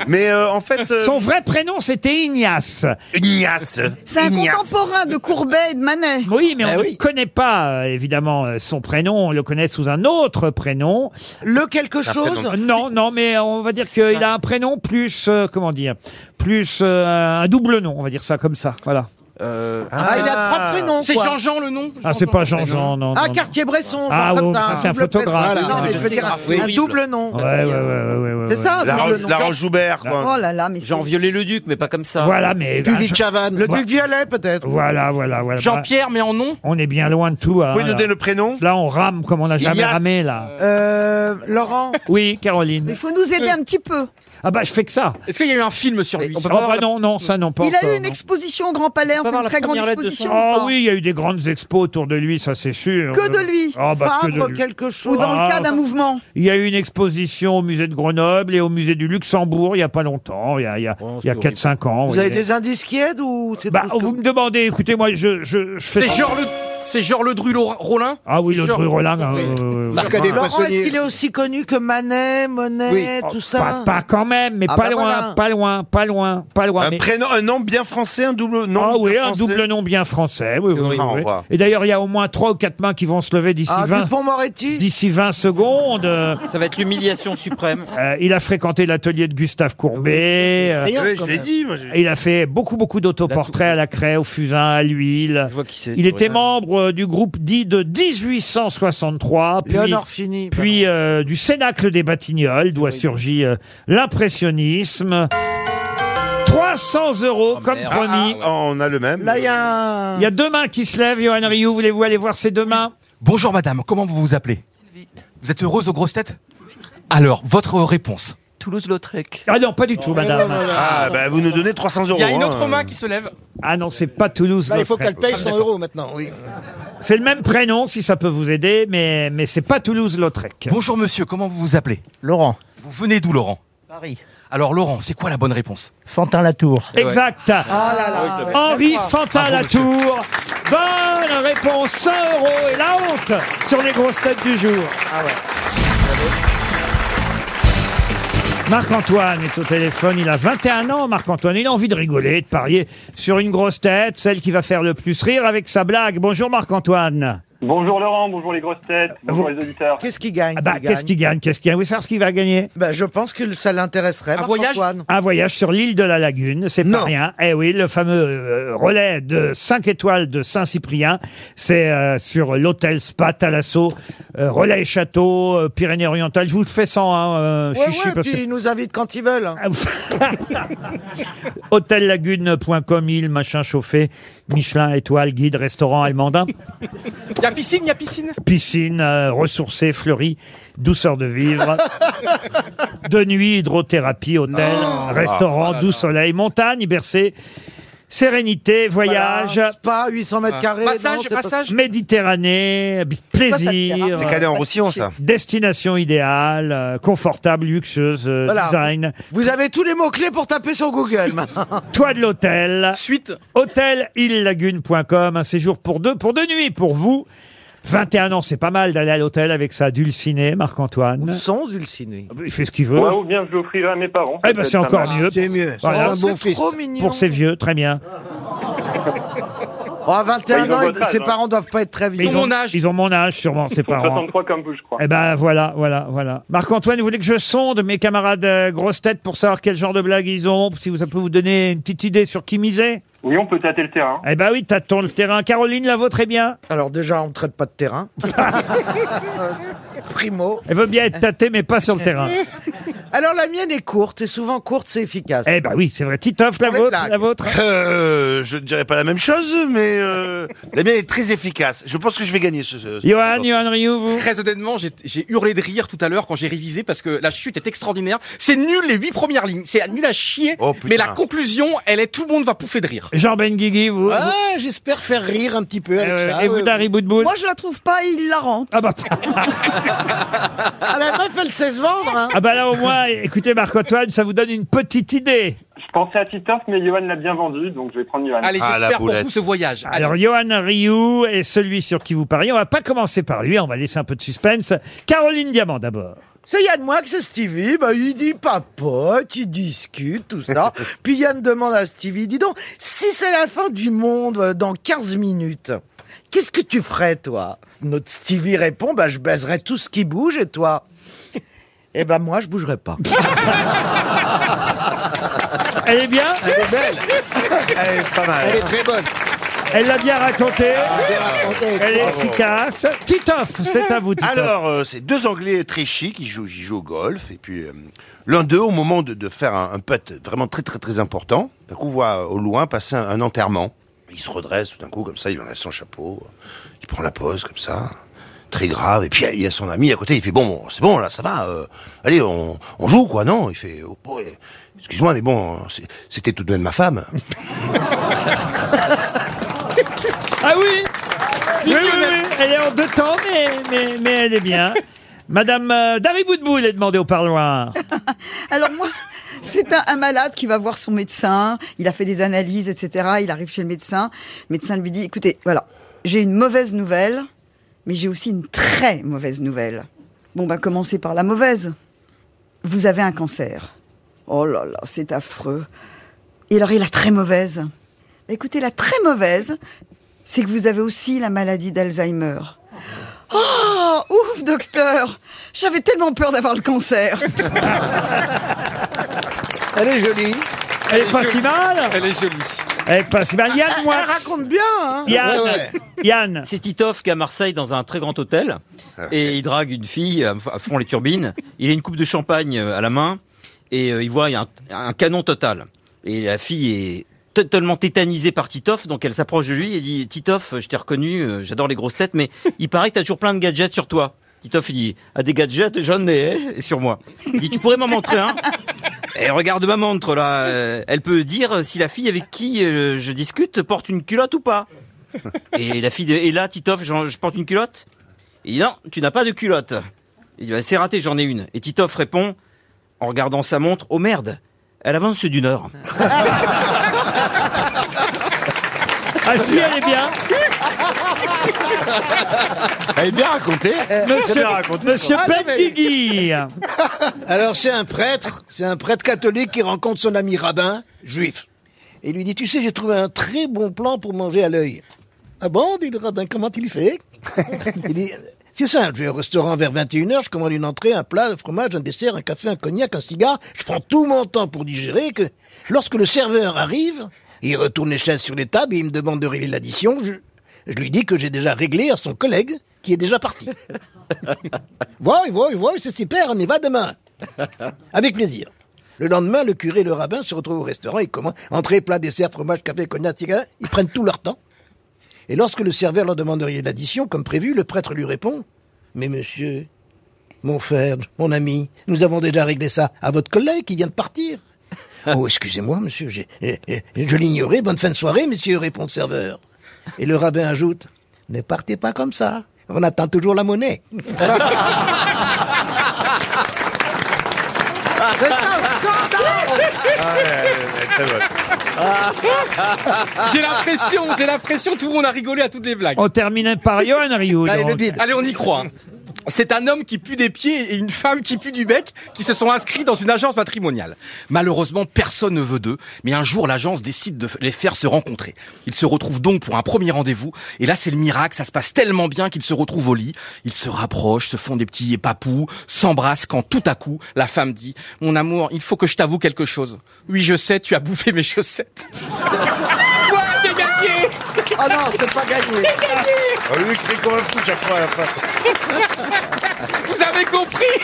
[SPEAKER 5] Mais euh, en fait. euh,
[SPEAKER 2] Son vrai prénom, c'était Ignace.
[SPEAKER 5] Ignace.
[SPEAKER 7] C'est un contemporain de Courbet et de Manet.
[SPEAKER 2] Oui, mais on ne connaît pas, euh, évidemment, euh, son prénom. On le connaît sous un autre prénom.
[SPEAKER 9] Le quelque chose.
[SPEAKER 5] prénom.
[SPEAKER 2] Non, non, mais on va dire qu'il a un prénom plus, euh, comment dire, plus euh, un double nom, on va dire ça comme ça. Voilà.
[SPEAKER 3] euh,
[SPEAKER 9] Ah, il a trois prénoms.
[SPEAKER 6] C'est
[SPEAKER 9] quoi.
[SPEAKER 6] Jean-Jean le nom
[SPEAKER 2] Ah, c'est pas Jean-Jean, non.
[SPEAKER 9] Ah,
[SPEAKER 2] non,
[SPEAKER 9] Cartier-Bresson.
[SPEAKER 2] Ah,
[SPEAKER 9] genre
[SPEAKER 2] oui,
[SPEAKER 9] comme
[SPEAKER 2] ça, c'est un
[SPEAKER 9] double
[SPEAKER 2] photographe.
[SPEAKER 9] prénom. Non, mais je veux dire un-
[SPEAKER 3] Oui.
[SPEAKER 9] un double nom.
[SPEAKER 2] non. Ouais, ouais, ouais, ouais, ouais, ouais,
[SPEAKER 9] C'est ça,
[SPEAKER 2] ouais.
[SPEAKER 9] La double Roche- nom. la Roche-Joubert, quoi.
[SPEAKER 7] Oh là là, mais c'est-
[SPEAKER 3] Jean Viollet-le-duc, mais pas comme ça.
[SPEAKER 2] Voilà, mais. bah,
[SPEAKER 3] Puvis de
[SPEAKER 2] Chavannes.
[SPEAKER 9] Le duc Violet, peut-être.
[SPEAKER 2] Voilà, voilà, voilà.
[SPEAKER 6] Jean-Pierre, mais en nom
[SPEAKER 2] On est bien loin de tout. Vous
[SPEAKER 5] pouvez nous donner le
[SPEAKER 2] prénom Là, on rame comme on n'a jamais
[SPEAKER 5] Ilias.
[SPEAKER 2] ramé, là.
[SPEAKER 9] Euh, Laurent.
[SPEAKER 2] Oui, Caroline.
[SPEAKER 7] Il faut nous aider un petit peu.
[SPEAKER 2] Ah bah, je fais que ça.
[SPEAKER 6] Est-ce qu'il y a eu un film sur lui
[SPEAKER 2] Ah bah non, non, ça non, pas
[SPEAKER 7] Il a
[SPEAKER 2] encore,
[SPEAKER 7] eu une
[SPEAKER 2] non.
[SPEAKER 7] exposition au Grand Palais, on fait une très grande exposition. ou
[SPEAKER 2] Ah
[SPEAKER 7] pas
[SPEAKER 2] oui, il y a eu des grandes expos autour de lui, ça c'est sûr.
[SPEAKER 7] Que de lui.
[SPEAKER 2] Ah bah, que de lui.
[SPEAKER 7] Ou dans
[SPEAKER 2] Ah,
[SPEAKER 7] le cas d'un mouvement.
[SPEAKER 2] Il y a eu une exposition au musée de Grenoble et au musée du Luxembourg il n'y a pas longtemps, il y a, il y a, il y a 4-5 ans.
[SPEAKER 9] Vous
[SPEAKER 2] voyez.
[SPEAKER 9] avez des indices qui aident ou c'est
[SPEAKER 2] Bah, vous me demandez, écoutez, moi je, je, je fais.
[SPEAKER 6] C'est Georges le... C'est Georges le Dru Lo- Rollin
[SPEAKER 2] Ah oui, le
[SPEAKER 6] Georges-
[SPEAKER 2] Dru Rollin.
[SPEAKER 6] Oui.
[SPEAKER 2] euh, euh,
[SPEAKER 6] Marc a des
[SPEAKER 2] voilà.
[SPEAKER 9] Laurent, est-ce qu'il est aussi connu que Manet, Monet, tout ça
[SPEAKER 2] Oh, Pas, pas quand même, mais
[SPEAKER 9] Ah
[SPEAKER 2] pas
[SPEAKER 9] bah
[SPEAKER 2] loin,
[SPEAKER 9] voilà.
[SPEAKER 2] pas loin, pas loin, pas loin.
[SPEAKER 5] Un
[SPEAKER 2] mais-
[SPEAKER 5] prénom, un nom bien français, un double nom.
[SPEAKER 2] Ah oui,
[SPEAKER 5] bien
[SPEAKER 2] un
[SPEAKER 5] français.
[SPEAKER 2] double nom bien français. Oui, oui, oui,
[SPEAKER 5] Ah, on
[SPEAKER 2] oui.
[SPEAKER 5] voit.
[SPEAKER 2] Et d'ailleurs, il y a au moins trois ou quatre mains qui vont se lever d'ici
[SPEAKER 9] Ah,
[SPEAKER 2] 20
[SPEAKER 9] Dupont-Moretti
[SPEAKER 2] d'ici 20 secondes. Euh,
[SPEAKER 3] Ça va être l'humiliation suprême.
[SPEAKER 2] euh, il a fréquenté l'atelier de Gustave Courbet. euh,
[SPEAKER 5] effrayant, Oui, je quand l'ai même. dit, moi, j'ai-
[SPEAKER 2] et il a fait beaucoup, beaucoup d'autoportraits à la craie, au fusain, à l'huile. Il
[SPEAKER 3] ce
[SPEAKER 2] était
[SPEAKER 3] gars.
[SPEAKER 2] membre euh, du groupe dit de 1863. Puis,
[SPEAKER 9] Léonore Fini, pardon.
[SPEAKER 2] Puis euh, du Cénacle des Batignolles, d'où a surgi euh, l'impressionnisme. 300 euros, comme
[SPEAKER 5] Oh, merde.
[SPEAKER 2] promis.
[SPEAKER 5] Ah, On a le même.
[SPEAKER 9] Là, il y a un...
[SPEAKER 2] Il y a deux mains qui se lèvent, Johan Rioux. Voulez-vous aller voir ces deux mains
[SPEAKER 17] Bonjour madame, comment vous vous appelez Vous êtes heureuse aux grosses têtes Alors, votre réponse
[SPEAKER 3] Toulouse-Lautrec.
[SPEAKER 2] Ah non, pas du tout, madame.
[SPEAKER 5] Ah, bah vous nous donnez 300 euros.
[SPEAKER 6] Il y a une autre
[SPEAKER 5] hein.
[SPEAKER 6] main qui se lève.
[SPEAKER 2] Ah non, c'est pas Toulouse.
[SPEAKER 4] Là, il faut qu'elle
[SPEAKER 2] Lautrec.
[SPEAKER 4] paye 100 euros maintenant, oui.
[SPEAKER 2] C'est le même prénom, si ça peut vous aider, mais, mais c'est pas Toulouse-Lautrec.
[SPEAKER 17] Bonjour monsieur, comment vous vous appelez Laurent. Vous venez d'où Laurent Paris. Alors Laurent, c'est quoi la bonne réponse Fantin-Latour.
[SPEAKER 2] Exact. Ah Henri Fantin Latour. Bonne réponse, 100 euros et la honte sur les grosses têtes du jour.
[SPEAKER 5] Ah
[SPEAKER 2] Marc-Antoine est au téléphone, il a 21 ans, Marc-Antoine, il a envie de rigoler, de parier sur une grosse tête, celle qui va faire le plus rire avec sa blague. Bonjour Marc-Antoine.
[SPEAKER 15] Bonjour Laurent, bonjour les grosses têtes, bonjour les auditeurs.
[SPEAKER 9] Qu'est-ce qu'il gagne
[SPEAKER 2] Euh, Ah bah, qu'est-ce qu'il gagne Qu'est-ce qu'il gagne Vous savez ce qu'il va gagner
[SPEAKER 9] Bah, je pense que ça l'intéresserait. Marc-Antoine.
[SPEAKER 2] Un voyage sur l'île de la Lagune, c'est pas rien. Eh oui, le fameux euh, relais de 5 étoiles de Saint-Cyprien, c'est euh, sur l'hôtel Spa Talasso, euh, relais et château, euh, Pyrénées-Orientales. Je vous le fais sans, hein, euh,
[SPEAKER 9] Ouais,
[SPEAKER 2] chichi,
[SPEAKER 9] ouais,
[SPEAKER 2] parce
[SPEAKER 9] puis
[SPEAKER 2] que- Ah,
[SPEAKER 9] ils nous invitent quand ils veulent. hein.
[SPEAKER 2] Hôtellagune.com, île, machin chauffé, Michelin, étoile, guide, restaurant allemandin,
[SPEAKER 6] Il y a piscine, il y a piscine.
[SPEAKER 2] piscine, euh, ressourcée, fleurie, douceur de vivre, de nuit, hydrothérapie, hôtel,
[SPEAKER 9] Non.
[SPEAKER 2] restaurant,
[SPEAKER 9] Ah, là,
[SPEAKER 2] doux
[SPEAKER 9] là.
[SPEAKER 2] soleil, montagne, bercé, sérénité, voyage, Ah.
[SPEAKER 9] Voilà, Spa, 800 mètres carrés.
[SPEAKER 6] Passage,
[SPEAKER 9] non, c'est pas-
[SPEAKER 6] passage.
[SPEAKER 2] Méditerranée, bi- plaisir,
[SPEAKER 5] C'est cadet en roussillon, ça.
[SPEAKER 2] destination idéale, euh, confortable, luxueuse, euh,
[SPEAKER 9] Voilà.
[SPEAKER 2] design,
[SPEAKER 9] Vous avez tous les mots-clés pour taper sur Google maintenant.
[SPEAKER 2] Toit de l'hôtel.
[SPEAKER 6] Suite.
[SPEAKER 2] Hôtel Illagune.com, un séjour pour deux, pour deux nuits pour vous. 21 ans, c'est pas mal d'aller à l'hôtel avec sa dulcinée, Marc-Antoine.
[SPEAKER 9] Son Dulciné.
[SPEAKER 2] Il fait ce qu'il veut.
[SPEAKER 15] Ouais, ou bien je l'offrirai à mes parents.
[SPEAKER 2] Eh ben, c'est
[SPEAKER 15] Peut-être
[SPEAKER 2] encore
[SPEAKER 15] ça
[SPEAKER 2] mieux.
[SPEAKER 4] C'est mieux.
[SPEAKER 2] Voilà.
[SPEAKER 15] Oh,
[SPEAKER 4] C'est un beau fils.
[SPEAKER 2] Pour ses vieux, très bien.
[SPEAKER 15] Ah,
[SPEAKER 9] Oh, à 21
[SPEAKER 15] Ils ont
[SPEAKER 9] ans,
[SPEAKER 15] votre
[SPEAKER 9] ils- ses
[SPEAKER 15] âge, hein.
[SPEAKER 9] parents doivent pas être très vieux.
[SPEAKER 2] Ils ont, ils ont mon âge, sûrement, ses
[SPEAKER 15] marche.
[SPEAKER 2] parents.
[SPEAKER 15] 63 comme vous, je crois.
[SPEAKER 2] Eh ben voilà, voilà, voilà. Marc-Antoine, vous voulez que je sonde mes camarades euh, grosses têtes pour savoir quel genre de blague ils ont, si vous- ça peut vous donner une petite idée sur qui miser
[SPEAKER 15] Oui, on peut tâter le terrain.
[SPEAKER 2] Eh ben oui, tâtons le terrain. Caroline, la vôtre est bien
[SPEAKER 9] Alors déjà, on ne traite pas de terrain. Primo.
[SPEAKER 2] Elle veut bien être tâtée, mais pas sur le terrain.
[SPEAKER 9] Alors la mienne est courte, et souvent courte, c'est efficace.
[SPEAKER 2] Eh ben oui, c'est vrai. Titoff, la
[SPEAKER 9] Pour les
[SPEAKER 2] vôtre,
[SPEAKER 9] blagues.
[SPEAKER 2] la vôtre.
[SPEAKER 5] Euh, je ne dirais pas la même chose, mais euh, la mienne est très efficace. Je pense que je vais gagner ce. ce- ce-
[SPEAKER 2] Johan, Johan Rioux, vous
[SPEAKER 6] Très honnêtement, j'ai- j'ai hurlé de rire tout à l'heure quand j'ai révisé parce que la chute est extraordinaire. C'est nul les huit premières lignes, c'est nul à chier.
[SPEAKER 5] Oh, putain.
[SPEAKER 6] mais la conclusion, elle est tout le monde va pouffer de rire.
[SPEAKER 2] Jean Benguigui, vous,
[SPEAKER 4] Ah,
[SPEAKER 2] vous-
[SPEAKER 4] j'espère faire rire un petit peu avec
[SPEAKER 2] euh,
[SPEAKER 4] ça.
[SPEAKER 2] et vous,
[SPEAKER 4] ouais,
[SPEAKER 2] Dari
[SPEAKER 4] ouais.
[SPEAKER 2] Boudboul
[SPEAKER 7] Moi, je la trouve pas hilarante.
[SPEAKER 2] ah bah,
[SPEAKER 9] Ah, la meuf, elle sait se vendre. hein.
[SPEAKER 2] ah bah là au moins, écoutez Marc-Antoine, ça vous donne une petite idée.
[SPEAKER 15] Je pensais à Titoff, mais Johan l'a bien vendu, donc je vais prendre Johan.
[SPEAKER 6] Allez,
[SPEAKER 5] Ah, la
[SPEAKER 6] j'espère pour
[SPEAKER 5] boulette.
[SPEAKER 6] vous ce voyage. Allez.
[SPEAKER 2] Alors Johan Rioux est celui sur qui vous pariez. On va pas commencer par lui, on va laisser un peu de suspense. Caroline Diamant d'abord.
[SPEAKER 9] C'est Yann Moix, c'est Stevie, bah, il dit papote, il discute, tout ça. Puis Yann demande à Stevie, dis donc, si c'est la fin du monde euh, dans 15 minutes, qu'est-ce que tu ferais, toi Notre Stevie répond, bah, je baiserais tout ce qui bouge, bah, et toi Eh ben, moi, je bougerais pas.
[SPEAKER 2] Elle est bien
[SPEAKER 5] Elle est belle. Elle est pas mal.
[SPEAKER 2] Elle est
[SPEAKER 5] très bonne.
[SPEAKER 2] Elle l'a bien raconté. Elle est
[SPEAKER 5] bravo.
[SPEAKER 2] efficace. Titoff, c'est à vous. Titoff.
[SPEAKER 5] Alors, euh, c'est deux Anglais très chics, ils jouent, ils jouent au golf, et puis euh, l'un d'eux, au moment de, de faire un, un putt vraiment très très très important, d'un coup, on voit euh, au loin passer un, un enterrement. Il se redresse tout d'un coup, comme ça, il enlève son chapeau, il prend la pose, comme ça, très grave, et puis il y a son ami à côté, il fait, bon, c'est bon, là, ça va, euh, allez, on, on joue, quoi, non Il fait, oh, bon, eh, excuse-moi, mais bon, c'est- c'était tout de même ma femme.
[SPEAKER 2] Ah oui Oui, oui, oui. Elle est en deux temps, mais, mais, mais elle est bien. Madame euh, Dari Boudboul est demandée au parloir.
[SPEAKER 7] Alors moi, c'est un, un malade qui va voir son médecin, il a fait des analyses, etc. Il arrive chez le médecin, le médecin lui dit, écoutez, voilà, j'ai une mauvaise nouvelle, mais j'ai aussi une très mauvaise nouvelle. Bon, bah commencez par la mauvaise. Vous avez un cancer. Oh là là, c'est affreux. Et alors, et la très mauvaise Bah, Écoutez, la très mauvaise, c'est que vous avez aussi la maladie d'Alzheimer. Oh, ouf, docteur J'avais tellement peur d'avoir le cancer.
[SPEAKER 2] Elle est jolie. Elle est pas si mal.
[SPEAKER 6] Elle est jolie.
[SPEAKER 2] Elle est pas si mal. Yann, moi.
[SPEAKER 9] raconte bien, hein
[SPEAKER 2] Yann.
[SPEAKER 3] C'est Titoff qui est à Marseille dans un très grand hôtel et il drague une fille à à fond les turbines. Il a une coupe de champagne euh, à la main et euh, il voit il y a un, un canon total. Et la fille est totalement tétanisée par Titoff, donc elle s'approche de lui et dit Titoff, je t'ai reconnu, euh, j'adore les grosses têtes, mais il paraît que t'as toujours plein de gadgets sur toi. Titoff, il dit, à des gadgets, j'en ai hein, sur moi. Il dit, tu pourrais m'en montrer un Et Eh, regarde ma montre, là. euh, Elle peut dire si la fille avec qui euh, je discute porte une culotte ou pas. Et la fille de, et là, Titoff, j'en- je porte une culotte Il dit, non, tu n'as pas de culotte. Il dit, Bah, c'est raté, j'en ai une. Et Titoff répond, en regardant sa montre, oh merde, elle avance d'une heure.
[SPEAKER 2] Ah si, elle est bien.
[SPEAKER 5] Elle est bien racontée.
[SPEAKER 2] Monsieur- Monsieur Bendigui.
[SPEAKER 4] Alors c'est un prêtre, c'est un prêtre catholique qui rencontre son ami rabbin juif. Et il lui dit, tu sais, j'ai trouvé un très bon plan pour manger à l'œil. Ah bon, dit le rabbin, comment il fait Il dit, c'est simple, je vais au restaurant vers 21h, je commande une entrée, un plat, un fromage, un dessert, un café, un cognac, un cigare, je prends tout mon temps pour digérer que lorsque le serveur arrive, il retourne les chaises sur les tables et il me demande de régler l'addition, je, je lui dis que j'ai déjà réglé à son collègue qui est déjà parti. Voy, voy, voy, c'est super, on y va demain. Avec plaisir. Le lendemain, le curé et le rabbin se retrouvent au restaurant, ils commandent entrée, plat, dessert, fromage, café, cognac, cigare, ils prennent tout leur temps. Et lorsque le serveur leur demande de régler l'addition, comme prévu, le prêtre lui répond Mais monsieur, mon frère, mon ami, nous avons déjà réglé ça à votre collègue qui vient de partir. Oh, excusez-moi, monsieur, j'ai- eh, eh, je l'ignorais. Bonne fin de soirée, monsieur, répond le serveur. Et le rabbin ajoute Ne partez pas comme ça, on attend toujours la monnaie.
[SPEAKER 12] C'est
[SPEAKER 4] Ah.
[SPEAKER 10] Ah.
[SPEAKER 6] J'ai l'impression, j'ai l'impression, tout le monde a rigolé à toutes les blagues.
[SPEAKER 2] On termine par Johan Rioux. donc.
[SPEAKER 6] Allez, on y croit. C'est un homme qui pue des pieds et une femme qui pue du bec qui se sont inscrits dans une agence matrimoniale. Malheureusement, personne ne veut d'eux, mais un jour, l'agence décide de les faire se rencontrer. Ils se retrouvent donc pour un premier rendez-vous, et là, c'est le miracle, ça se passe tellement bien qu'ils se retrouvent au lit, ils se rapprochent, se font des petits papous, s'embrassent quand tout à coup, la femme dit, mon amour, il faut que je t'avoue quelque chose. Oui, je sais, tu as bouffé mes chaussettes. Voilà, c'est gagné
[SPEAKER 12] Ah non, c'est pas gagné
[SPEAKER 5] On Oh, lui crie comme un fou chaque fois à la fin.
[SPEAKER 6] Vous avez compris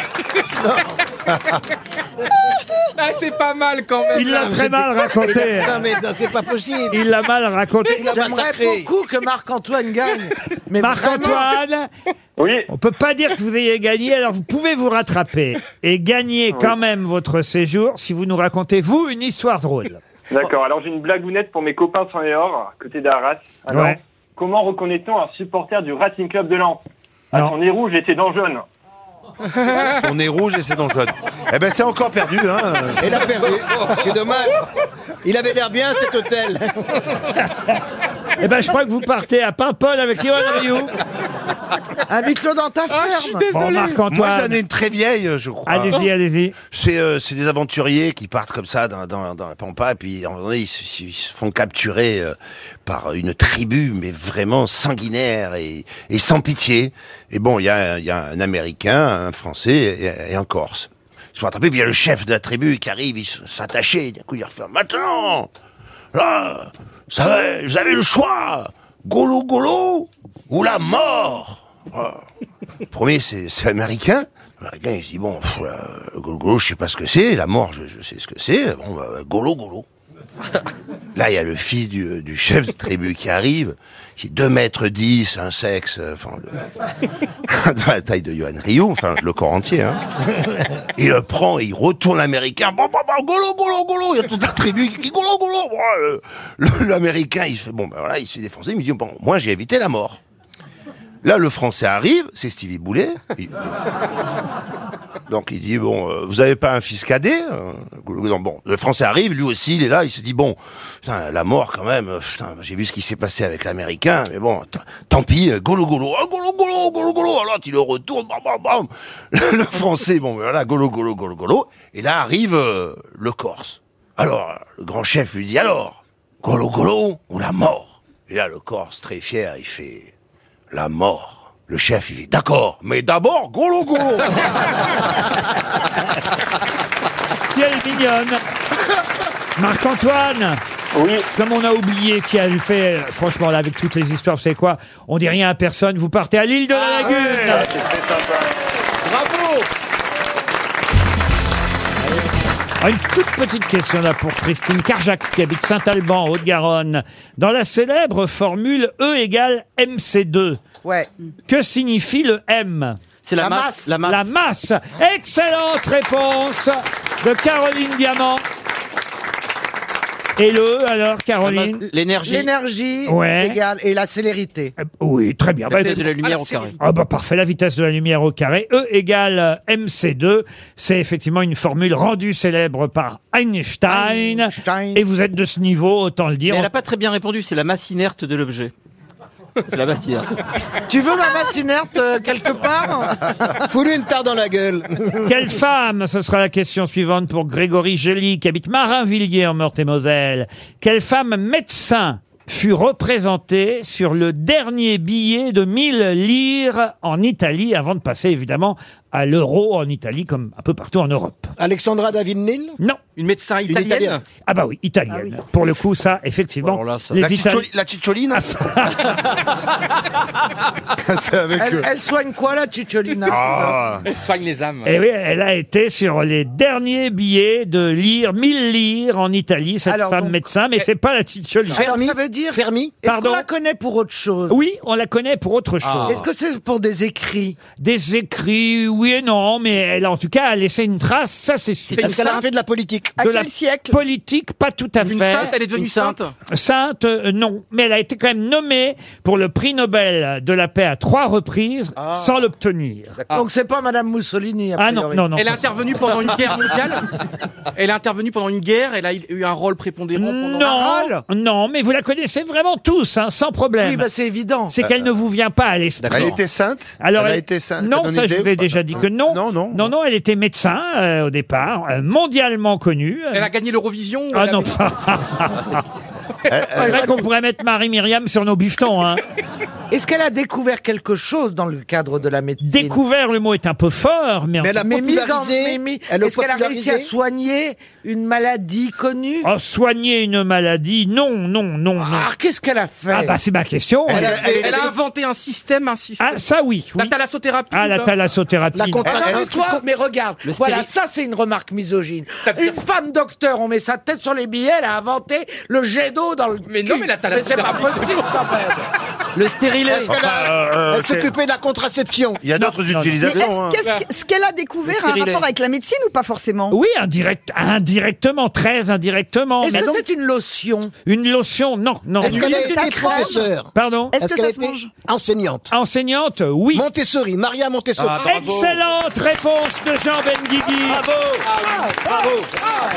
[SPEAKER 6] Ah, c'est pas mal quand même.
[SPEAKER 2] Il l'a très mal raconté.
[SPEAKER 9] Non, mais non, c'est pas possible.
[SPEAKER 2] Il l'a mal raconté.
[SPEAKER 9] J'aimerais beaucoup que Marc-Antoine gagne. Mais
[SPEAKER 2] Marc-Antoine, on peut pas dire que vous ayez gagné, alors vous pouvez vous rattraper et gagner quand même votre séjour si vous nous racontez, vous, une histoire drôle.
[SPEAKER 15] D'accord, alors j'ai une blagounette pour mes copains sans et or, côté d'Arras. Alors,
[SPEAKER 2] Ouais.
[SPEAKER 15] comment reconnaît-on un supporter du Racing Club de Lens Ah,
[SPEAKER 2] Alors.
[SPEAKER 15] Son nez rouge était dans le jaune.
[SPEAKER 5] On est rouge et c'est dans le jaune. Eh ben, c'est encore perdu, hein.
[SPEAKER 4] Il a perdu. Oh, C'est dommage. Il avait l'air bien cet hôtel.
[SPEAKER 2] Eh ben, je crois que vous partez à Paimpol avec Johan Rioux.
[SPEAKER 9] Invite-le dans ta ferme.
[SPEAKER 2] Bon, Marc-Antoine.
[SPEAKER 5] Moi, j'en ai une très vieille, euh, je crois.
[SPEAKER 2] Allez-y, allez-y.
[SPEAKER 5] C'est euh, c'est des aventuriers qui partent comme ça dans, dans, dans la pampa, et puis à un moment donné, ils se, ils se font capturer euh, par une tribu, mais vraiment sanguinaire et, et sans pitié. Et bon, il y a, il y a un Américain, un Français et, et un Corse. Ils se font attraper, puis il y a le chef de la tribu qui arrive, il s- s'attacher, d'un coup il refait maintenant
[SPEAKER 18] Ah,
[SPEAKER 5] Là, ça va, vous avez le choix Goulou goulou ou la mort Voilà. Le premier, c'est c'est l'américain. L'américain, il se dit, bon, pff, euh, le goulou goulou, je sais pas ce que c'est, la mort, je, je sais ce que c'est, bon, bah, goulou goulou. Là, il y a le fils du, du chef de tribu qui arrive, qui est 2 mètres 10, un sexe, euh, enfin, le- dans la taille de Johan Rioux, enfin, le corps entier, hein. Il le prend et il retourne l'américain. Bon, bon, bon, golo, golo, golo. Il y a toute la tribu qui dit golo, golo. Bon, euh, le- L'américain, il se fait, bon, ben voilà, il se fait défoncer. Il me dit, bon, moi, j'ai évité la mort. Là, le français arrive, c'est Stevie Boulet. Il- donc, il dit, bon, euh, vous n'avez pas un fils cadet euh, golo, golo. Bon, le français arrive, lui aussi, il est là, il se dit, bon, putain, la mort quand même, euh, putain, j'ai vu ce qui s'est passé avec l'américain, mais bon, t- tant pis, euh, golo, golo. Oh, golo, golo, golo, golo. Alors, il le retourne, bam, bam, bam. Le, le français, bon, ben voilà, golo, golo, golo, golo. Et là arrive euh, le Corse. Alors, le grand chef lui dit alors, golo, golo ou la mort Et là, le Corse, très fier, il fait la mort. Le chef, il dit d'accord, mais d'abord, golo, golo.
[SPEAKER 2] Qui est mignonne Hum. Marc-Antoine
[SPEAKER 15] Oui.
[SPEAKER 2] Comme on a oublié qui a le fait, euh, franchement, là, avec toutes les histoires, vous savez quoi On dit rien à personne, vous partez à l'île de la
[SPEAKER 10] Ah,
[SPEAKER 2] Lagune
[SPEAKER 18] Ah,
[SPEAKER 12] Bravo
[SPEAKER 2] Ah, Une toute petite question là pour Christine Carjac qui habite Saint-Alban, Haute-Garonne. Dans la célèbre formule E égale MC2,
[SPEAKER 7] ouais.
[SPEAKER 2] que signifie le M C'est
[SPEAKER 3] la La masse, masse.
[SPEAKER 2] La masse. Excellente réponse de Caroline Diamant. Et le E alors, Caroline
[SPEAKER 9] L'énergie
[SPEAKER 2] Ouais.
[SPEAKER 9] égale et la célérité.
[SPEAKER 2] Oui, très bien.
[SPEAKER 9] La
[SPEAKER 2] Bah,
[SPEAKER 9] vitesse de la lumière
[SPEAKER 2] ah,
[SPEAKER 9] au carré.
[SPEAKER 2] Ah bah parfait, la vitesse de la lumière au carré. E égale euh, MC2. C'est effectivement une formule rendue célèbre par Einstein. Et vous êtes de ce niveau, autant le
[SPEAKER 3] Mais
[SPEAKER 2] dire.
[SPEAKER 3] elle n'a pas très bien répondu, c'est la masse inerte de l'objet. C'est la masse inerte.
[SPEAKER 9] Tu veux ma masse inerte euh, quelque part
[SPEAKER 4] Fous-lui une tarte dans la gueule.
[SPEAKER 2] Quelle femme Ce sera la question suivante pour Grégory Gély, qui habite Marinvilliers en Meurthe-et-Moselle. Quelle femme médecin fut représentée sur le dernier billet de 1000 lire en Italie, avant de passer évidemment à l'euro en Italie, comme un peu partout en Europe
[SPEAKER 4] Alexandra David Neal
[SPEAKER 2] Non.
[SPEAKER 6] Une médecin
[SPEAKER 4] italienne Italienne.
[SPEAKER 2] Ah bah oui, italienne. Pour le coup, ça, effectivement.
[SPEAKER 5] La ciccioli-
[SPEAKER 2] la
[SPEAKER 5] cicciolina
[SPEAKER 2] C'est avec euh,
[SPEAKER 9] elle, elle soigne quoi la hein, Cicciolina
[SPEAKER 2] Ah.
[SPEAKER 6] Elle soigne les âmes.
[SPEAKER 2] Et oui, elle a été sur les derniers billets de lire, 1000 lire en Italie, cette femme médecin, mais c'est pas la Cicciolina.
[SPEAKER 9] Fermi. ça veut dire
[SPEAKER 4] Fermi.
[SPEAKER 9] Est-ce
[SPEAKER 2] Pardon
[SPEAKER 9] qu'on la connaît pour autre chose
[SPEAKER 2] Oui, on la connaît pour autre chose.
[SPEAKER 9] Ah. Est-ce que c'est pour des écrits
[SPEAKER 2] Des écrits, oui et non, mais elle, en tout cas, a laissé une trace, ça c'est sûr.
[SPEAKER 4] Est-ce qu'elle a fait de la politique
[SPEAKER 2] de la Politique, pas tout à fait.
[SPEAKER 4] sainte, elle est devenue Une sainte
[SPEAKER 2] sainte euh, non. Mais elle a été quand même nommée pour le prix Nobel de la paix à trois reprises
[SPEAKER 4] Ah.
[SPEAKER 2] sans l'obtenir.
[SPEAKER 9] Donc c'est pas Madame Mussolini. a
[SPEAKER 2] Ah non,
[SPEAKER 9] priori.
[SPEAKER 2] non, non.
[SPEAKER 6] elle
[SPEAKER 2] ça,
[SPEAKER 6] est intervenue pendant une guerre mondiale. Elle est intervenue pendant une guerre. Elle a eu un rôle prépondérant pendant.
[SPEAKER 2] Non, non, mais vous la connaissez vraiment tous, hein, sans problème.
[SPEAKER 9] Oui, bah, c'est évident.
[SPEAKER 2] C'est qu'elle ne vous vient pas à l'esprit.
[SPEAKER 5] Elle était sainte
[SPEAKER 2] Alors,
[SPEAKER 5] Elle a
[SPEAKER 2] elle-
[SPEAKER 5] été sainte
[SPEAKER 2] Non,
[SPEAKER 5] T'as une
[SPEAKER 2] ça je
[SPEAKER 5] idée
[SPEAKER 2] vous
[SPEAKER 5] ou
[SPEAKER 2] ai
[SPEAKER 5] pas
[SPEAKER 2] déjà dit que non. Non, non. Non, elle était médecin euh, au départ, euh, mondialement connue.
[SPEAKER 6] Elle a gagné l'Eurovision.
[SPEAKER 4] Oh,
[SPEAKER 2] Ah
[SPEAKER 6] elle a-
[SPEAKER 2] non, c'est vrai qu'on pourrait mettre Marie-Myriam sur nos bifetons. Hein.
[SPEAKER 9] Est-ce qu'elle a découvert quelque chose dans le cadre de la médecine
[SPEAKER 2] Découvert, le mot est un peu fort, mais, en tout-
[SPEAKER 9] Mais mise en mais mis-
[SPEAKER 4] elle a
[SPEAKER 9] Est-ce qu'elle a réussi
[SPEAKER 4] popularisé
[SPEAKER 9] à soigner une maladie connue
[SPEAKER 2] Oh, soigner une maladie, non, non, non, non.
[SPEAKER 9] Ah, qu'est-ce qu'elle a fait
[SPEAKER 2] Ah bah c'est ma question.
[SPEAKER 6] Elle, a- elle a inventé un système, un système.
[SPEAKER 2] Ah ça oui. oui.
[SPEAKER 6] La thalassothérapie.
[SPEAKER 2] Ah la
[SPEAKER 6] là.
[SPEAKER 2] thalassothérapie.
[SPEAKER 9] La contra-
[SPEAKER 2] Ah,
[SPEAKER 9] Ah non, mais toi, mais regarde,
[SPEAKER 2] Le
[SPEAKER 9] voilà,
[SPEAKER 2] stérile-
[SPEAKER 9] ça c'est une remarque misogyne. Une femme docteur, on met sa tête sur les billets, elle a inventé le jet d'eau dans le. Mais
[SPEAKER 6] non, mais la
[SPEAKER 9] c'est pas
[SPEAKER 6] thalassothérapie, c'est-
[SPEAKER 9] possible quand même.
[SPEAKER 3] Le stérilet.
[SPEAKER 4] Est-ce qu'elle a-
[SPEAKER 5] Enfin, euh,
[SPEAKER 4] elle
[SPEAKER 5] c'est-
[SPEAKER 4] s'occupait de la contraception
[SPEAKER 5] Il y a d'autres
[SPEAKER 7] Mais est-ce
[SPEAKER 5] utilisations. hein.
[SPEAKER 7] qu'est-ce que- ce qu'elle a découvert a un
[SPEAKER 2] stérilet.
[SPEAKER 7] rapport avec la médecine ou pas forcément
[SPEAKER 2] Oui, indirect, indirectement, très indirectement.
[SPEAKER 9] Est-ce
[SPEAKER 2] mais
[SPEAKER 9] que
[SPEAKER 2] donc-
[SPEAKER 9] c'est une lotion
[SPEAKER 2] une lotion Non, non.
[SPEAKER 4] Est-ce
[SPEAKER 2] non.
[SPEAKER 4] qu'elle a été professeure
[SPEAKER 2] Pardon
[SPEAKER 4] Est-ce qu'elle a été enseignante
[SPEAKER 2] Enseignante, oui.
[SPEAKER 4] Montessori, Maria Montessori.
[SPEAKER 2] Ah, bravo. Excellente réponse de Jean Benguigui. Bravo.
[SPEAKER 4] Bravo.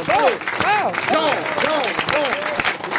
[SPEAKER 4] Non, non, non.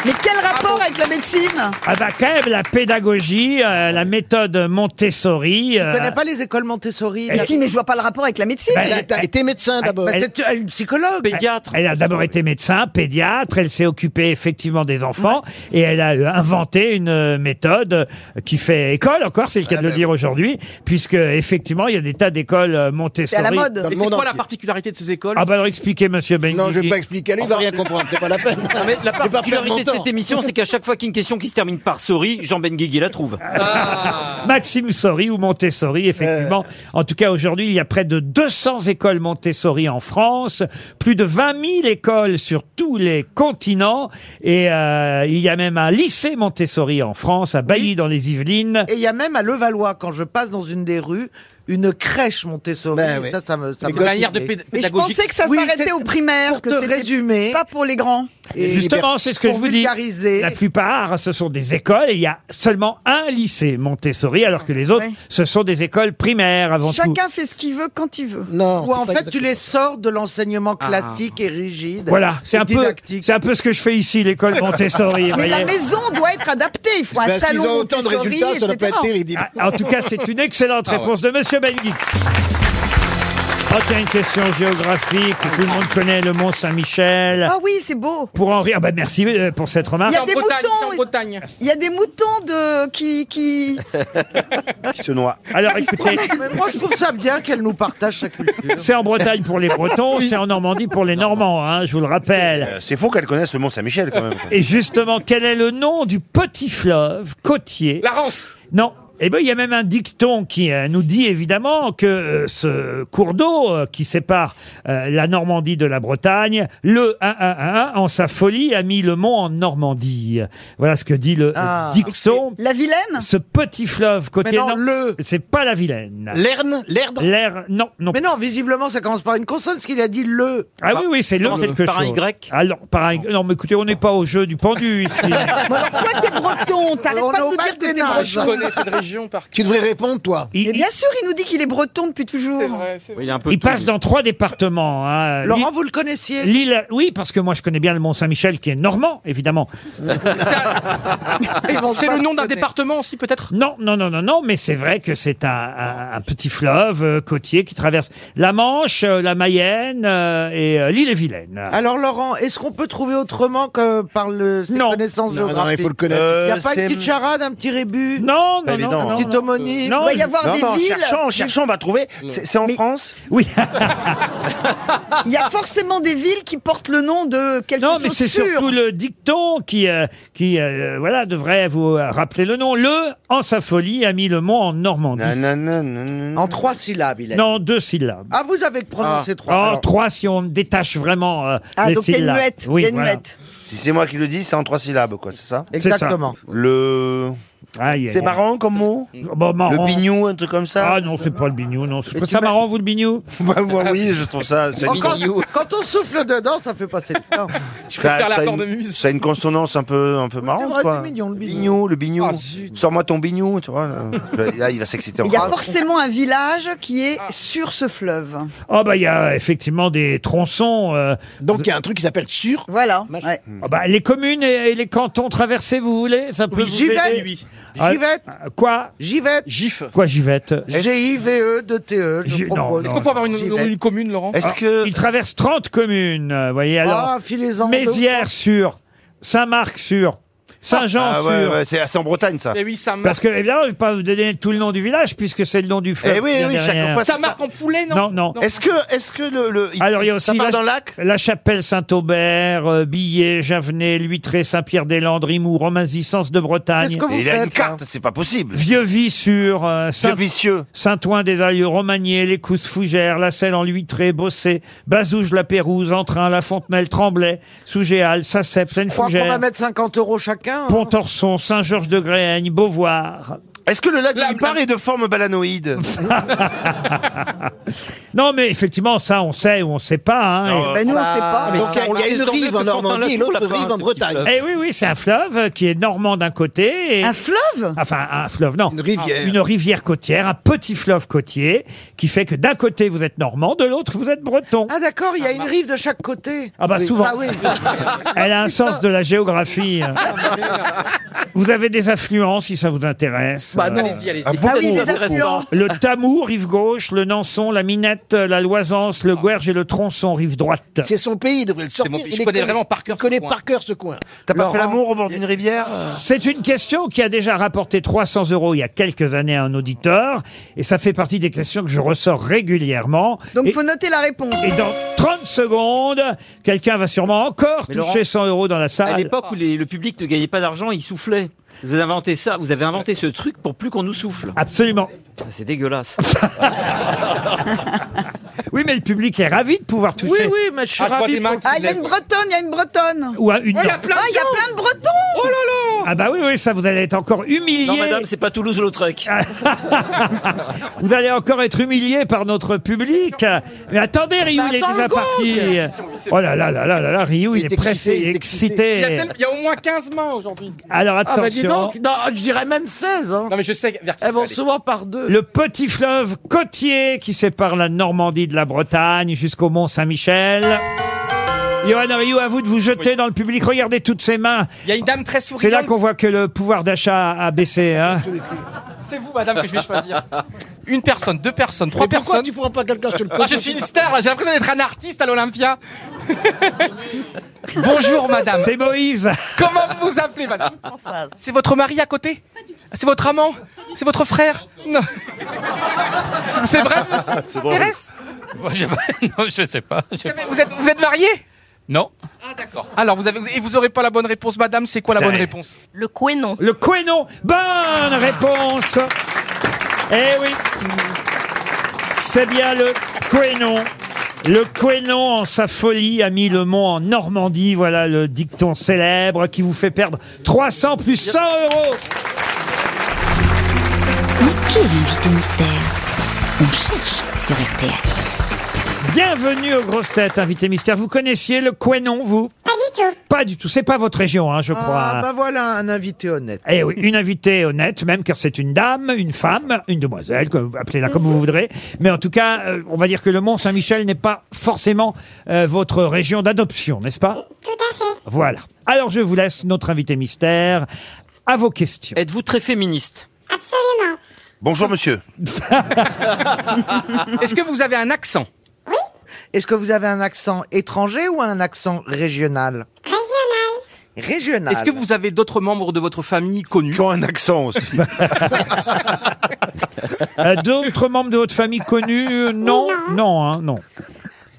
[SPEAKER 7] Mais quel rapport avec la médecine
[SPEAKER 2] Ah bah quand même, la pédagogie, euh, la méthode Montessori...
[SPEAKER 9] Tu
[SPEAKER 2] euh,
[SPEAKER 9] connais pas les écoles Montessori
[SPEAKER 2] Mais si, mais je
[SPEAKER 9] vois pas le rapport avec la médecine. Ah, bah,
[SPEAKER 2] Bah, elle- elle-
[SPEAKER 9] médecin
[SPEAKER 6] Bah,
[SPEAKER 2] d'abord. elle-
[SPEAKER 9] Peut-être une psychologue.
[SPEAKER 2] Elle, elle a d'abord été médecin, pédiatre, elle s'est occupée effectivement des enfants et elle a euh, inventé une euh, méthode euh, qui fait école encore, c'est le cas de le
[SPEAKER 6] Ah, bah
[SPEAKER 2] dire aujourd'hui, puisque effectivement il y a des tas d'écoles euh, Montessori.
[SPEAKER 6] Et c'est quoi la particularité de ces écoles
[SPEAKER 2] Ah bah alors expliquez monsieur Benguigui.
[SPEAKER 6] Non, je vais pas
[SPEAKER 4] expliquer, lui, il va rien comprendre, c'est pas la peine.
[SPEAKER 3] Non, mais la
[SPEAKER 4] Je vais pas perdre mon
[SPEAKER 3] particularité de
[SPEAKER 4] temps.
[SPEAKER 3] cette émission, c'est qu'à chaque fois qu'il y a une question qui se termine par Sori, Jean Benguigui la trouve.
[SPEAKER 4] Ah.
[SPEAKER 2] Maxime Sori ou Montessori, effectivement. En tout cas, aujourd'hui, il y a près de 200 écoles Montessori en France, plus de 20 000 écoles sur tous les continents, et euh, il y a même un lycée Montessori en France, à Bailly dans les Yvelines.
[SPEAKER 9] Et il y a même à Levallois, quand je passe dans une des rues, une crèche Montessori.
[SPEAKER 6] Ben
[SPEAKER 9] Et
[SPEAKER 6] oui.
[SPEAKER 9] Ça, ça me. Ça
[SPEAKER 6] Mais
[SPEAKER 9] me-
[SPEAKER 6] une manière de péd-
[SPEAKER 9] Mais je
[SPEAKER 6] pédagogique.
[SPEAKER 9] pensais que ça
[SPEAKER 7] Oui,
[SPEAKER 9] s'arrêtait
[SPEAKER 7] c'est-
[SPEAKER 9] au primaire.
[SPEAKER 7] pour te
[SPEAKER 9] résumer.
[SPEAKER 7] Pas pour les grands.
[SPEAKER 4] eh
[SPEAKER 2] Et Justement, c'est ce que je vous dis. La plupart, ce sont des écoles, et il y a seulement un lycée Montessori, alors que les autres,
[SPEAKER 7] Ouais.
[SPEAKER 2] ce sont des écoles primaires avant tout.
[SPEAKER 7] Chacun fait ce qu'il veut quand il veut.
[SPEAKER 9] Ou en fait, tu les sors de l'enseignement
[SPEAKER 2] Ah.
[SPEAKER 9] classique et rigide.
[SPEAKER 2] Voilà, c'est
[SPEAKER 9] Ah. et
[SPEAKER 2] un peu,
[SPEAKER 9] didactique.
[SPEAKER 2] c'est un peu ce que je fais ici, l'école Montessori. vous
[SPEAKER 7] Mais la
[SPEAKER 2] voyez.
[SPEAKER 7] maison doit être adaptée. Il faut un
[SPEAKER 4] Parce qu'ils
[SPEAKER 7] salon.
[SPEAKER 4] Ben, ont autant de
[SPEAKER 7] Montessori,
[SPEAKER 4] résultats, ça doit pas
[SPEAKER 7] etc.
[SPEAKER 4] être terrible. dites-moi.
[SPEAKER 2] Ah, En tout cas, c'est une excellente
[SPEAKER 4] Ah ouais.
[SPEAKER 2] réponse de Monsieur Benguigui. Oh, tiens, une question géographique. Tout le monde connaît le Mont Saint-Michel.
[SPEAKER 7] Ah oui, c'est beau.
[SPEAKER 2] Pour en rire, bah merci euh, pour cette
[SPEAKER 7] Il
[SPEAKER 2] remarque.
[SPEAKER 7] y a des moutons. Il y a des moutons de qui qui.
[SPEAKER 5] se noie.
[SPEAKER 7] Ah,
[SPEAKER 2] Alors écoutez,
[SPEAKER 9] Mais moi, je trouve ça bien qu'elle nous partage sa culture.
[SPEAKER 2] c'est en Bretagne pour les Bretons, c'est en Normandie pour les Normands, hein, je vous le rappelle.
[SPEAKER 5] Euh, C'est faux qu'elle connaisse le Mont Saint-Michel quand même.
[SPEAKER 2] Et justement, quel est le nom du petit fleuve côtier La Rance Non. Eh ben, il y a même un dicton qui euh, nous dit évidemment que euh, ce cours d'eau euh, qui sépare euh, la Normandie de la Bretagne, le 111, en sa folie, a mis le mont en Normandie. Voilà ce que dit le euh,
[SPEAKER 7] Ah.
[SPEAKER 2] dicton.
[SPEAKER 7] La Vilaine
[SPEAKER 2] Ce petit fleuve côtier.
[SPEAKER 9] Mais non,
[SPEAKER 2] le... c'est pas la Vilaine.
[SPEAKER 9] L'Erne L'Erdre
[SPEAKER 2] L'Erne, Ah. non, non.
[SPEAKER 9] Mais non, visiblement, ça commence par une consonne, parce qu'il a dit le.
[SPEAKER 2] Ah oui, oui, c'est le quelque chose. Alors, par un Y. Non, mais écoutez, on n'est pas au jeu du pendu ici.
[SPEAKER 7] Toi, t'es breton. T'arrêtes
[SPEAKER 9] On
[SPEAKER 7] pas
[SPEAKER 9] est
[SPEAKER 7] de
[SPEAKER 9] au
[SPEAKER 7] nous dire
[SPEAKER 9] Val
[SPEAKER 7] que t'es
[SPEAKER 9] des Nages.
[SPEAKER 7] breton.
[SPEAKER 9] Je connais cette région par
[SPEAKER 4] Tu devrais répondre, toi.
[SPEAKER 2] Il-
[SPEAKER 7] Mais bien sûr, il nous dit qu'il est breton depuis toujours.
[SPEAKER 2] Il passe dans trois départements. hein.
[SPEAKER 9] Laurent,
[SPEAKER 2] L'île-
[SPEAKER 9] vous le connaissiez
[SPEAKER 2] L'île, oui, parce que moi je connais bien le Mont-Saint-Michel qui est normand, évidemment.
[SPEAKER 9] Ils vont
[SPEAKER 6] C'est
[SPEAKER 9] pas
[SPEAKER 6] le nom
[SPEAKER 9] le
[SPEAKER 6] d'un
[SPEAKER 9] connaître.
[SPEAKER 6] département aussi, peut-être
[SPEAKER 2] Non, non, non, non, non, mais c'est vrai que c'est un, un- un petit fleuve euh, côtier qui traverse la Manche, euh, la Mayenne euh, et euh, l'île-et-Vilaine.
[SPEAKER 9] Alors Laurent, est-ce qu'on peut trouver autrement que par le cette connaissance
[SPEAKER 2] Non, non,
[SPEAKER 9] géographique
[SPEAKER 2] il faut le connaître.
[SPEAKER 9] Il n'y
[SPEAKER 2] Euh,
[SPEAKER 9] a pas
[SPEAKER 2] c'est-
[SPEAKER 9] une petite charade, un petit rébut
[SPEAKER 2] Non,
[SPEAKER 9] non,
[SPEAKER 5] évident, non, hein.
[SPEAKER 9] Une petite homonie
[SPEAKER 2] Non,
[SPEAKER 9] Il doit y avoir
[SPEAKER 5] Non,
[SPEAKER 9] des
[SPEAKER 5] mais en
[SPEAKER 9] villes Mm.
[SPEAKER 5] cherchant, en cherchant, on va trouver. C'est c'est en France
[SPEAKER 2] Oui.
[SPEAKER 7] Il y a forcément des villes qui portent le nom de quelque
[SPEAKER 2] Non,
[SPEAKER 7] chose
[SPEAKER 2] Oh, mais c'est
[SPEAKER 7] sûr.
[SPEAKER 2] surtout le dicton qui, euh, qui euh, voilà, devrait vous euh, rappeler le nom. Le, en sa folie, a mis le mot en Normandie.
[SPEAKER 9] En trois syllabes, il a dit.
[SPEAKER 2] Non, deux syllabes.
[SPEAKER 9] Ah, vous avez prononcé
[SPEAKER 2] Ah.
[SPEAKER 9] trois.
[SPEAKER 2] Oh,
[SPEAKER 9] Alors,
[SPEAKER 2] trois si on détache vraiment euh,
[SPEAKER 9] Ah,
[SPEAKER 2] les
[SPEAKER 9] donc il y a une
[SPEAKER 2] syllabes.
[SPEAKER 9] muette,
[SPEAKER 2] Oui,
[SPEAKER 9] il y a une
[SPEAKER 2] voilà.
[SPEAKER 9] muette.
[SPEAKER 5] Si c'est moi qui le dis, c'est en trois syllabes, quoi, c'est ça
[SPEAKER 9] C'est ça. Exactement.
[SPEAKER 5] Le.
[SPEAKER 2] Aïe, aïe,
[SPEAKER 5] C'est
[SPEAKER 2] aïe.
[SPEAKER 5] marrant comme mot
[SPEAKER 2] Bon, marrant.
[SPEAKER 5] Le bignou, un truc comme ça
[SPEAKER 2] Ah non, c'est pas le bignou, non. Je trouve
[SPEAKER 5] tu
[SPEAKER 2] ça
[SPEAKER 5] m'as-
[SPEAKER 2] marrant, vous, le bignou
[SPEAKER 5] Bah, Moi, oui, je trouve ça. ça-
[SPEAKER 9] Encore- quand on souffle dedans, ça fait passer le temps.
[SPEAKER 5] ça- ça a une- Ça a une consonance un peu, un peu
[SPEAKER 9] C'est
[SPEAKER 5] marrante,
[SPEAKER 9] vrai,
[SPEAKER 5] quoi.
[SPEAKER 9] c'est mignon, le bignou.
[SPEAKER 5] Bignou, le bignou.
[SPEAKER 6] Ah,
[SPEAKER 5] Sors-moi ton bignou, tu vois. Là, là, il va s'exciter
[SPEAKER 7] Il y a
[SPEAKER 5] encore.
[SPEAKER 7] forcément un village qui est sur ce fleuve.
[SPEAKER 2] Oh bah il y a effectivement des tronçons. euh.
[SPEAKER 4] Donc il y a un truc qui s'appelle sur.
[SPEAKER 7] Voilà. ouais.
[SPEAKER 5] Hmm.
[SPEAKER 2] bah, les communes et, et les cantons traversés, vous voulez Ça peut vous
[SPEAKER 9] Givette.
[SPEAKER 2] aider Ah,
[SPEAKER 9] Givette.
[SPEAKER 2] euh, Quoi
[SPEAKER 9] Givette.
[SPEAKER 6] GIF.
[SPEAKER 2] Quoi Givette
[SPEAKER 9] E G-I-V-E-D-t-e.
[SPEAKER 2] G-
[SPEAKER 9] Je
[SPEAKER 2] non,
[SPEAKER 9] propose.
[SPEAKER 2] non, Est-ce qu'on peut non.
[SPEAKER 6] avoir une-
[SPEAKER 9] Givette.
[SPEAKER 6] une commune, Laurent
[SPEAKER 5] Est-ce que
[SPEAKER 2] Il traverse 30 communes, euh, voyez alors.
[SPEAKER 9] Ah, filez-en.
[SPEAKER 2] Mézières sur, Saint-Marc sur, Saint-Jean
[SPEAKER 5] Ah
[SPEAKER 2] sur.
[SPEAKER 5] ouais, ouais, c'est c'est en Bretagne, ça.
[SPEAKER 6] Eh oui, ça marque.
[SPEAKER 2] Parce que évidemment, je ne vais pas vous donner tout le nom du village puisque c'est le nom du fleuve.
[SPEAKER 5] Eh oui,
[SPEAKER 2] qui vient
[SPEAKER 5] oui, chacun
[SPEAKER 2] derrière.
[SPEAKER 5] passe-
[SPEAKER 6] Ça marque en poulet, non
[SPEAKER 2] Non, non.
[SPEAKER 5] Est-ce que, est-ce que le, le-
[SPEAKER 2] Alors il y a aussi
[SPEAKER 5] ça part
[SPEAKER 2] la,
[SPEAKER 5] dans le lac
[SPEAKER 2] la chapelle Saint-Aubert, euh, Billet, Javenet, Luitré, Saint-Pierre-des-Landes, Rimoux, Romainzy, Sens de Bretagne,
[SPEAKER 9] Qu'est-ce que vous
[SPEAKER 5] Il a une
[SPEAKER 9] faites hein ça
[SPEAKER 5] carte, c'est pas possible.
[SPEAKER 2] Vieux-Vie sur euh,
[SPEAKER 5] C'est
[SPEAKER 2] Saint-
[SPEAKER 5] vicieux.
[SPEAKER 2] Saint-Ouen-des-Aïeux, Romagné, Les Cousses Fougères, La Selle en Luitré, Bossé, Bazouge-la Pérouse, Entrain, La Fontenelle, Tremblay, Sougéal, Sacep,
[SPEAKER 9] Je crois qu'on va
[SPEAKER 2] Plaine-Fougère,
[SPEAKER 9] mettre 50 euros chacun. hein.
[SPEAKER 2] Pontorson, Saint-Georges-de-Gréhaigne, Beauvoir.
[SPEAKER 5] Est-ce que le lac du Lipar est de forme balanoïde
[SPEAKER 2] Non, mais effectivement, ça, on sait ou on sait pas. hein.
[SPEAKER 4] Non,
[SPEAKER 2] Et-
[SPEAKER 4] Ben, nous, on sait pas. Donc, il y a- il y a une rive en Normandie et l'autre rive en Bretagne.
[SPEAKER 2] Eh oui, oui, c'est un fleuve euh, qui est normand d'un côté. Et...
[SPEAKER 7] Un fleuve
[SPEAKER 2] Enfin, un fleuve, non. Une
[SPEAKER 4] rivière.
[SPEAKER 2] Une rivière côtière, un petit fleuve côtier qui fait que d'un côté, vous êtes normand, de l'autre, vous êtes breton.
[SPEAKER 9] Ah d'accord, il y a une rive de chaque côté.
[SPEAKER 2] Ah bah
[SPEAKER 9] Oui.
[SPEAKER 2] souvent.
[SPEAKER 9] oui.
[SPEAKER 2] Elle
[SPEAKER 4] Ah
[SPEAKER 2] a un sens de la géographie. vous avez des affluents si ça vous intéresse.
[SPEAKER 9] Bah non.
[SPEAKER 3] Allez-y, allez-y.
[SPEAKER 9] Ah bon Ah oui, des affluents.
[SPEAKER 2] Le Tamou, rive gauche, le Nanson, la Minette, la Loisance, le Guerge et le Tronçon, rive droite.
[SPEAKER 4] C'est son pays, il devrait le sortir.
[SPEAKER 2] pays.
[SPEAKER 4] Il
[SPEAKER 2] Je
[SPEAKER 4] est
[SPEAKER 2] connais
[SPEAKER 4] connu.
[SPEAKER 2] vraiment par cœur
[SPEAKER 4] Il connaît
[SPEAKER 2] ce coin.
[SPEAKER 4] par cœur ce coin.
[SPEAKER 2] au bord d'une rivière C'est une question qui a déjà rapporté 300 euros il y a quelques années à un auditeur. Et ça fait partie des questions que je ressors régulièrement.
[SPEAKER 7] Donc,
[SPEAKER 2] Et-
[SPEAKER 7] faut noter la réponse.
[SPEAKER 2] et dans 30 secondes, quelqu'un va sûrement encore
[SPEAKER 3] Mais
[SPEAKER 2] toucher
[SPEAKER 3] Laurent,
[SPEAKER 2] 100 euros dans la
[SPEAKER 3] À
[SPEAKER 2] salle.
[SPEAKER 3] l'époque où les- le public ne gagnait pas d'argent, il soufflait. Vous avez inventé ça, vous avez inventé ce truc pour plus qu'on nous souffle. Ah,
[SPEAKER 2] Absolument.
[SPEAKER 3] C'est dégueulasse.
[SPEAKER 2] Oui, mais le public est ravi de pouvoir toucher.
[SPEAKER 9] mais je
[SPEAKER 2] suis Ah, je vois ravi des mains pour- qui
[SPEAKER 7] Ah, il y a
[SPEAKER 2] lèvent.
[SPEAKER 7] une bretonne, il y a une bretonne.
[SPEAKER 2] Ou à une-
[SPEAKER 7] Ah, il y a plein de, bretons. Oh là
[SPEAKER 2] Ah bah oui, oui, ça vous allez être encore humilié.
[SPEAKER 3] Non, madame, c'est pas Toulouse-Lautrec.
[SPEAKER 2] vous allez encore être humilié par notre public. Mais attendez, Ryu, il est
[SPEAKER 6] Bah, attends,
[SPEAKER 2] déjà
[SPEAKER 6] go,
[SPEAKER 2] parti.
[SPEAKER 6] c'est- c'est- c'est-
[SPEAKER 2] Oh là là là là là là, Ryu, il, est, pressé, il est
[SPEAKER 6] Il y, a
[SPEAKER 2] excité.
[SPEAKER 6] tel- il y a au moins 15 mains aujourd'hui.
[SPEAKER 2] Alors
[SPEAKER 6] Ah,
[SPEAKER 2] attention.
[SPEAKER 6] bah, dis donc,
[SPEAKER 9] non, je dirais même 16. hein.
[SPEAKER 6] Non mais je sais vers qui
[SPEAKER 9] Elles
[SPEAKER 6] vous
[SPEAKER 9] vont
[SPEAKER 6] allez.
[SPEAKER 9] souvent par deux.
[SPEAKER 2] Le petit fleuve côtier qui sépare la Normandie de la Bretagne jusqu'au Mont Saint-Michel. Johan Rioux, à vous de vous jeter dans le public. Regardez toutes ses mains.
[SPEAKER 6] Il y a une dame très
[SPEAKER 2] C'est là
[SPEAKER 6] souriante.
[SPEAKER 2] qu'on voit que le pouvoir d'achat a baissé. hein.
[SPEAKER 6] C'est vous, madame, que je vais choisir. Une personne, deux personnes, trois personnes.
[SPEAKER 4] tu prends pas quelqu'un sur le
[SPEAKER 6] Ah, je suis une star, là, j'ai l'impression d'être un artiste à l'Olympia. Bonjour, madame.
[SPEAKER 2] C'est Moïse.
[SPEAKER 6] Comment vous vous appelez, madame Françoise. C'est votre mari à côté C'est votre amant C'est votre frère Non. C'est vrai, monsieur
[SPEAKER 18] Ah, C'est drôle.
[SPEAKER 6] Thérèse
[SPEAKER 18] Moi, je... non, je sais pas. Je-
[SPEAKER 6] Vous avez- vous êtes, vous êtes marié
[SPEAKER 18] Non.
[SPEAKER 6] Ah, d'accord. Alors, vous avez, et vous aurez pas la bonne réponse, madame, c'est quoi la bonne réponse
[SPEAKER 2] Le Quénon. Le Quénon. Bonne réponse. Eh oui. C'est bien le Quénon. Le Quénon, en sa folie, a mis le mont en Normandie. Voilà le dicton célèbre qui vous fait perdre 300 plus 100 euros.
[SPEAKER 16] Mais qui est l'invité mystère On cherche sur RTL.
[SPEAKER 2] Bienvenue aux grosses têtes, invité mystère. Vous connaissiez le Quénon, vous Pas du tout. Pas du tout. C'est pas votre région, hein, je crois.
[SPEAKER 9] Ah bah voilà un invité honnête.
[SPEAKER 2] Eh oui, une invitée honnête, même car c'est une dame, une femme, une demoiselle, comme- appelez-la comme vous voudrez. Mais en tout cas, euh, on va dire que le Mont Saint-Michel n'est pas forcément euh, votre région d'adoption, n'est-ce pas Tout à fait. Voilà. Alors je vous laisse notre invité mystère à vos questions.
[SPEAKER 3] Êtes-vous très féministe
[SPEAKER 6] Absolument.
[SPEAKER 5] Bonjour, monsieur.
[SPEAKER 6] Est-ce que vous avez un accent
[SPEAKER 9] Est-ce que vous avez un accent étranger ou un accent régional Régional. Régional.
[SPEAKER 6] Est-ce que vous avez d'autres membres de votre famille connus
[SPEAKER 5] Qui ont un accent aussi.
[SPEAKER 2] Euh, D'autres membres de votre famille connus euh, Non, non, hein, non.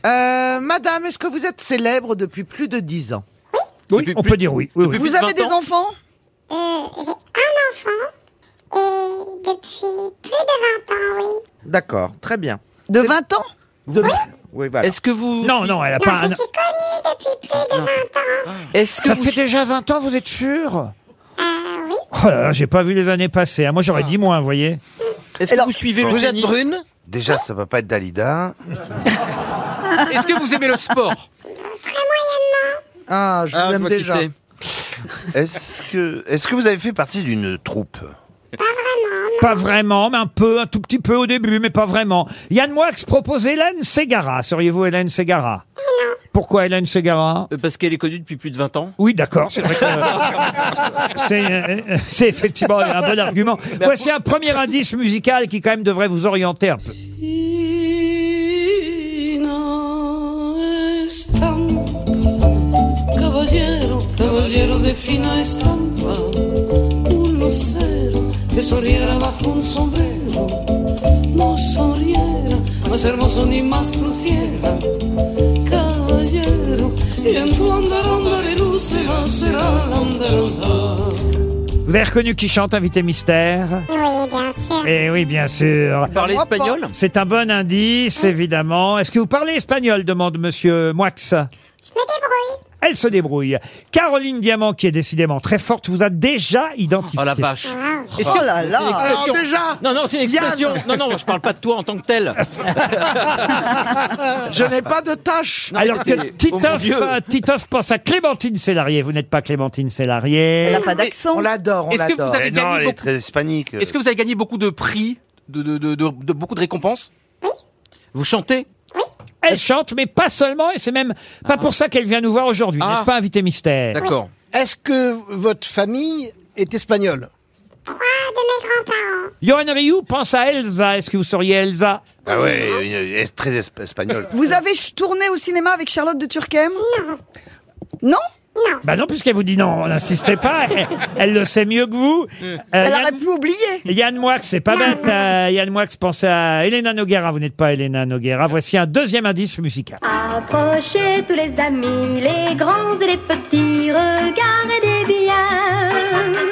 [SPEAKER 9] Euh, madame, est-ce que vous êtes célèbre depuis plus de 10 ans
[SPEAKER 2] Oui, on peut dire oui. oui, oui.
[SPEAKER 7] Vous avez des enfants
[SPEAKER 19] Euh, J'ai un enfant et depuis plus de 20 ans, oui.
[SPEAKER 9] D'accord, très bien.
[SPEAKER 7] De 20 ans
[SPEAKER 9] De... Oui. voilà.
[SPEAKER 3] Est-ce que vous.
[SPEAKER 2] Non, non, elle a
[SPEAKER 19] Non,
[SPEAKER 2] pas
[SPEAKER 19] je
[SPEAKER 2] un...
[SPEAKER 19] suis connue depuis plus de 20 ans.
[SPEAKER 3] Est-ce que
[SPEAKER 2] Ça
[SPEAKER 3] vous-
[SPEAKER 2] fait déjà 20 ans, vous êtes sûr Oh là là, j'ai pas vu les années passer. hein. Moi, j'aurais dit moins, vous voyez.
[SPEAKER 3] Est-ce que vous suivez le tennis
[SPEAKER 20] Déjà, ça va pas être Dalida.
[SPEAKER 6] Est-ce que vous aimez le sport
[SPEAKER 9] Ah, je
[SPEAKER 20] Ah,
[SPEAKER 9] vous
[SPEAKER 20] je
[SPEAKER 9] aime
[SPEAKER 20] vois qui
[SPEAKER 9] déjà.
[SPEAKER 20] c'est. Est-ce que, est-ce que vous avez fait partie d'une troupe
[SPEAKER 2] Pas vraiment, mais un peu, un tout petit peu au début, mais pas vraiment. Yann Moix propose Hélène Ségara. Seriez-vous Hélène Ségara Pourquoi Hélène Ségara
[SPEAKER 3] Euh, Parce qu'elle est connue depuis plus de 20 ans
[SPEAKER 2] Oui, d'accord, c'est vrai que c'est euh, euh, c'est effectivement un bon argument. Voici un premier indice musical qui quand même devrait vous orienter un peu.
[SPEAKER 19] Fino estampa, caballero, caballero de fina estampa, un lucero que sonriera bajo un sombrero, no sonriera, más hermoso ni más luciera, caballero, y en tu andar andar y lucera será el andar andar.
[SPEAKER 2] Vous avez reconnu qui chante Invité Mystère
[SPEAKER 19] Oui, bien sûr.
[SPEAKER 2] Eh oui, bien sûr. Vous
[SPEAKER 3] parlez espagnol
[SPEAKER 2] C'est un bon indice, évidemment. Est-ce que vous parlez espagnol demande Monsieur Moix. Je me débrouille. Elle se débrouille. Caroline Diamant, qui est décidément très forte, vous a déjà identifié. Oh la
[SPEAKER 3] vache.
[SPEAKER 2] Est-ce que- c'est une expression
[SPEAKER 3] Non, non, c'est une expression. Non, non, je parle pas de toi en tant que tel.
[SPEAKER 9] Je n'ai pas de tâche.
[SPEAKER 2] Alors que Titoff, euh, Titoff pense à Clémentine Célarier. Vous n'êtes pas Clémentine Célarier.
[SPEAKER 9] On l'adore, on
[SPEAKER 6] Est-ce que vous
[SPEAKER 9] l'adore.
[SPEAKER 6] avez gagné beaucoup-
[SPEAKER 20] hispanique.
[SPEAKER 6] Est-ce que vous avez gagné beaucoup de prix, de, de- de- de- de- beaucoup de récompenses Vous chantez
[SPEAKER 2] Elle chante, mais pas seulement, et c'est même pas pour ça qu'elle vient nous voir aujourd'hui, n'est-ce
[SPEAKER 6] Ah.
[SPEAKER 2] pas, invité mystère
[SPEAKER 4] Est-ce que votre famille est espagnole
[SPEAKER 2] Johan Rioux pense à Elsa. Est-ce que vous seriez Elsa
[SPEAKER 20] Ah ouais, une- une- très esp- espagnol.
[SPEAKER 7] Vous avez ch- tourné au cinéma avec Charlotte de Turckheim Non. Non
[SPEAKER 2] Bah non, puisqu'elle vous dit non, n'insistez pas. Elle, elle le sait mieux que vous.
[SPEAKER 4] Hmm.
[SPEAKER 7] Elle aurait
[SPEAKER 2] pu oublier. Yann Moix, c'est pas bête. euh, Yann Moix pense à Elena Noguera. Vous n'êtes pas Elena Noguera. Voici un deuxième indice musical.
[SPEAKER 11] Approchez tous les amis, les grands et les petits, regardez bien.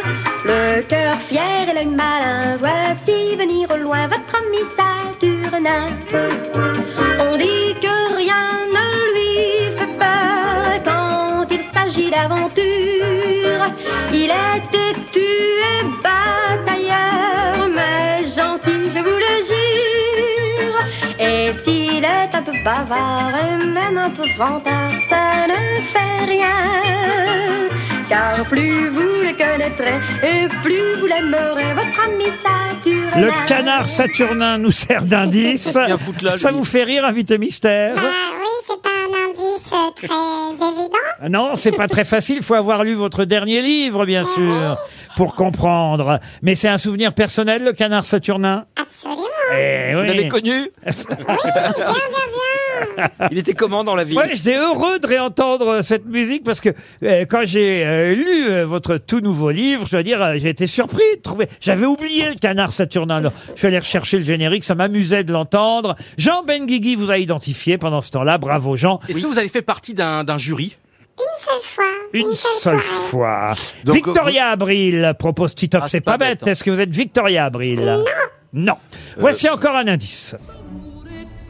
[SPEAKER 11] Le cœur fier et l'œil malin, voici venir au loin votre ami Saturnin. On dit que rien ne lui fait peur quand il s'agit d'aventure. Il est têtu et batailleur, mais gentil, je vous le jure. Et s'il est un peu bavard et même un peu vantard, ça ne fait rien. Car plus vous le connaîtrez et plus vous l'aimerez, votre ami Saturnin.
[SPEAKER 2] Le canard Saturnin nous sert d'indice.
[SPEAKER 11] Il vient foutre là,
[SPEAKER 2] Ça
[SPEAKER 11] lui.
[SPEAKER 2] vous fait rire, invité mystère
[SPEAKER 19] Bah Indice euh, très évident.
[SPEAKER 2] Ah Non, c'est pas très facile. Faut avoir lu votre dernier livre, bien sûr, pour comprendre. Mais c'est un souvenir personnel, le canard Saturnin.
[SPEAKER 19] Absolument.
[SPEAKER 2] Eh
[SPEAKER 3] Vous
[SPEAKER 2] oui.
[SPEAKER 3] l'avez connu Il était comment dans la vie
[SPEAKER 2] Moi, j'étais heureux de réentendre euh, cette musique parce que euh, quand j'ai euh, lu euh, votre tout nouveau livre, je dois dire, euh, j'ai été surpris de trouver. J'avais oublié le canard Saturnin. Alors, je suis allé rechercher le générique, ça m'amusait de l'entendre. Jean Benguigui vous a identifié pendant ce temps-là. Bravo, Jean.
[SPEAKER 6] Est-ce que vous avez fait partie d'un d'un jury
[SPEAKER 2] Une seule fois. Victoria Abril propose Titoff. Ah, c'est pas, bête. hein. Est-ce que vous êtes Victoria Abril Non. Voici encore un indice.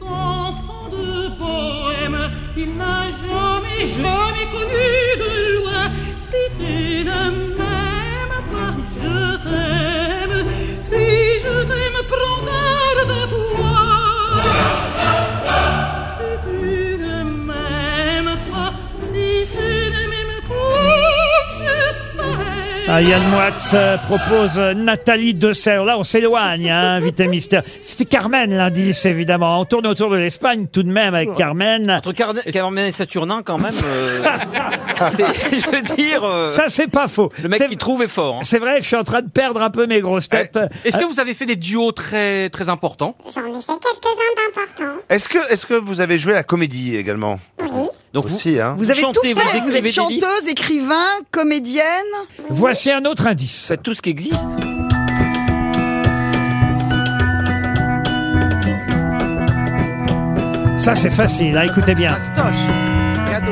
[SPEAKER 10] enfant de poème, il n'a jamais, jamais connu de loin. Si tu ne m'aimes pas, je t'aime. Si je t'aime, prends garde à toi. Si tu ne m'aimes pas, si tu ne m'aimes pas, je t'aime.
[SPEAKER 2] Ah, Yann Moix euh, propose euh, Nathalie Dessert. Là, on s'éloigne, hein, invité mystère. C'était Carmen l'indice, évidemment. On tourne autour de l'Espagne tout de même avec Carmen.
[SPEAKER 3] Entre Car- Carmen et Saturnin, quand même, euh, c'est- je veux dire... euh,
[SPEAKER 2] Ça, c'est pas faux.
[SPEAKER 3] le mec qui trouve est fort. hein. Eh,
[SPEAKER 2] C'est vrai que je suis en train de perdre un peu mes grosses têtes.
[SPEAKER 6] Est-ce que vous avez fait des duos très, très importants
[SPEAKER 19] J'en ai fait quelques-uns d'importants.
[SPEAKER 20] Est-ce que, est-ce que vous avez joué la comédie également Oui.
[SPEAKER 3] Donc
[SPEAKER 20] Aussi, hein.
[SPEAKER 7] Vous avez tout fait. Vous, êtes chanteuse, écrivain, comédienne.
[SPEAKER 2] Voici un autre indice.
[SPEAKER 3] Faites tout ce qui existe.
[SPEAKER 2] Ça, c'est facile. hein, écoutez bien.
[SPEAKER 9] Cadeau.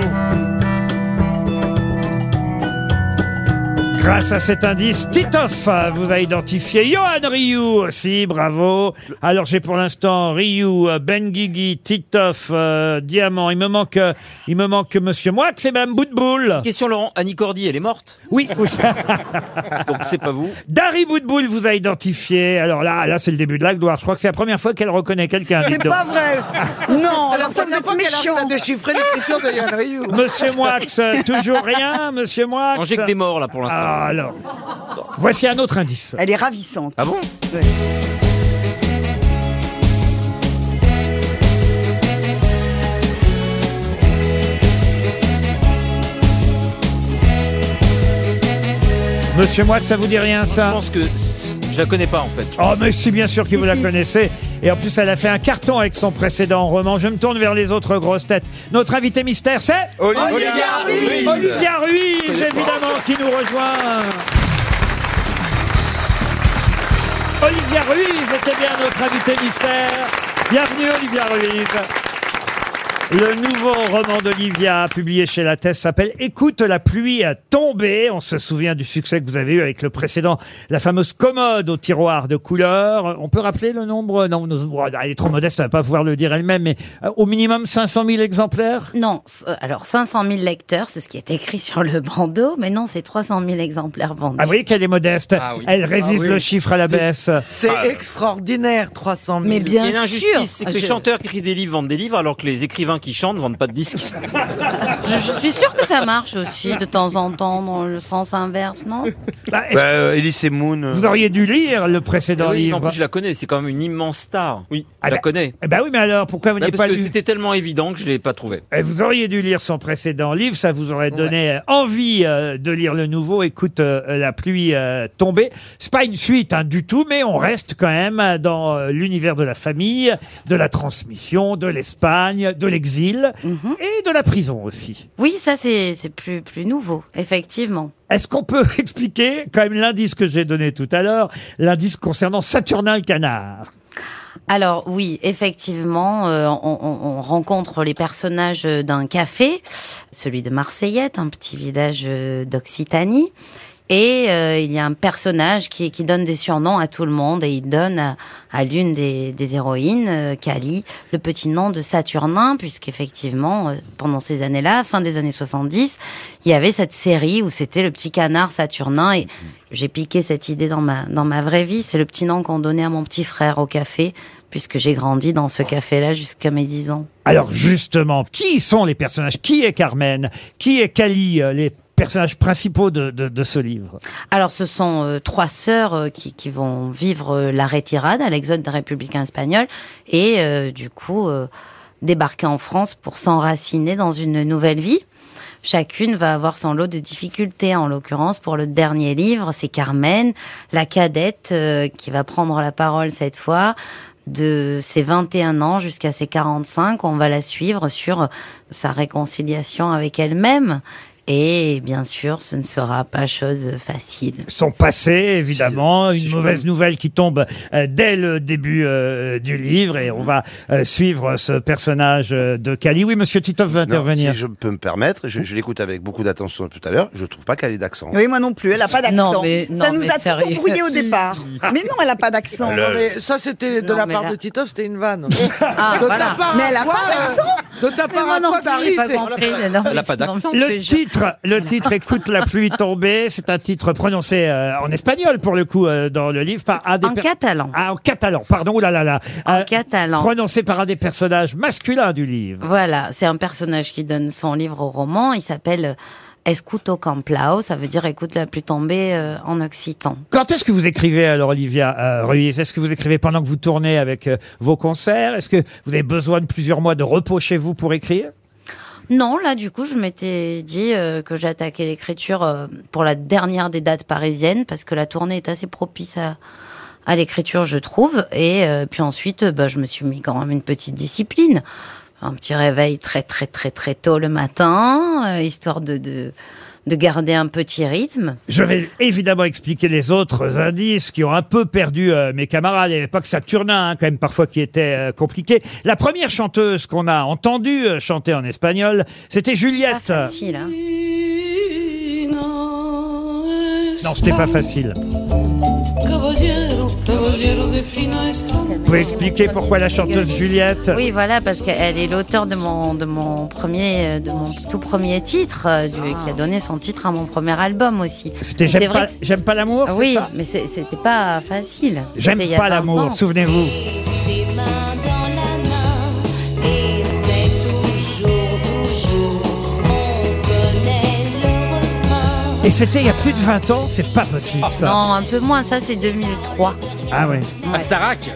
[SPEAKER 2] Grâce à cet indice, Titoff euh, vous a identifié. Johan Ryu aussi, bravo. Alors j'ai pour l'instant Ryu, euh, Benguigui, Titoff, euh, Diamant. Il me manque, euh, il me manque Monsieur Moix et Mme Boutboul.
[SPEAKER 3] Question Laurent, Annie Cordy, elle est morte
[SPEAKER 2] Oui. oui.
[SPEAKER 3] Donc c'est pas vous.
[SPEAKER 2] Dari Boutboul vous a identifié. Alors là, là c'est le début de la gloire. Je crois que c'est la première fois qu'elle reconnaît quelqu'un. dites
[SPEAKER 9] C'est
[SPEAKER 2] donc.
[SPEAKER 9] pas vrai. Non, alors ça vous
[SPEAKER 7] êtes
[SPEAKER 9] êtes méchant. a déchiffré l'écriture de Yann Rioux.
[SPEAKER 2] Monsieur Moix, euh, toujours rien, Monsieur Moix.
[SPEAKER 3] On jette des morts là pour l'instant.
[SPEAKER 2] Ah, alors. Voici un autre indice.
[SPEAKER 7] Elle est ravissante.
[SPEAKER 3] Ah bon
[SPEAKER 2] Monsieur Moix, ça vous dit rien ça
[SPEAKER 3] Je pense que je la connais pas en fait.
[SPEAKER 2] Oh, mais si, bien sûr que vous la connaissez. Et en plus, elle a fait un carton avec son précédent roman. Je me tourne vers les autres grosses têtes. Notre invité mystère, c'est
[SPEAKER 10] Olivia Ruiz.
[SPEAKER 2] Olivia Ruiz,
[SPEAKER 10] Je connais pas.
[SPEAKER 2] évidemment, qui nous rejoint. Olivia Ruiz était bien notre invité mystère. Bienvenue, Olivia Ruiz. Le nouveau roman d'Olivia, publié chez La Thèse, s'appelle Écoute la pluie tomber. On se souvient du succès que vous avez eu avec le précédent, la fameuse commode au tiroir de couleurs. On peut rappeler le nombre Non, nous- elle est trop modeste, elle va pas pouvoir le dire elle-même, mais euh, au minimum 500 000 exemplaires
[SPEAKER 21] Non, c- euh, alors 500 000 lecteurs, c'est ce qui est écrit sur le bandeau, mais non, c'est 300 000 exemplaires vendus.
[SPEAKER 2] Ah, vous voyez qu'elle est modeste. Elle révise
[SPEAKER 9] Ah oui. Ah
[SPEAKER 2] le chiffre à la baisse.
[SPEAKER 9] C'est extraordinaire, 300 000.
[SPEAKER 21] Mais Eh bien Ah,
[SPEAKER 3] Et l'injustice, c'est que les
[SPEAKER 21] Je-
[SPEAKER 3] chanteurs qui écrivent des livres vendent des livres alors que les écrivains qui chantent vendent pas de disques.
[SPEAKER 21] Je, je suis sûre que ça marche aussi de temps en temps dans le sens inverse, non
[SPEAKER 2] Bah,
[SPEAKER 20] euh, Elise et Moon. euh.
[SPEAKER 2] Vous auriez dû lire le précédent
[SPEAKER 3] Oui,
[SPEAKER 2] livre.
[SPEAKER 3] en plus, je la connais, c'est quand même une immense star. Oui, je
[SPEAKER 2] Ah
[SPEAKER 3] la
[SPEAKER 2] bah-
[SPEAKER 3] connais.
[SPEAKER 2] Eh ben oui, mais alors pourquoi vous
[SPEAKER 3] Bah,
[SPEAKER 2] n'avez pas
[SPEAKER 3] parce que
[SPEAKER 2] lu
[SPEAKER 3] c'était tellement évident que je l'ai pas trouvé.
[SPEAKER 2] Eh, vous auriez dû lire son précédent livre, ça vous aurait donné euh, envie euh, de lire le nouveau. Écoute, euh, la pluie euh, tombée. C'est pas une suite hein, du tout, mais on reste quand même euh, dans euh, l'univers de la famille, de la transmission, de l'Espagne, de l'exil et de la prison aussi.
[SPEAKER 21] Oui, ça c'est c'est plus, plus nouveau, effectivement.
[SPEAKER 2] Est-ce qu'on peut expliquer quand même l'indice que j'ai donné tout à l'heure, l'indice concernant Saturnin le canard
[SPEAKER 21] Alors oui, effectivement, euh, on, on- on rencontre les personnages euh, d'un café, celui de Marseillette, un petit village euh, d'Occitanie. Et euh, il y a un personnage qui, qui donne des surnoms à tout le monde et il donne à, à l'une des, des héroïnes, euh, Cali, le petit nom de Saturnin, puisqu'effectivement, euh, pendant ces années-là, fin des années 70, il y avait cette série où c'était le petit canard Saturnin. Et j'ai piqué cette idée dans ma, dans ma vraie vie. C'est le petit nom qu'on donnait à mon petit frère au café, puisque j'ai grandi dans ce café-là jusqu'à mes 10 ans.
[SPEAKER 2] Alors justement, qui sont les personnages Qui est Carmen Qui est Cali euh, Les personnages principaux de, de- de ce livre
[SPEAKER 21] Alors, ce sont euh, trois sœurs euh, qui, qui vont vivre euh, la retirade à l'exode des républicains espagnols et euh, du coup euh, débarquer en France pour s'enraciner dans une nouvelle vie. Chacune va avoir son lot de difficultés. En l'occurrence, pour le dernier livre, c'est Carmen, la cadette, euh, qui va prendre la parole cette fois. De ses 21 ans jusqu'à ses 45, on va la suivre sur sa réconciliation avec elle-même. Et bien sûr, ce ne sera pas chose facile.
[SPEAKER 2] Son passé, évidemment, une mauvaise nouvelle qui tombe euh, dès le début euh, du livre et on va euh, suivre ce personnage euh, de Cali. Oui, monsieur Titov va
[SPEAKER 20] Non,
[SPEAKER 2] intervenir.
[SPEAKER 20] si je peux me permettre, je, je l'écoute avec beaucoup d'attention tout à l'heure, je trouve pas qu'elle ait d'accent.
[SPEAKER 7] Oui, moi non plus, elle n'a pas d'accent.
[SPEAKER 21] Non, mais-
[SPEAKER 7] ça
[SPEAKER 21] non,
[SPEAKER 7] nous
[SPEAKER 21] mais
[SPEAKER 7] a
[SPEAKER 21] sérieux.
[SPEAKER 7] tout brouillé au départ. mais non, elle n'a pas d'accent.
[SPEAKER 20] Non, mais
[SPEAKER 9] ça, c'était de la part de Titov, c'était une vanne. de
[SPEAKER 7] voilà.
[SPEAKER 9] ta part
[SPEAKER 7] Mais
[SPEAKER 9] à
[SPEAKER 7] elle a
[SPEAKER 9] toi,
[SPEAKER 7] pas
[SPEAKER 9] euh, De ta part à toi, Dari, c'est-
[SPEAKER 3] Elle a pas d'accent.
[SPEAKER 2] Le titre, le titre Écoute la pluie tomber, c'est un titre prononcé euh, en espagnol pour le coup euh, dans le livre par un des
[SPEAKER 21] En
[SPEAKER 2] per-
[SPEAKER 21] catalan.
[SPEAKER 2] Ah, en catalan, pardon, oh là là là.
[SPEAKER 21] En
[SPEAKER 2] Euh,
[SPEAKER 21] catalan.
[SPEAKER 2] Prononcé par un des personnages masculins du livre.
[SPEAKER 21] Voilà, c'est un personnage qui donne son livre au roman. Il s'appelle Escuto Camplao, ça veut dire écoute la pluie tomber euh, en occitan.
[SPEAKER 2] Quand est-ce que vous écrivez alors, Olivia euh, Ruiz Est-ce que vous écrivez pendant que vous tournez avec euh, vos concerts Est-ce que vous avez besoin de plusieurs mois de repos chez vous pour écrire
[SPEAKER 21] Non, là du coup, je m'étais dit euh, que j'attaquais l'écriture euh, pour la dernière des dates parisiennes parce que la tournée est assez propice à à l'écriture, je trouve. Et euh, puis ensuite, euh, bah, je me suis mis quand même une petite discipline. Un petit réveil très très très très tôt le matin, euh, histoire de, de de garder un petit rythme.
[SPEAKER 2] Je vais évidemment expliquer les autres indices qui ont un peu perdu euh, mes camarades. Il n'y avait pas que Saturnin, hein, quand même, parfois, qui était euh, compliqué. La première chanteuse qu'on a entendue euh, chanter en espagnol, c'était Juliette.
[SPEAKER 21] hein.
[SPEAKER 2] Non, c'était pas facile.
[SPEAKER 10] Caballero, caballero de fina está.
[SPEAKER 2] Vous pouvez expliquer pourquoi la chanteuse Juliette
[SPEAKER 21] Oui, voilà, parce qu'elle est l'auteur de mon, de mon premier, euh, de mon tout premier titre, euh, du- qui a donné son titre à mon premier album aussi.
[SPEAKER 2] Ah. C'était
[SPEAKER 21] Mais c'est
[SPEAKER 2] J'aime
[SPEAKER 21] vrai
[SPEAKER 2] pas,
[SPEAKER 21] que c'est-
[SPEAKER 2] J'aime pas l'amour c'est
[SPEAKER 21] Oui,
[SPEAKER 2] ça
[SPEAKER 21] mais c'est- c'était pas facile.
[SPEAKER 2] J'aime
[SPEAKER 21] C'était il y a 20
[SPEAKER 2] pas
[SPEAKER 21] ans.
[SPEAKER 2] l'amour, souvenez-vous.
[SPEAKER 10] Ses mains dans la main, et c'est toujours, toujours, on connaît le refrain.
[SPEAKER 2] Et c'était il y a plus de 20 ans, c'est pas possible ça.
[SPEAKER 21] Non, un peu moins, ça c'est 2003.
[SPEAKER 2] Ah oui.
[SPEAKER 21] Ouais.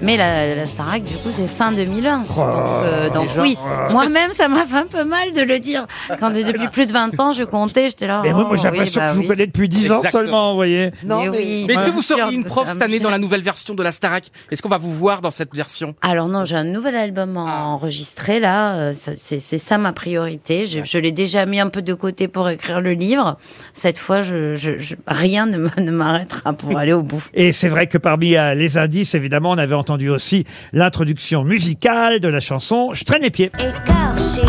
[SPEAKER 21] Mais la, la Starac, du coup, c'est fin 2001.
[SPEAKER 2] Oh,
[SPEAKER 21] Euh, donc
[SPEAKER 2] déjà.
[SPEAKER 21] oui, moi-même, ça m'a fait un peu mal de le dire. Quand depuis plus de 20 ans, je comptais, j'étais là.
[SPEAKER 2] Mais moi, moi, j'ai
[SPEAKER 21] oh, oui,
[SPEAKER 2] l'impression
[SPEAKER 21] bah
[SPEAKER 2] que je vous
[SPEAKER 21] oui.
[SPEAKER 2] connais depuis 10 ans
[SPEAKER 21] Exactement.
[SPEAKER 2] seulement, vous voyez.
[SPEAKER 21] Non, Mais mais- oui,
[SPEAKER 6] Mais est-ce que
[SPEAKER 21] bien
[SPEAKER 6] vous
[SPEAKER 21] sûr
[SPEAKER 6] seriez une
[SPEAKER 21] que
[SPEAKER 6] prof
[SPEAKER 21] ça
[SPEAKER 6] cette
[SPEAKER 21] me
[SPEAKER 6] année dans
[SPEAKER 21] gêne.
[SPEAKER 6] la nouvelle version de la Starac Est-ce qu'on va vous voir dans cette version
[SPEAKER 21] Alors non, j'ai un nouvel album à enregistrer là. euh, ça- C'est c'est ça ma priorité. Je, je l'ai déjà mis un peu de côté pour écrire le livre. Cette fois, je, je- je- rien ne m- ne m'arrêtera pour aller au bout.
[SPEAKER 2] Et c'est vrai que parmi euh, les indices, évidemment, on avait entendu aussi l'introduction musicale de la chanson Je traîne les pieds.
[SPEAKER 10] Écorché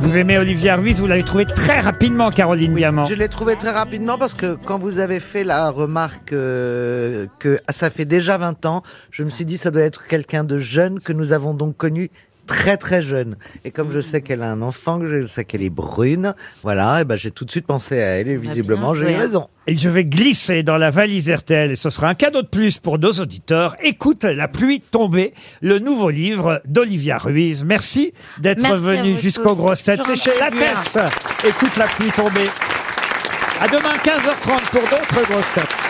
[SPEAKER 2] vous aimez Olivier Harvis, vous l'avez trouvé très rapidement, Caroline Diamant.
[SPEAKER 9] Je l'ai trouvé très rapidement parce que quand vous avez fait la remarque euh, que ah, ça fait déjà 20 ans, je me suis dit ça doit être quelqu'un de jeune que nous avons donc connu très très jeune. Et comme je sais qu'elle a un enfant, que je sais qu'elle est brune, voilà, et ben j'ai tout de suite pensé à elle et
[SPEAKER 5] Ah,
[SPEAKER 9] visiblement
[SPEAKER 2] hein.
[SPEAKER 9] j'ai eu
[SPEAKER 5] hein.
[SPEAKER 9] raison.
[SPEAKER 2] Et je vais glisser dans la valise RTL, et ce sera un cadeau de plus pour nos auditeurs. Écoute la pluie tomber, le nouveau livre d'Olivia Ruiz. Merci d'être
[SPEAKER 5] Merci à
[SPEAKER 2] venu
[SPEAKER 5] vous
[SPEAKER 2] jusqu'aux
[SPEAKER 5] tous.
[SPEAKER 2] grosses têtes.
[SPEAKER 5] Toujours
[SPEAKER 2] C'est chez
[SPEAKER 5] un
[SPEAKER 2] La
[SPEAKER 5] plaisir.
[SPEAKER 2] Terce. Écoute la pluie tomber. À demain 15h30 pour d'autres grosses têtes.